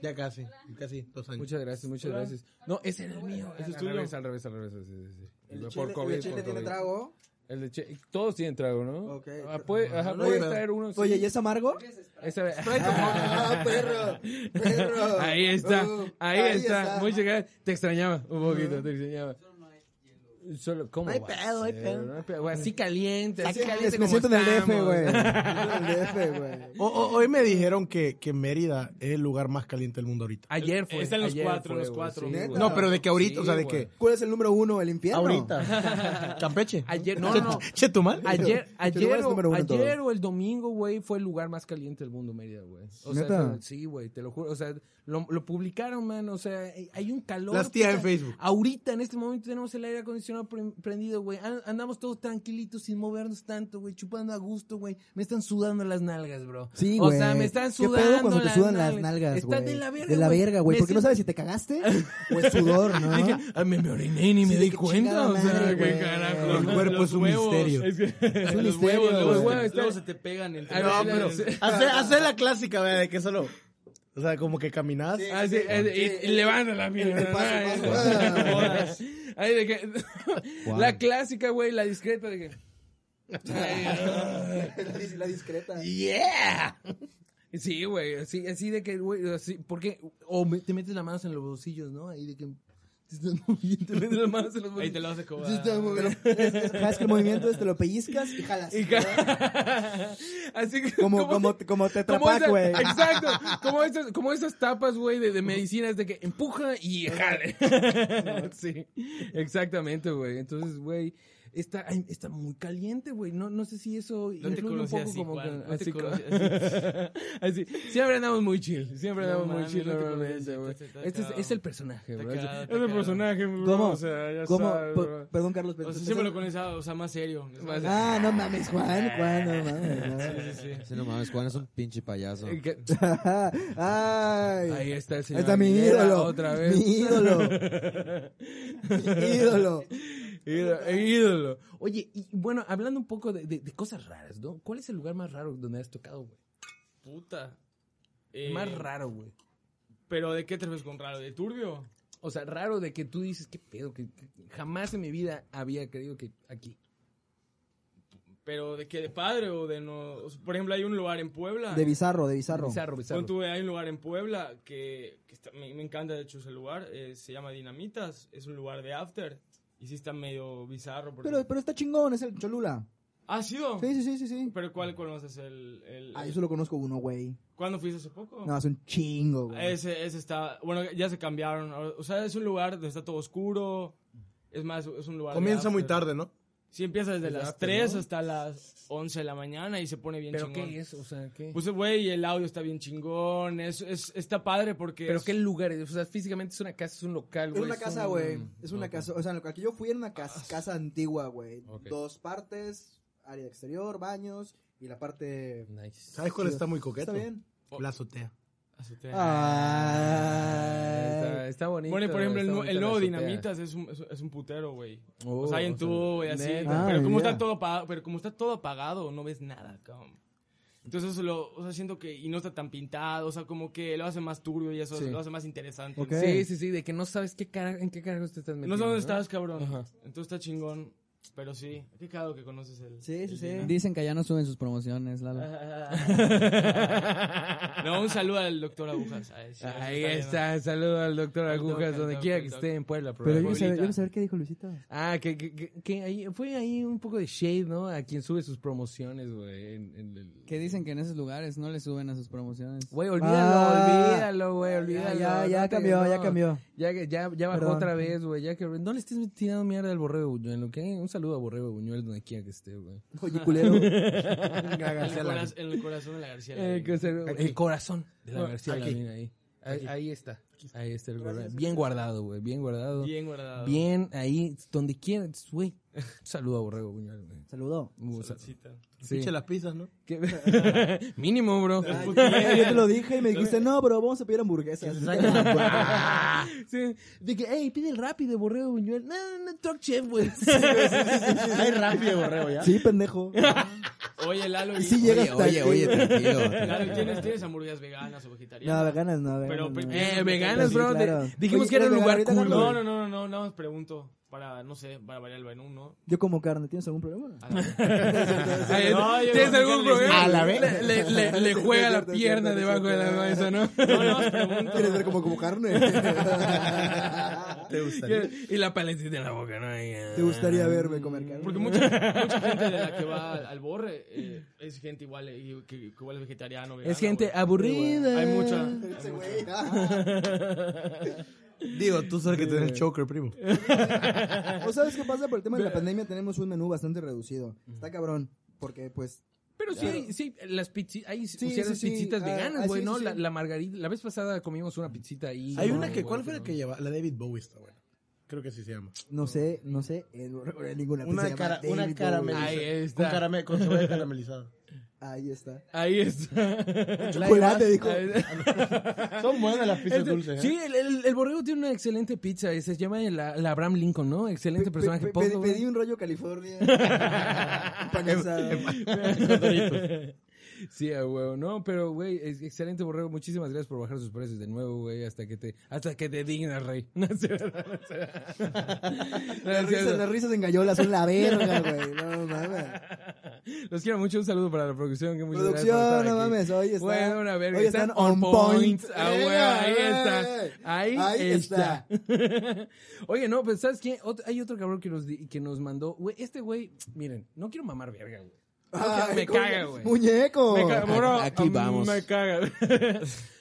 Speaker 3: Ya casi, casi dos años.
Speaker 2: Muchas gracias, muchas gracias. No, ese era el mío. Ese es
Speaker 4: tuyo.
Speaker 2: Al revés, al revés, al revés. sí, sí, sí.
Speaker 1: ¿El
Speaker 2: Por
Speaker 1: chile,
Speaker 2: COVID,
Speaker 1: el chile
Speaker 2: por
Speaker 1: tiene
Speaker 2: COVID.
Speaker 1: trago?
Speaker 2: El de Chile- Todos tienen trago, ¿no?
Speaker 1: Ok.
Speaker 2: Ah, puede, ajá,
Speaker 3: No,
Speaker 2: puede
Speaker 3: no, no.
Speaker 2: traer uno. sí.
Speaker 1: Oye, ¿y es amargo?
Speaker 2: Esa vez-
Speaker 1: Ah, perro, perro.
Speaker 2: Ahí está,
Speaker 1: Uh,
Speaker 2: ahí, está. Muchas gracias. Te extrañaba un poquito, te extrañaba. Solo, ¿cómo?
Speaker 1: No hay
Speaker 2: va a
Speaker 1: pedo, no hay
Speaker 2: ser?
Speaker 1: pedo.
Speaker 2: No hay pedo. Güey, Así caliente, así
Speaker 1: Saca-
Speaker 2: caliente.
Speaker 1: Me
Speaker 2: como
Speaker 1: siento en el DF,
Speaker 2: estamos.
Speaker 1: güey. Me siento en el DF, güey.
Speaker 3: O- o- hoy me dijeron que, que Mérida es el lugar más caliente del mundo ahorita.
Speaker 2: Ayer fue.
Speaker 4: Está en los
Speaker 2: ayer
Speaker 4: cuatro,
Speaker 2: fue,
Speaker 4: los
Speaker 2: güey,
Speaker 4: cuatro.
Speaker 2: sí,
Speaker 1: Neta.
Speaker 2: güey.
Speaker 3: No, pero de que ahorita,
Speaker 2: Sí,
Speaker 3: o sea, de
Speaker 2: güey.
Speaker 3: que
Speaker 1: ¿Cuál es el número uno? ¿El infierno?
Speaker 3: ahorita. Campeche.
Speaker 2: Ayer, no, no.
Speaker 3: Che, tu mal.
Speaker 1: lugar
Speaker 2: Ayer, ayer,
Speaker 1: es
Speaker 2: o-
Speaker 1: número uno en todo.
Speaker 2: ayer o el domingo, güey, fue el lugar más caliente del mundo, Mérida, güey. O sea,
Speaker 1: ¿Neta?
Speaker 2: te- sí, güey, te lo juro. O sea, lo, lo publicaron, man. O sea, eh, hay un calor.
Speaker 3: Las tías en
Speaker 2: puta.
Speaker 3: Facebook.
Speaker 2: Ahorita, en este momento, tenemos el aire acondicionado pre- prendido, güey. An- Andamos todos tranquilitos, sin movernos tanto, güey. Chupando a gusto, güey. Me están sudando las nalgas, bro.
Speaker 1: Sí,
Speaker 2: O
Speaker 1: güey.
Speaker 2: sea, me están
Speaker 1: ¿Qué
Speaker 2: sudando.
Speaker 1: pedo cuando te
Speaker 2: las
Speaker 1: sudan las nalgas,
Speaker 2: Está
Speaker 1: güey?
Speaker 2: de la verga,
Speaker 1: De la verga, güey.
Speaker 2: Me
Speaker 1: Porque no
Speaker 2: siento-
Speaker 1: sabes si te cagaste o es sudor, ¿no?
Speaker 2: Dije, ah, me, me oriné y ni
Speaker 1: Sí,
Speaker 2: me
Speaker 1: de
Speaker 2: di
Speaker 1: que
Speaker 2: cuenta.
Speaker 1: chingada
Speaker 2: O sea,
Speaker 1: madre,
Speaker 2: qué
Speaker 1: güey.
Speaker 2: carajo.
Speaker 3: El cuerpo es un misterio.
Speaker 4: Es
Speaker 1: un
Speaker 4: un los
Speaker 1: misterio,
Speaker 4: huevos, luego,
Speaker 1: güey.
Speaker 4: luego- luego se te pegan el
Speaker 2: Ah, no, pero-
Speaker 3: Hacer, hacer la clásica, güey, de que solo. O sea, como que caminas.
Speaker 2: Ah, sí, eh, y, y levanta la mierda.
Speaker 1: El paso,
Speaker 2: ¿no?
Speaker 1: paso, paso.
Speaker 2: No jodas. Ay, de que- La clásica, güey, la discreta de que.
Speaker 1: La discreta.
Speaker 3: ¡Yeah!
Speaker 2: Sí, güey, así, así de que, güey, así, porque, o me- te metes las manos en los bolsillos, ¿no? Ahí de que te estás moviendo, te metes las manos en los
Speaker 4: Ahí
Speaker 2: bolsillos.
Speaker 4: te lo vas a cobrar.
Speaker 1: Sí, está muy bueno. Es- es- ¿Sabes que el movimiento es te lo pellizcas y jalas?
Speaker 2: Y ca- así que,
Speaker 1: Como,
Speaker 2: ¿cómo
Speaker 1: como,
Speaker 2: te-
Speaker 1: como te
Speaker 2: como
Speaker 1: atrapac,
Speaker 2: esas-
Speaker 1: güey. Ah,
Speaker 2: Exacto, como esas, como esas tapas, güey, de, de medicinas de que empuja y jale. sí, exactamente, güey. Entonces, güey, está, ay, está muy caliente, güey. No, no sé si eso
Speaker 4: No te
Speaker 2: influye un
Speaker 4: conocí
Speaker 2: poco
Speaker 4: así,
Speaker 2: como
Speaker 4: Juan,
Speaker 2: que-
Speaker 4: no te
Speaker 2: así como-
Speaker 4: conocí
Speaker 2: así. Siempre andamos muy chill, siempre
Speaker 4: No
Speaker 2: andamos muy
Speaker 4: mames,
Speaker 2: chill
Speaker 4: no te
Speaker 2: normalmente,
Speaker 4: conocí,
Speaker 2: güey.
Speaker 4: te- te- te
Speaker 2: Este es,
Speaker 4: acabo.
Speaker 2: es el personaje,
Speaker 4: Te
Speaker 2: güey. Es
Speaker 4: acabo,
Speaker 2: es
Speaker 4: te
Speaker 2: el
Speaker 4: acabo.
Speaker 2: personaje, bro.
Speaker 1: ¿Cómo?
Speaker 2: O sea, ya
Speaker 1: ¿Cómo?
Speaker 2: sabes,
Speaker 1: Per-
Speaker 2: bro.
Speaker 1: perdón, Carlos.
Speaker 4: O sea,
Speaker 1: pensé-
Speaker 4: siempre lo conocía, o sea, más serio.
Speaker 1: Ah, no mames, Juan, Juan, no mames. no
Speaker 4: Sí,
Speaker 1: mames.
Speaker 4: sí, sí.
Speaker 7: Sí, no mames, Juan es un pinche payaso.
Speaker 2: Eh, que-
Speaker 1: Ay,
Speaker 2: Ahí está el
Speaker 1: ahí
Speaker 2: señor.
Speaker 1: está mi
Speaker 2: Aguilera
Speaker 1: ídolo.
Speaker 2: Otra vez.
Speaker 1: Mi ídolo. mi ídolo.
Speaker 2: Ídolo, ídolo. Oye, y bueno, hablando un poco de, de- de cosas raras, ¿no? ¿Cuál es el lugar más raro donde has tocado, güey?
Speaker 4: Puta. Eh,
Speaker 2: Más raro, güey.
Speaker 4: ¿Pero de qué te refieres con raro? ¿De turbio?
Speaker 2: O sea, raro de que tú dices, qué pedo, que que jamás en mi vida había creído que aquí.
Speaker 4: ¿Pero de qué? ¿De padre o de no? o sea, por ejemplo, hay un lugar en Puebla.
Speaker 1: De bizarro, de bizarro.
Speaker 2: Bizarro, bizarro.
Speaker 4: Pon tú, eh, hay un lugar en Puebla que, que está- me, me encanta, de hecho, ese lugar. eh, se llama Dinamitas. Es un lugar de after. Y sí está medio bizarro. Porque...
Speaker 1: Pero, pero está chingón, es el Cholula.
Speaker 4: ¿Ha sido?
Speaker 1: Sí, sí, sí, sí, sí.
Speaker 4: ¿Pero cuál conoces? El, el-
Speaker 1: Ah, yo solo conozco uno, güey.
Speaker 4: ¿Cuándo fuiste hace poco?
Speaker 1: No, es un chingo, güey.
Speaker 4: Ese, ese está... Bueno, ya se cambiaron. O sea, es un lugar donde está todo oscuro. Es más, es un lugar... de
Speaker 3: Comienza muy
Speaker 4: after.
Speaker 3: tarde, ¿no?
Speaker 4: Sí, empieza desde
Speaker 2: Desde
Speaker 4: las
Speaker 2: after,
Speaker 4: 3
Speaker 2: ¿no?
Speaker 4: hasta las 11 de la mañana y se pone bien
Speaker 2: ¿Pero
Speaker 4: chingón.
Speaker 2: qué es? O sea, ¿qué?
Speaker 4: Pues, güey, el audio está bien chingón. Es, es- está padre porque...
Speaker 2: ¿Pero
Speaker 4: es-
Speaker 2: qué lugar es? O sea, físicamente es una casa, es un local,
Speaker 1: Es
Speaker 2: güey.
Speaker 1: una
Speaker 2: es
Speaker 1: casa,
Speaker 2: un-
Speaker 1: güey. Es una
Speaker 2: Ok.
Speaker 1: casa. O sea, lo que aquí yo fui era una casa, casa antigua, güey.
Speaker 2: Ok.
Speaker 1: Dos partes, área exterior, baños y la parte...
Speaker 2: Nice.
Speaker 3: ¿Sabes cuál
Speaker 1: Sí.
Speaker 3: está muy coqueto?
Speaker 1: Está bien.
Speaker 3: La azotea.
Speaker 4: Azotea.
Speaker 1: Ah,
Speaker 2: Está, está bonito.
Speaker 4: Bueno, y por ejemplo,
Speaker 2: Ah,
Speaker 4: el,
Speaker 2: está
Speaker 4: nu-
Speaker 2: bonita
Speaker 4: el
Speaker 2: la
Speaker 4: nuevo
Speaker 2: azotea.
Speaker 4: Dinamitas es un, es, es un putero, güey.
Speaker 2: Oh,
Speaker 4: o sea, hay
Speaker 2: o
Speaker 4: en
Speaker 2: sea,
Speaker 4: tubo y así.
Speaker 2: neta.
Speaker 1: Ah,
Speaker 4: pero, como
Speaker 1: ya.
Speaker 4: está todo apagado, pero como está todo apagado, no ves nada, cabrón. Entonces, eso lo, o sea, siento que... Y no está tan pintado, o sea, como que lo hace más turbio y eso
Speaker 2: Sí.
Speaker 4: lo hace más interesante.
Speaker 1: Ok.
Speaker 2: Sí, sí, sí, de que no sabes qué cara, en qué carajo te estás metiendo.
Speaker 4: No sé dónde estás, cabrón.
Speaker 2: Ajá.
Speaker 4: Entonces está chingón. Pero sí, qué cagado que conoces el...
Speaker 1: Sí, sí,
Speaker 4: el
Speaker 1: sí.
Speaker 4: Dina.
Speaker 5: Dicen que allá no suben sus promociones, Lalo.
Speaker 4: No, un saludo al doctor Agujas. Ay, sí,
Speaker 2: Ahí
Speaker 4: eso
Speaker 2: está, saludo al doctor
Speaker 4: Al doctor,
Speaker 2: Agujas,
Speaker 4: al
Speaker 2: donde
Speaker 4: doc,
Speaker 2: quiera
Speaker 4: al
Speaker 2: que
Speaker 4: doc.
Speaker 2: esté en Puebla.
Speaker 1: Pero yo
Speaker 2: probablemente.
Speaker 1: quiero saber, yo quiero saber
Speaker 4: Abuelita.
Speaker 1: qué dijo Luisito.
Speaker 2: Ah, que, que, que, que ahí, fue ahí un poco de shade, ¿no? A quien sube sus promociones, güey. en- en el-
Speaker 5: Que dicen que en esos lugares no le suben a sus promociones.
Speaker 2: Güey, olvídalo,
Speaker 1: Ah.
Speaker 2: olvídalo, güey,
Speaker 1: Ya,
Speaker 2: olvídalo.
Speaker 1: ya, ya
Speaker 2: no te-
Speaker 1: cambió, ya
Speaker 2: no.
Speaker 1: cambió.
Speaker 2: Ya, ya, ya bajó
Speaker 1: Perdón.
Speaker 2: otra vez, güey. Ya que no le estés tirando mierda al Borrego Buñuel, ¿ok? Un saludo a Borrego Buñuel donde quiera que esté, güey.
Speaker 1: Oye, culero.
Speaker 4: En el,
Speaker 3: García
Speaker 4: coraz- en el corazón de la García.
Speaker 2: Eh, que se- el corazón de la
Speaker 3: Bueno,
Speaker 2: García
Speaker 3: aquí.
Speaker 2: Lamín ahí. Ahí, ahí está. Ahí está el Borrego. Bien guardado, güey. Bien guardado. Bien,
Speaker 4: Bien guardado.
Speaker 2: ahí, donde quiera, güey. Un saludo a Borrego Buñuel, güey.
Speaker 1: Saludó.
Speaker 2: Un saludo.
Speaker 4: Saludcita.
Speaker 2: Sí.
Speaker 3: Pinche las pizzas, ¿no?
Speaker 2: ¿Qué? Mínimo, bro.
Speaker 1: Yo te lo dije y me dijiste, no, pero vamos a pedir hamburguesas.
Speaker 2: Sí, De que, hey, pide el rápido, Borrego Buñuel. No, no, truck chef, güey.
Speaker 3: Hay rápido, borreo, ya.
Speaker 1: Sí, pendejo.
Speaker 4: Oye, Lalo, ¿y-
Speaker 1: Sí llega hasta
Speaker 7: Oye,
Speaker 1: aquí.
Speaker 7: oye, tranquilo.
Speaker 4: Lalo, ¿tienes, tienes hamburguesas veganas o vegetarianas?
Speaker 1: No, veganas no, veganas
Speaker 4: Pero,
Speaker 1: no.
Speaker 3: pues,
Speaker 4: pero-
Speaker 2: Eh,
Speaker 4: Sí,
Speaker 2: veganas,
Speaker 1: sí,
Speaker 2: bro. de-
Speaker 1: claro.
Speaker 2: dijimos
Speaker 1: Oye,
Speaker 2: que era un
Speaker 1: ¿eres
Speaker 2: lugar
Speaker 1: vegana
Speaker 2: cool.
Speaker 1: ahorita,
Speaker 4: No,
Speaker 2: güey.
Speaker 4: no, no, no, no, nada más pregunto. Para, no sé, para variar el menú, ¿no?
Speaker 1: Yo como carne, ¿tienes algún problema?
Speaker 3: Ah,
Speaker 4: A la-
Speaker 2: Ay,
Speaker 4: No, yo
Speaker 2: ¿Tienes
Speaker 4: creo que
Speaker 2: algún
Speaker 4: le-
Speaker 2: problema?
Speaker 4: A la
Speaker 2: vez. Le, le- le- le juega la
Speaker 1: Cierto,
Speaker 2: pierna
Speaker 1: cierto,
Speaker 2: debajo de la
Speaker 1: cierto.
Speaker 2: mesa, ¿no?
Speaker 4: No, nada más pregunto.
Speaker 1: ¿Quieres ver como como carne?
Speaker 3: Te gustaría.
Speaker 2: Y la paletita en la boca, ¿no? Ay, ah.
Speaker 1: ¿Te gustaría verme comer carne?
Speaker 4: Porque mucha, mucha gente de la que va al, al borre eh, es gente igual, eh, que, que igual es vegetariano, vegano,
Speaker 2: Es gente
Speaker 4: güey.
Speaker 2: aburrida.
Speaker 4: Hay mucha.
Speaker 1: Ese güey, ah.
Speaker 3: Digo, tú sabes que tenés el choker, primo.
Speaker 1: ¿O sabes qué pasa? Por el tema de la pandemia tenemos un menú bastante reducido. Está cabrón. Porque, pues,
Speaker 2: Pero sí, hay, sí, las pizzi- hay
Speaker 1: Sí,
Speaker 2: ciertas
Speaker 1: sí, sí.
Speaker 2: pizzitas
Speaker 1: Ah,
Speaker 2: veganas,
Speaker 1: ah,
Speaker 2: güey,
Speaker 1: sí,
Speaker 2: ¿no?
Speaker 1: sí,
Speaker 2: La,
Speaker 1: sí.
Speaker 2: la margarita. La vez pasada comimos una pizzita ahí.
Speaker 3: Hay
Speaker 2: ¿no?
Speaker 3: una que,
Speaker 2: Güey,
Speaker 3: ¿cuál fue la
Speaker 2: no-
Speaker 3: que lleva? La David Bowie está buena. Creo que sí se llama.
Speaker 1: no sé, no sé, en, en ninguna pizza
Speaker 3: Una,
Speaker 1: llama
Speaker 3: cara, una
Speaker 1: David Bowie.
Speaker 3: caramelizada.
Speaker 2: Ahí está.
Speaker 3: Con, carame- con cebolla caramelizada.
Speaker 1: Ahí está.
Speaker 2: Ahí está.
Speaker 1: Chocolate, dijo. Ah,
Speaker 3: Son buenas las pizzas
Speaker 2: Este-
Speaker 3: dulces. ¿eh?
Speaker 2: Sí, el, el- el borrego tiene una excelente pizza. Se llama la, la Abraham Lincoln, ¿no? Excelente personaje.
Speaker 1: Pe- pe-
Speaker 2: poco,
Speaker 1: pedí,
Speaker 2: güey.
Speaker 1: pedí un rollo California. Empanizado.
Speaker 3: Em,
Speaker 1: em,
Speaker 2: Sí, a huevo. No, pero, güey, es- excelente borrego. Muchísimas gracias por bajar sus precios de nuevo, güey. Hasta que te, hasta que te dignas, rey. No es cierto, no es cierto. No
Speaker 1: Las
Speaker 2: es
Speaker 1: risas,
Speaker 2: cierto.
Speaker 1: las risas engañolas son la verga, güey. No mames.
Speaker 2: Los quiero mucho. Un saludo para la producción. Que muchas gracias por
Speaker 1: Producción,
Speaker 2: estar
Speaker 1: no
Speaker 2: aquí.
Speaker 1: mames. Hoy están,
Speaker 2: Bueno, una verga.
Speaker 1: hoy
Speaker 2: están, on point. Ah,
Speaker 1: Venga,
Speaker 2: huevo, ahí
Speaker 1: güey.
Speaker 2: está. Ahí,
Speaker 1: Ahí
Speaker 2: está. Oye, no, pero ¿sabes qué? Ot- hay otro cabrón que nos, di- que nos mandó. Güey, este güey, miren, no quiero mamar verga, güey.
Speaker 1: Ay,
Speaker 2: me
Speaker 1: coño,
Speaker 2: caga, güey.
Speaker 1: Muñeco.
Speaker 2: Me caga, bro,
Speaker 7: Aquí
Speaker 2: am-
Speaker 7: vamos.
Speaker 2: Me caga.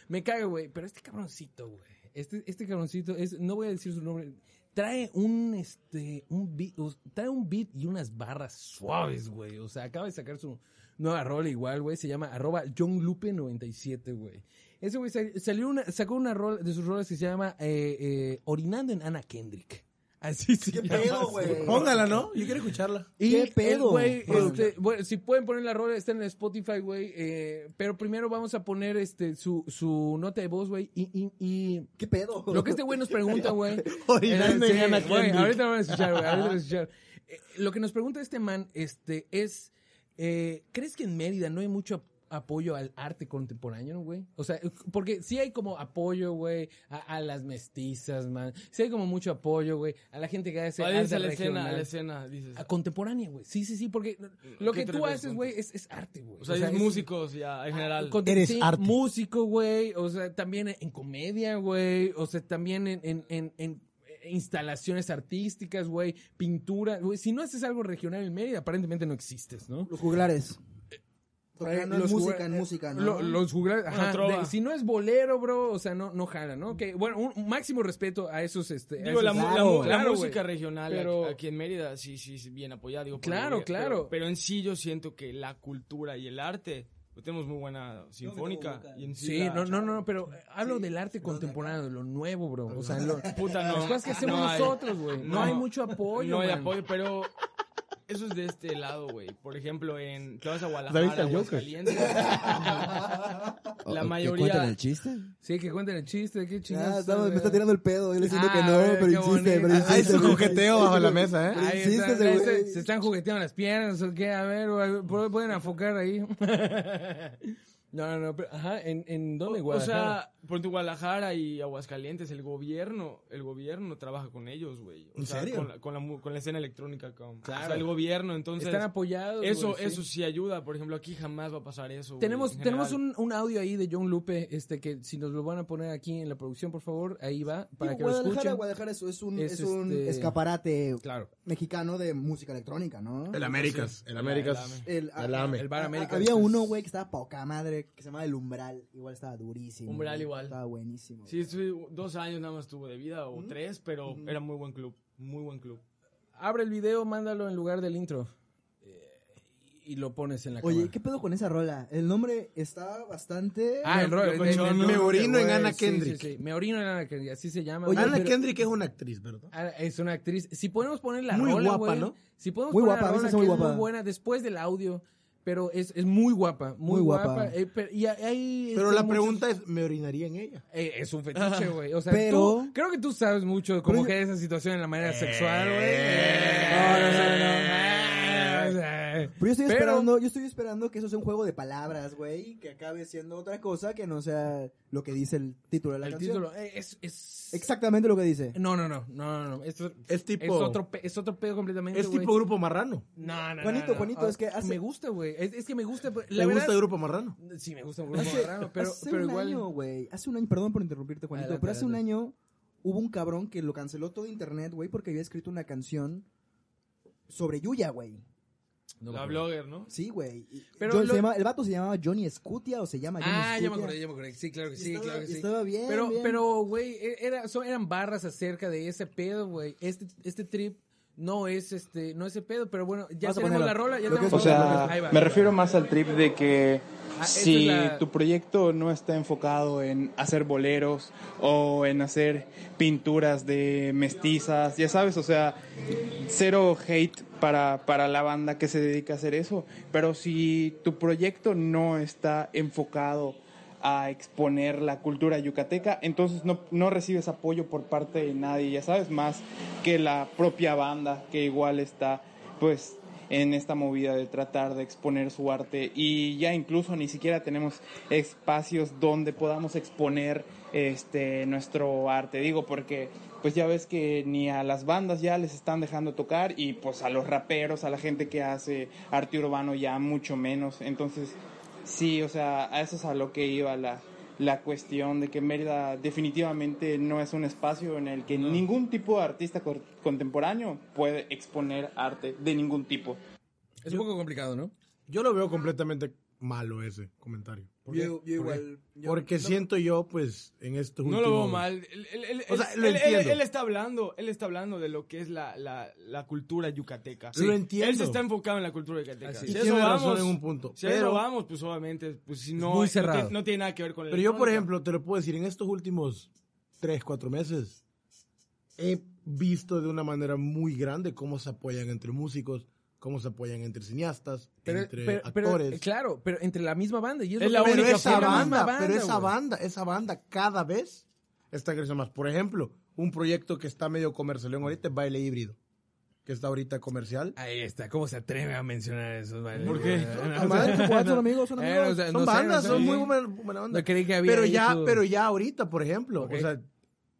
Speaker 2: me caga, güey. Pero este cabroncito, güey. Este, este cabroncito es, no voy a decir su nombre. trae un, este, un beat, o- trae un beat y unas barras suaves, güey. O sea, acaba de sacar su nueva rola igual, güey. Se llama arroba John Lupe 97, güey. Ese güey sal- salió una, sacó una rola de sus rolas que se llama eh, eh, Orinando en Ana Kendrick. Así se llama su
Speaker 3: Póngala, ¿no? Yo quiero escucharla.
Speaker 2: y
Speaker 1: ¿Qué
Speaker 2: el
Speaker 1: pedo?
Speaker 2: güey,
Speaker 1: Bueno.
Speaker 2: este, bueno, si pueden poner la rola, está en Spotify, güey. eh, pero primero vamos a poner este su, su nota de voz, güey. Y, y, y
Speaker 1: ¿Qué pedo?
Speaker 2: lo que este güey nos pregunta, güey.
Speaker 3: Orinando en
Speaker 2: Este,
Speaker 3: Ana
Speaker 2: güey,
Speaker 3: Kendrick.
Speaker 2: Ahorita lo van a escuchar, güey. Ahorita lo van a escuchar. Eh, lo que nos pregunta este man este, es: eh, ¿crees que en Mérida no hay mucho apoyo al arte contemporáneo, güey? O sea, porque sí hay como apoyo, güey, a, a las mestizas, man. Sí hay como mucho apoyo, güey, a la gente que hace
Speaker 4: Váyanse
Speaker 2: arte
Speaker 4: a la escena, a
Speaker 2: regional.
Speaker 4: la escena, dices.
Speaker 2: A contemporánea, güey. Sí, sí, sí, porque lo
Speaker 4: ¿Qué
Speaker 2: que
Speaker 4: te
Speaker 2: tú
Speaker 4: refieres
Speaker 2: haces,
Speaker 4: con-
Speaker 2: güey, es, es arte, güey.
Speaker 4: O sea, es músicos ya, en general.
Speaker 2: con-
Speaker 3: Eres arte.
Speaker 2: Músico, güey. O sea, también en comedia, güey. O sea, también en, en, en, en eh, instalaciones artísticas, güey. Pintura, güey. Si no haces algo regional en Mérida, aparentemente no existes, ¿no?
Speaker 1: Los juglares.
Speaker 4: Ah,
Speaker 1: Porque no es
Speaker 2: Los
Speaker 1: música
Speaker 2: jugla-
Speaker 1: en música, ¿no?
Speaker 2: Lo- los juglares,
Speaker 4: Bueno,
Speaker 2: ajá,
Speaker 4: trova.
Speaker 2: de- si no es bolero, bro, o sea, no, no jala, ¿no? Que, bueno, un, un máximo respeto a esos, este, a
Speaker 4: Digo, la,
Speaker 2: esos-
Speaker 4: mu- la
Speaker 2: Claro,
Speaker 4: mu- la
Speaker 2: claro,
Speaker 4: música
Speaker 2: güey.
Speaker 4: regional
Speaker 2: Pero-
Speaker 4: ac- aquí en Mérida, sí, sí, sí, bien apoyada. Digo, por
Speaker 2: Claro,
Speaker 4: la mayoría,
Speaker 2: claro.
Speaker 4: Pero, pero en sí yo siento que la cultura y el arte, pues, tenemos muy buena sinfónica. y en sí,
Speaker 2: Sí,
Speaker 4: la-
Speaker 2: no, no, no, pero eh, hablo del arte contemporáneo, lo nuevo, bro. O sea, lo,
Speaker 4: Puta, no.
Speaker 2: las cosas que hacemos
Speaker 4: No hay.
Speaker 2: nosotros, güey. No,
Speaker 4: No.
Speaker 2: hay mucho apoyo.
Speaker 4: no hay
Speaker 2: man.
Speaker 4: apoyo, pero eso es de este lado, güey. Por ejemplo, en te vas a
Speaker 3: David
Speaker 4: Guadalajara,
Speaker 3: el Joker.
Speaker 4: Aguascalientes. La
Speaker 1: Oh,
Speaker 7: ¿Te cuentan el
Speaker 4: mayoría.
Speaker 7: chiste?
Speaker 2: Sí, que cuenten el chiste, qué
Speaker 1: Ah,
Speaker 2: chingados.
Speaker 1: estaba-
Speaker 2: güey.
Speaker 1: Ah, me está tirando el pedo. Él diciendo
Speaker 2: Ah,
Speaker 1: que no,
Speaker 2: güey, qué
Speaker 1: pero insiste,
Speaker 2: bonito. Ah,
Speaker 1: pero insiste.
Speaker 3: Hay su
Speaker 1: güey.
Speaker 3: coqueteo bajo la mesa, ¿eh?
Speaker 2: Ahí
Speaker 1: insiste,
Speaker 2: están, ahí
Speaker 1: este güey.
Speaker 2: se, se están jugueteando las piernas o qué, a ver, güey, ¿por- pueden enfocar ahí. No, no, no, pero, ajá, ¿en, en dónde,
Speaker 4: O
Speaker 2: Guadalajara?
Speaker 4: sea, por tu Guadalajara y Aguascalientes, el gobierno, el gobierno trabaja con ellos, güey. O
Speaker 3: ¿En
Speaker 4: sea,
Speaker 3: serio?
Speaker 4: Con la, con la, mu- con la escena electrónica, cabrón.
Speaker 2: Claro.
Speaker 4: O sea, el gobierno, entonces.
Speaker 2: están apoyados.
Speaker 4: eso,
Speaker 2: güey, sí.
Speaker 4: eso sí ayuda. Por ejemplo, aquí jamás va a pasar eso. güey,
Speaker 2: Tenemos,
Speaker 4: en
Speaker 2: tenemos
Speaker 4: general.
Speaker 2: un, un audio ahí de John Lupe, este, que si nos lo van a poner aquí en la producción, por favor, ahí va, para
Speaker 1: Digo,
Speaker 2: que lo
Speaker 1: Guadalajara,
Speaker 2: escuchen.
Speaker 1: Guadalajara es, es un,
Speaker 2: Es
Speaker 1: es un
Speaker 2: este-
Speaker 1: escaparate
Speaker 2: Claro.
Speaker 1: mexicano de música electrónica, ¿no?
Speaker 3: El Américas. El Américas.
Speaker 1: El-
Speaker 3: El AME.
Speaker 2: El Bar
Speaker 1: Ah,
Speaker 2: América.
Speaker 1: Había uno, güey, que estaba poca madre, que se llamaba El Umbral. Igual estaba durísimo.
Speaker 4: Umbral
Speaker 1: güey.
Speaker 4: igual.
Speaker 1: Estaba buenísimo.
Speaker 4: Sí, estuve- dos años nada más tuvo de vida, o tres, pero era muy buen club. Muy buen club.
Speaker 2: Abre el video, mándalo en lugar del intro. Eh, y lo pones en la
Speaker 1: Oye,
Speaker 2: cámara.
Speaker 1: ¿qué pedo con esa rola? El nombre está bastante...
Speaker 2: Ah, el rollo.
Speaker 3: me orino en Ana
Speaker 2: Ana
Speaker 3: Kendrick.
Speaker 2: Me orino en Ana Kendrick, así se llama.
Speaker 1: Oye,
Speaker 2: güey.
Speaker 3: Ana
Speaker 1: pero-
Speaker 3: Kendrick es una actriz, ¿verdad?
Speaker 2: Ah, Es una actriz. Si podemos poner la
Speaker 3: Muy
Speaker 2: rola,
Speaker 3: guapa,
Speaker 2: güey.
Speaker 3: ¿no?
Speaker 2: Si podemos
Speaker 1: Muy
Speaker 2: poner
Speaker 1: guapa, a
Speaker 2: la rola,
Speaker 1: veces
Speaker 2: que
Speaker 1: muy
Speaker 2: es muy
Speaker 1: guapa.
Speaker 2: buena después del audio. Pero es, es muy guapa, muy,
Speaker 1: Muy
Speaker 2: guapa.
Speaker 1: guapa.
Speaker 2: eh, pero- y ahí,
Speaker 3: Pero
Speaker 2: este,
Speaker 3: la
Speaker 2: muchos-
Speaker 3: pregunta es, ¿me orinaría en ella?
Speaker 2: Eh, es un fetiche, güey. O sea,
Speaker 1: Ah, Pero-
Speaker 2: tú- creo que tú sabes mucho cómo
Speaker 1: Pero-
Speaker 2: que es esa situación en la manera sexual, güey. Eh,
Speaker 1: no, no, no, no.
Speaker 2: O sea,
Speaker 1: Pero yo estoy
Speaker 2: pero-
Speaker 1: esperando, yo estoy esperando que eso sea un juego de palabras, güey, y que acabe siendo otra cosa que no sea lo que dice el título de la
Speaker 2: El
Speaker 1: canción.
Speaker 2: título eh, es, es-
Speaker 1: Exactamente lo que dice.
Speaker 2: No, no, no, no, no, no. Esto
Speaker 3: Es
Speaker 2: es
Speaker 3: tipo...
Speaker 2: otro, pe- es otro pedo completamente,
Speaker 3: Es
Speaker 2: güey.
Speaker 3: tipo grupo marrano.
Speaker 2: No, no, no,
Speaker 1: Juanito,
Speaker 2: no. Ah,
Speaker 1: Juanito, es que hace-
Speaker 2: me gusta, güey. Es, es que me gusta, pero- la
Speaker 3: ¿Le
Speaker 2: verdad
Speaker 3: gusta el grupo marrano?
Speaker 2: sí me gusta un grupo raro, pero
Speaker 1: hace
Speaker 2: pero
Speaker 1: un
Speaker 2: igual
Speaker 1: año, güey, hace un año, perdón por interrumpirte, Juanito,
Speaker 2: Adelante,
Speaker 1: pero hace
Speaker 2: adelante.
Speaker 1: un año hubo un cabrón que lo canceló todo internet, güey, porque había escrito una canción sobre Yuya, güey.
Speaker 2: No me
Speaker 4: la
Speaker 2: acuerdo.
Speaker 4: blogger, ¿no?
Speaker 1: Sí, güey. Y-
Speaker 2: Pero
Speaker 1: John-
Speaker 2: lo-
Speaker 1: se llama- el vato se llamaba Johnny Scutia o se llama Johnny
Speaker 2: Ah, ya me
Speaker 1: Scutia.
Speaker 2: acordé, ya me acordé. Sí, claro que
Speaker 1: Y
Speaker 2: sí,
Speaker 1: estaba,
Speaker 2: claro que
Speaker 1: y
Speaker 2: sí.
Speaker 1: estaba bien,
Speaker 2: Pero,
Speaker 1: bien.
Speaker 2: pero, güey, e- era, son- eran barras acerca de ese pedo, güey. Este, este trip no es este, no ese pedo, pero bueno,
Speaker 1: Vamos
Speaker 2: ya
Speaker 1: a
Speaker 2: tenemos
Speaker 1: ponerlo.
Speaker 2: la rola, ya
Speaker 1: Lo que
Speaker 2: tenemos
Speaker 8: O
Speaker 1: es-
Speaker 2: la-
Speaker 8: sea,
Speaker 2: ahí va.
Speaker 8: me refiero más al trip de que
Speaker 2: Ah, esa
Speaker 8: si
Speaker 2: es la-
Speaker 8: tu proyecto no está enfocado en hacer boleros o en hacer pinturas de mestizas, ya sabes, o sea, cero hate para, para la banda que se dedica a hacer eso, pero si tu proyecto no está enfocado a exponer la cultura yucateca, entonces no, no recibes apoyo por parte de nadie, ya sabes, más que la propia banda que igual está pues en esta movida de tratar de exponer su arte y ya incluso ni siquiera tenemos espacios donde podamos exponer este nuestro arte digo porque pues ya ves que ni a las bandas ya les están dejando tocar y pues a los raperos a la gente que hace arte urbano ya mucho menos entonces sí o sea a eso es a lo que iba la la cuestión de que Mérida definitivamente no es un espacio en el que ningún tipo de artista cor- contemporáneo puede exponer arte de ningún tipo.
Speaker 2: Es un poco complicado, ¿no?
Speaker 3: Yo lo veo completamente malo ese comentario. ¿Por
Speaker 7: Yo,
Speaker 3: qué?
Speaker 7: yo
Speaker 3: ¿Por qué?
Speaker 7: igual. yo-
Speaker 3: Porque
Speaker 7: no-
Speaker 3: siento yo, pues, en esto
Speaker 4: No lo veo mal. Él, él- él-
Speaker 3: O sea,
Speaker 4: él-
Speaker 3: lo
Speaker 4: él-
Speaker 3: entiendo.
Speaker 4: él está hablando, él está hablando de lo que es la, la- la cultura yucateca.
Speaker 3: Lo entiendo.
Speaker 4: Él se está enfocado en la cultura yucateca.
Speaker 2: Así
Speaker 4: Si
Speaker 3: Y
Speaker 4: a eso
Speaker 3: tiene
Speaker 4: vamos,
Speaker 3: razón en un punto.
Speaker 4: si a eso
Speaker 3: Pero,
Speaker 4: vamos, pues obviamente, pues si
Speaker 2: muy
Speaker 4: no, no tiene-
Speaker 2: cerrado.
Speaker 4: No, tiene nada que ver con la
Speaker 3: pero yo, por
Speaker 4: electrónica.
Speaker 3: ejemplo, te lo puedo decir, en estos últimos tres, cuatro meses, he visto de una manera muy grande cómo se apoyan entre músicos, cómo se apoyan entre cineastas,
Speaker 2: Pero,
Speaker 3: entre
Speaker 2: pero- pero,
Speaker 3: actores.
Speaker 2: claro, pero entre la misma banda. Y es,
Speaker 4: Es
Speaker 2: lo
Speaker 4: la
Speaker 2: que-
Speaker 3: pero
Speaker 4: única
Speaker 3: esa
Speaker 4: forma.
Speaker 3: banda,
Speaker 2: La misma
Speaker 3: pero esa
Speaker 2: güey.
Speaker 3: banda, esa banda cada vez está creciendo más. Por ejemplo, un proyecto que está medio comercial ahorita es Baile Híbrido, que está ahorita comercial.
Speaker 2: Ahí está, ¿cómo se atreve a mencionar esos bailes?
Speaker 4: ¿Por qué?
Speaker 1: Ah, madre, son cuatro amigos,
Speaker 2: Eh,
Speaker 1: son amigos.
Speaker 3: Son bandas, son muy buena, buena onda.
Speaker 2: No creí que había
Speaker 3: pero ya,
Speaker 2: eso.
Speaker 3: pero ya ahorita, por ejemplo,
Speaker 2: Ok.
Speaker 3: o sea,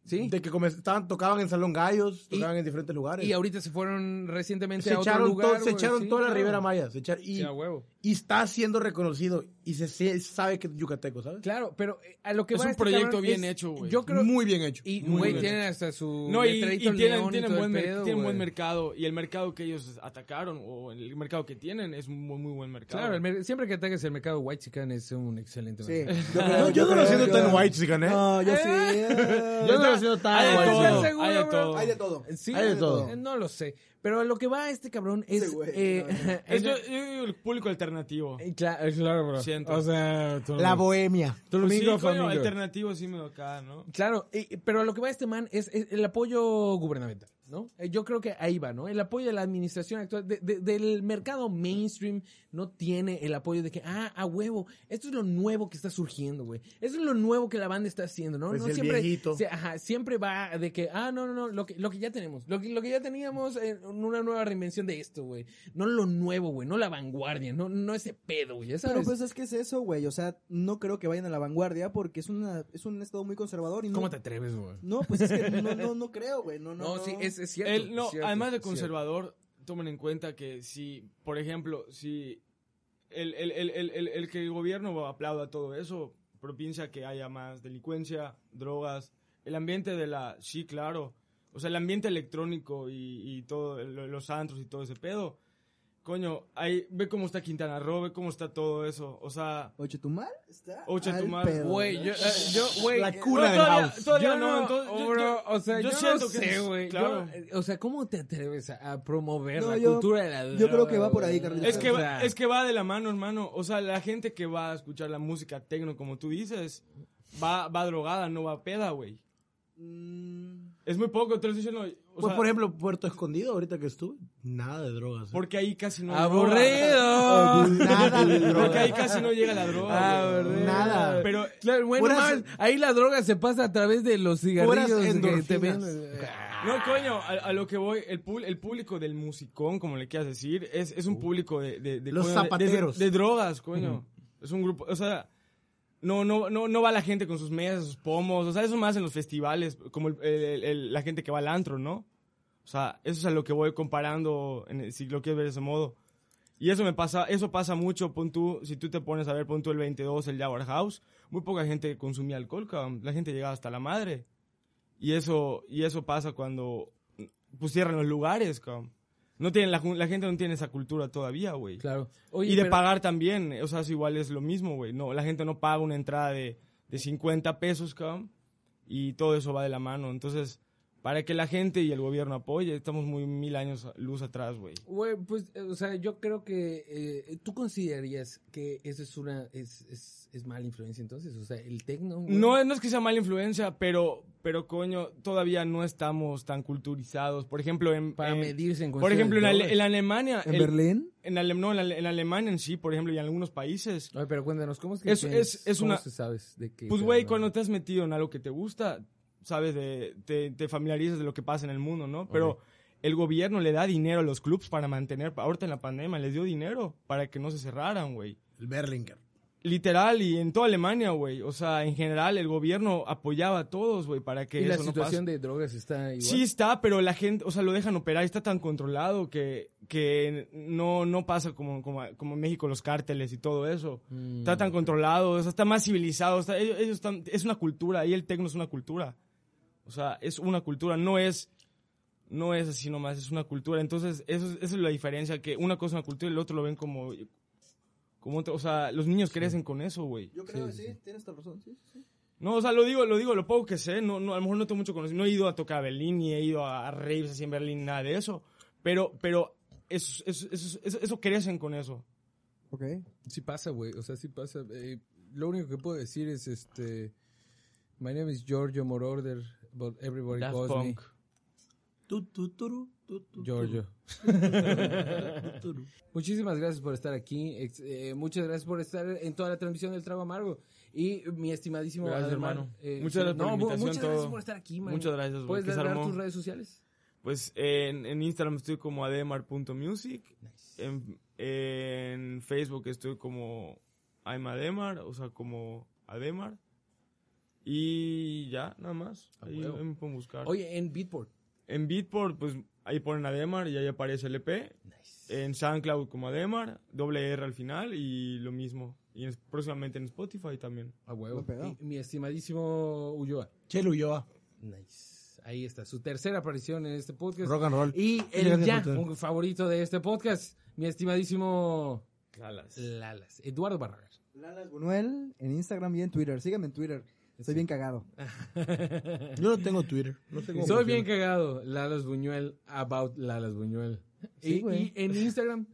Speaker 2: Sí.
Speaker 3: de que come- estaban, tocaban en Salón Gallos,
Speaker 2: Y-
Speaker 3: tocaban en diferentes lugares.
Speaker 2: Y ahorita se fueron recientemente
Speaker 3: se
Speaker 2: a otro
Speaker 3: echaron,
Speaker 2: lugar.
Speaker 3: to- se
Speaker 2: güey,
Speaker 3: echaron
Speaker 2: sí,
Speaker 3: toda la
Speaker 2: claro.
Speaker 3: Ribera Maya, se echaron- y,
Speaker 4: Sí, a huevo.
Speaker 3: y está siendo reconocido y se, se sabe que es yucateco, ¿sabes?
Speaker 2: Claro, pero eh, a lo que
Speaker 4: Es
Speaker 2: va
Speaker 4: un
Speaker 2: este
Speaker 4: proyecto
Speaker 2: cabrón
Speaker 4: bien
Speaker 2: es-
Speaker 4: hecho, güey.
Speaker 2: Yo creo...
Speaker 3: Muy bien hecho.
Speaker 2: Y,
Speaker 3: muy
Speaker 2: güey,
Speaker 3: bien
Speaker 2: tienen hasta su...
Speaker 4: No, y,
Speaker 2: letradito
Speaker 4: y
Speaker 2: al
Speaker 4: tienen,
Speaker 2: león y
Speaker 4: tienen
Speaker 2: todo el
Speaker 4: buen, mer-
Speaker 2: pedo,
Speaker 4: tienen
Speaker 2: güey.
Speaker 4: buen mercado. Y el mercado que ellos atacaron, o el mercado que tienen, es un muy, muy buen mercado.
Speaker 2: Claro, el mer- siempre que ataques el mercado white chican es un excelente
Speaker 1: Sí.
Speaker 2: mercado.
Speaker 3: No, yo no lo siento tan
Speaker 1: guay
Speaker 3: white, chican, ¿eh?
Speaker 1: No, yo sí.
Speaker 3: yo no lo siento tan
Speaker 4: Hay de
Speaker 3: white,
Speaker 4: todo,
Speaker 3: chican.
Speaker 4: hay de
Speaker 2: bro.
Speaker 4: todo.
Speaker 1: Hay de todo.
Speaker 2: Sí,
Speaker 3: Hay de todo.
Speaker 2: eh, No lo sé. Pero a lo que va este cabrón es...
Speaker 1: güey,
Speaker 2: eh,
Speaker 4: Es
Speaker 2: en-
Speaker 4: yo- yo digo el público alternativo.
Speaker 2: eh, cla- eh, claro, bro.
Speaker 4: Siento.
Speaker 2: O sea, tu
Speaker 3: La
Speaker 2: domingo-
Speaker 3: bohemia.
Speaker 2: tu
Speaker 4: Pues sí,
Speaker 2: domingo,
Speaker 4: coño,
Speaker 2: domingo.
Speaker 4: alternativo sí me lo acá, ¿no?
Speaker 2: Claro, eh, pero a lo que va este man es, es el apoyo gubernamental, ¿no? Eh, Yo creo que ahí va, ¿no? El apoyo de la administración actual, de- de- del mercado mainstream, no tiene el apoyo de que, ah, a huevo, esto es lo nuevo que está surgiendo, güey. Esto es lo nuevo que la banda está haciendo, ¿no?
Speaker 3: Pues
Speaker 2: no
Speaker 3: el viejito.
Speaker 2: se- ajá, siempre va de que, ah, no, no, no, lo que, lo que ya tenemos, lo que, lo que ya teníamos, eh, una nueva reinvención de esto, güey. No lo nuevo, güey, no la vanguardia, no, no ese pedo, güey, ya
Speaker 1: Pero
Speaker 2: sabes.
Speaker 1: pues es que es eso, güey. O sea, no creo que vayan a la vanguardia porque es una es un estado muy conservador y no.
Speaker 2: ¿Cómo te atreves, güey?
Speaker 1: No, pues es que no, no, no creo, güey. No, no,
Speaker 2: No, sí, es, es cierto.
Speaker 4: Él, no,
Speaker 2: es cierto,
Speaker 4: además de
Speaker 2: es cierto.
Speaker 4: conservador, tomen en cuenta que si, por ejemplo, si el, el, el, el, el, el que el gobierno aplauda todo eso, propicia que haya más delincuencia, drogas, el ambiente de la... Sí, claro. O sea, el ambiente electrónico y, y todo, lo- los antros y todo ese pedo. Coño, ahí ve cómo está Quintana Roo, ve cómo está todo eso. O sea,
Speaker 1: ¿Ochetumal? ¿Está?
Speaker 4: Ochetumal,
Speaker 1: al pedo,
Speaker 2: Güey,
Speaker 1: ¿no?
Speaker 2: yo, eh, yo, güey.
Speaker 3: La cuna del
Speaker 4: todavía-
Speaker 3: house.
Speaker 4: todavía
Speaker 2: yo
Speaker 4: no,
Speaker 2: no,
Speaker 4: entonces, yo-
Speaker 2: bro,
Speaker 4: yo-
Speaker 2: o sea,
Speaker 4: yo
Speaker 2: yo,
Speaker 4: siento
Speaker 2: no
Speaker 4: que
Speaker 2: sé,
Speaker 4: es-
Speaker 2: güey.
Speaker 4: claro.
Speaker 2: Yo, eh, o sea, ¿cómo te atreves a, a promover
Speaker 1: No,
Speaker 2: la
Speaker 1: yo-
Speaker 2: cultura de la
Speaker 1: yo creo que
Speaker 2: droga,
Speaker 1: va por
Speaker 2: güey?
Speaker 1: ahí, Carlitos.
Speaker 4: Es que,
Speaker 2: O
Speaker 4: va,
Speaker 2: sea,
Speaker 4: es que va de la mano, hermano. O sea, la gente que va a escuchar la música tecno, como tú dices, va, va drogada, no va peda, güey.
Speaker 1: Mm,
Speaker 4: Es muy poco, te lo estoy diciendo. o
Speaker 3: Pues,
Speaker 4: sea,
Speaker 3: por ejemplo, Puerto Escondido, ahorita que estuve, nada de drogas. ¿eh?
Speaker 4: porque ahí casi no hay
Speaker 2: Aburrido. Ah,
Speaker 3: Nada de
Speaker 4: droga. Porque ahí
Speaker 3: drogas.
Speaker 4: casi no llega la droga. güey.
Speaker 2: Aburrido.
Speaker 3: Nada.
Speaker 4: Pero
Speaker 2: Claro, bueno,
Speaker 3: Puras-
Speaker 2: mames, ahí la droga se pasa a través de los cigarrillos
Speaker 1: eh,
Speaker 2: que te
Speaker 3: endorfinas.
Speaker 2: venden.
Speaker 1: ah,
Speaker 3: Ah.
Speaker 4: No, coño, a, a lo que voy, el, pub- el público del musicón, como le quieras decir, es, es un público de... de- de-
Speaker 3: Uh. Los
Speaker 4: coño, de- de-
Speaker 3: zapateros.
Speaker 4: De, drogas, coño. Es un grupo, o sea, no, no, no, no va la gente con sus mesas, sus pomos, o sea, eso más en los festivales, como el- el- el- la gente que va al antro, ¿no? O sea, eso es a lo que voy comparando, en el- si lo quieres ver de ese modo. Y eso me pasa, eso pasa mucho, pon tú, si tú te pones a ver, pon tú el 22, el Jaguar House, muy poca gente consumía alcohol, cabrón. la gente llegaba hasta la madre. Y eso, y eso pasa cuando pues, cierran los lugares, cabrón. No tienen la, ju- la gente no tiene esa cultura todavía, güey.
Speaker 2: Claro. Oye,
Speaker 4: Y de
Speaker 2: pero-
Speaker 4: pagar también, o sea, es igual es lo mismo, güey. No, la gente no paga una entrada de, de 50 pesos, cabrón. Y todo eso va de la mano. Entonces, para que la gente y el gobierno apoye, estamos muy mil años luz atrás, güey.
Speaker 2: Güey, pues, eh, o sea, yo creo que eh, tú considerarías que eso es una es, es, es mala influencia entonces, o sea, el tecno. güey.
Speaker 4: No, no es que sea mala influencia, pero, pero coño, todavía no estamos tan culturizados. Por ejemplo, en,
Speaker 2: para
Speaker 4: en-
Speaker 2: medirse en
Speaker 4: eh, por ejemplo, en, Ale- en Alemania,
Speaker 1: ¿En
Speaker 4: el-
Speaker 1: Berlín?
Speaker 4: En, Ale- no, en, Ale- en Alemania en sí, por ejemplo, y en algunos países.
Speaker 2: Oye, pero cuéntanos cómo es que
Speaker 4: Es-
Speaker 2: tienes-
Speaker 4: es- es
Speaker 2: cómo
Speaker 4: una-
Speaker 2: se sabes de qué
Speaker 4: Pues,
Speaker 2: se
Speaker 4: güey,
Speaker 2: habla?
Speaker 4: cuando te has metido en algo que te gusta, sabes, de, te, te familiarizas de lo que pasa en el mundo, ¿no? Pero el gobierno le da dinero a los clubs para mantener, ahorita en la pandemia, les dio dinero para que no se cerraran, güey.
Speaker 3: El Berlinger.
Speaker 4: Literal, y en toda Alemania, güey. O sea, en general, el gobierno apoyaba a todos, güey, para que
Speaker 2: y la
Speaker 4: eso no
Speaker 2: situación
Speaker 4: pase.
Speaker 2: de drogas está igual.
Speaker 4: Sí está, pero la gente, o sea, lo dejan operar, está tan controlado que, que no, no pasa como, como, como en México los cárteles y todo eso.
Speaker 2: Mm.
Speaker 4: Está tan controlado, o sea, está más civilizado. está- ellos, ellos están, es una cultura, ahí el tecno es una cultura. O sea, es una cultura, no es, no es así nomás, es una cultura. Entonces, eso, es- esa es la diferencia, que una cosa es una cultura y el otro lo ven como, como otro, o sea, los niños crecen con eso, güey.
Speaker 1: Yo creo que sí, tienes toda la razón. Sí, sí.
Speaker 4: No, o sea, lo digo, lo digo, lo poco que sé, no, no, a lo mejor no tengo mucho conocimiento, no he ido a tocar a Berlín, ni he ido a, a raves así en Berlín, nada de eso, pero, pero eso, eso, eso, eso- eso crecen con eso.
Speaker 1: Ok.
Speaker 2: Sí pasa, güey. O sea, sí pasa. Eh, lo único que puedo decir es este. My name is Giorgio Mororder, but everybody
Speaker 4: Daft
Speaker 2: calls
Speaker 4: Punk.
Speaker 3: Tu, tu, turu, tu, tu,
Speaker 2: me Giorgio.
Speaker 3: tu, turu.
Speaker 2: Muchísimas gracias por estar aquí. Ex- eh, muchas gracias por estar en toda la transmisión del Trago Amargo. Y mi estimadísimo
Speaker 4: Gracias,
Speaker 2: Ademar,
Speaker 4: hermano.
Speaker 2: eh,
Speaker 4: Muchas gracias por la
Speaker 2: no, mu-
Speaker 4: invitación,
Speaker 2: Muchas
Speaker 4: todo.
Speaker 2: gracias por estar aquí, man.
Speaker 4: Muchas gracias, güey,
Speaker 2: ¿Puedes
Speaker 4: que se
Speaker 2: dar, dar
Speaker 4: armó.
Speaker 2: tus redes sociales?
Speaker 4: Pues en, en Instagram estoy como ademar.music. En, en Facebook estoy como I'm Ademar, o sea, como Ademar. Y ya, nada más.
Speaker 2: A
Speaker 4: Ahí,
Speaker 2: huevo.
Speaker 4: ahí me pueden buscar.
Speaker 2: Oye, en Beatport.
Speaker 4: En Beatport, pues ahí ponen Ademar y ahí aparece el E EP. En SoundCloud como Ademar, doble R al final y lo mismo. Y en- próximamente en Spotify también.
Speaker 2: A huevo.
Speaker 1: Lo pegó.
Speaker 2: Y mi estimadísimo Ulloa.
Speaker 3: Chelo Ulloa.
Speaker 2: Nice. Ahí está, su tercera aparición en este podcast.
Speaker 3: Rock and roll.
Speaker 2: Y el
Speaker 3: Gracias
Speaker 2: ya,
Speaker 3: por todo.
Speaker 2: un favorito de este podcast, mi estimadísimo
Speaker 4: Calas.
Speaker 2: Lalas, Eduardo Barragán.
Speaker 1: Lalas Buñuel en Instagram y en Twitter. Sígueme en Twitter. Estoy bien cagado.
Speaker 3: Yo no tengo Twitter. No sé cómo
Speaker 2: Soy
Speaker 3: funciona.
Speaker 2: bien cagado, Lalas Buñuel, about Lalas Buñuel.
Speaker 1: Sí,
Speaker 2: Y- y,
Speaker 1: güey.
Speaker 2: en Instagram,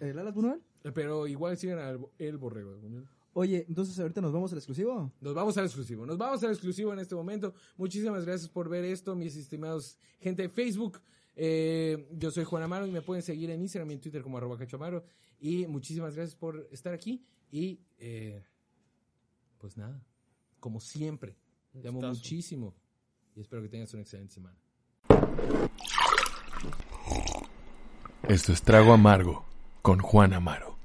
Speaker 1: ¿Eh, ¿Lalas Buñuel?
Speaker 2: pero igual siguen al bo- el borrego. de Buñuel.
Speaker 1: Oye, entonces ahorita nos vamos al exclusivo.
Speaker 2: Nos vamos al exclusivo, nos vamos al exclusivo en este momento. Muchísimas gracias por ver esto, mis estimados gente de Facebook. Eh, yo soy Juan Amaro y me pueden seguir en Instagram y en Twitter como arroba cachamaro. Y muchísimas gracias por estar aquí. Y eh, pues nada, como siempre, te amo
Speaker 4: gustazo.
Speaker 2: muchísimo y espero que tengas una excelente semana.
Speaker 6: Esto es Trago Amargo con Juan Amaro.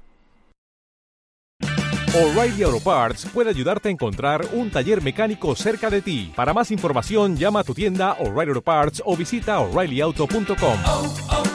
Speaker 9: O'Reilly Auto Parts puede ayudarte a encontrar un taller mecánico cerca de ti. Para más información, llama a tu tienda O'Reilly Auto Parts o visita oreillyauto.com.
Speaker 10: oh,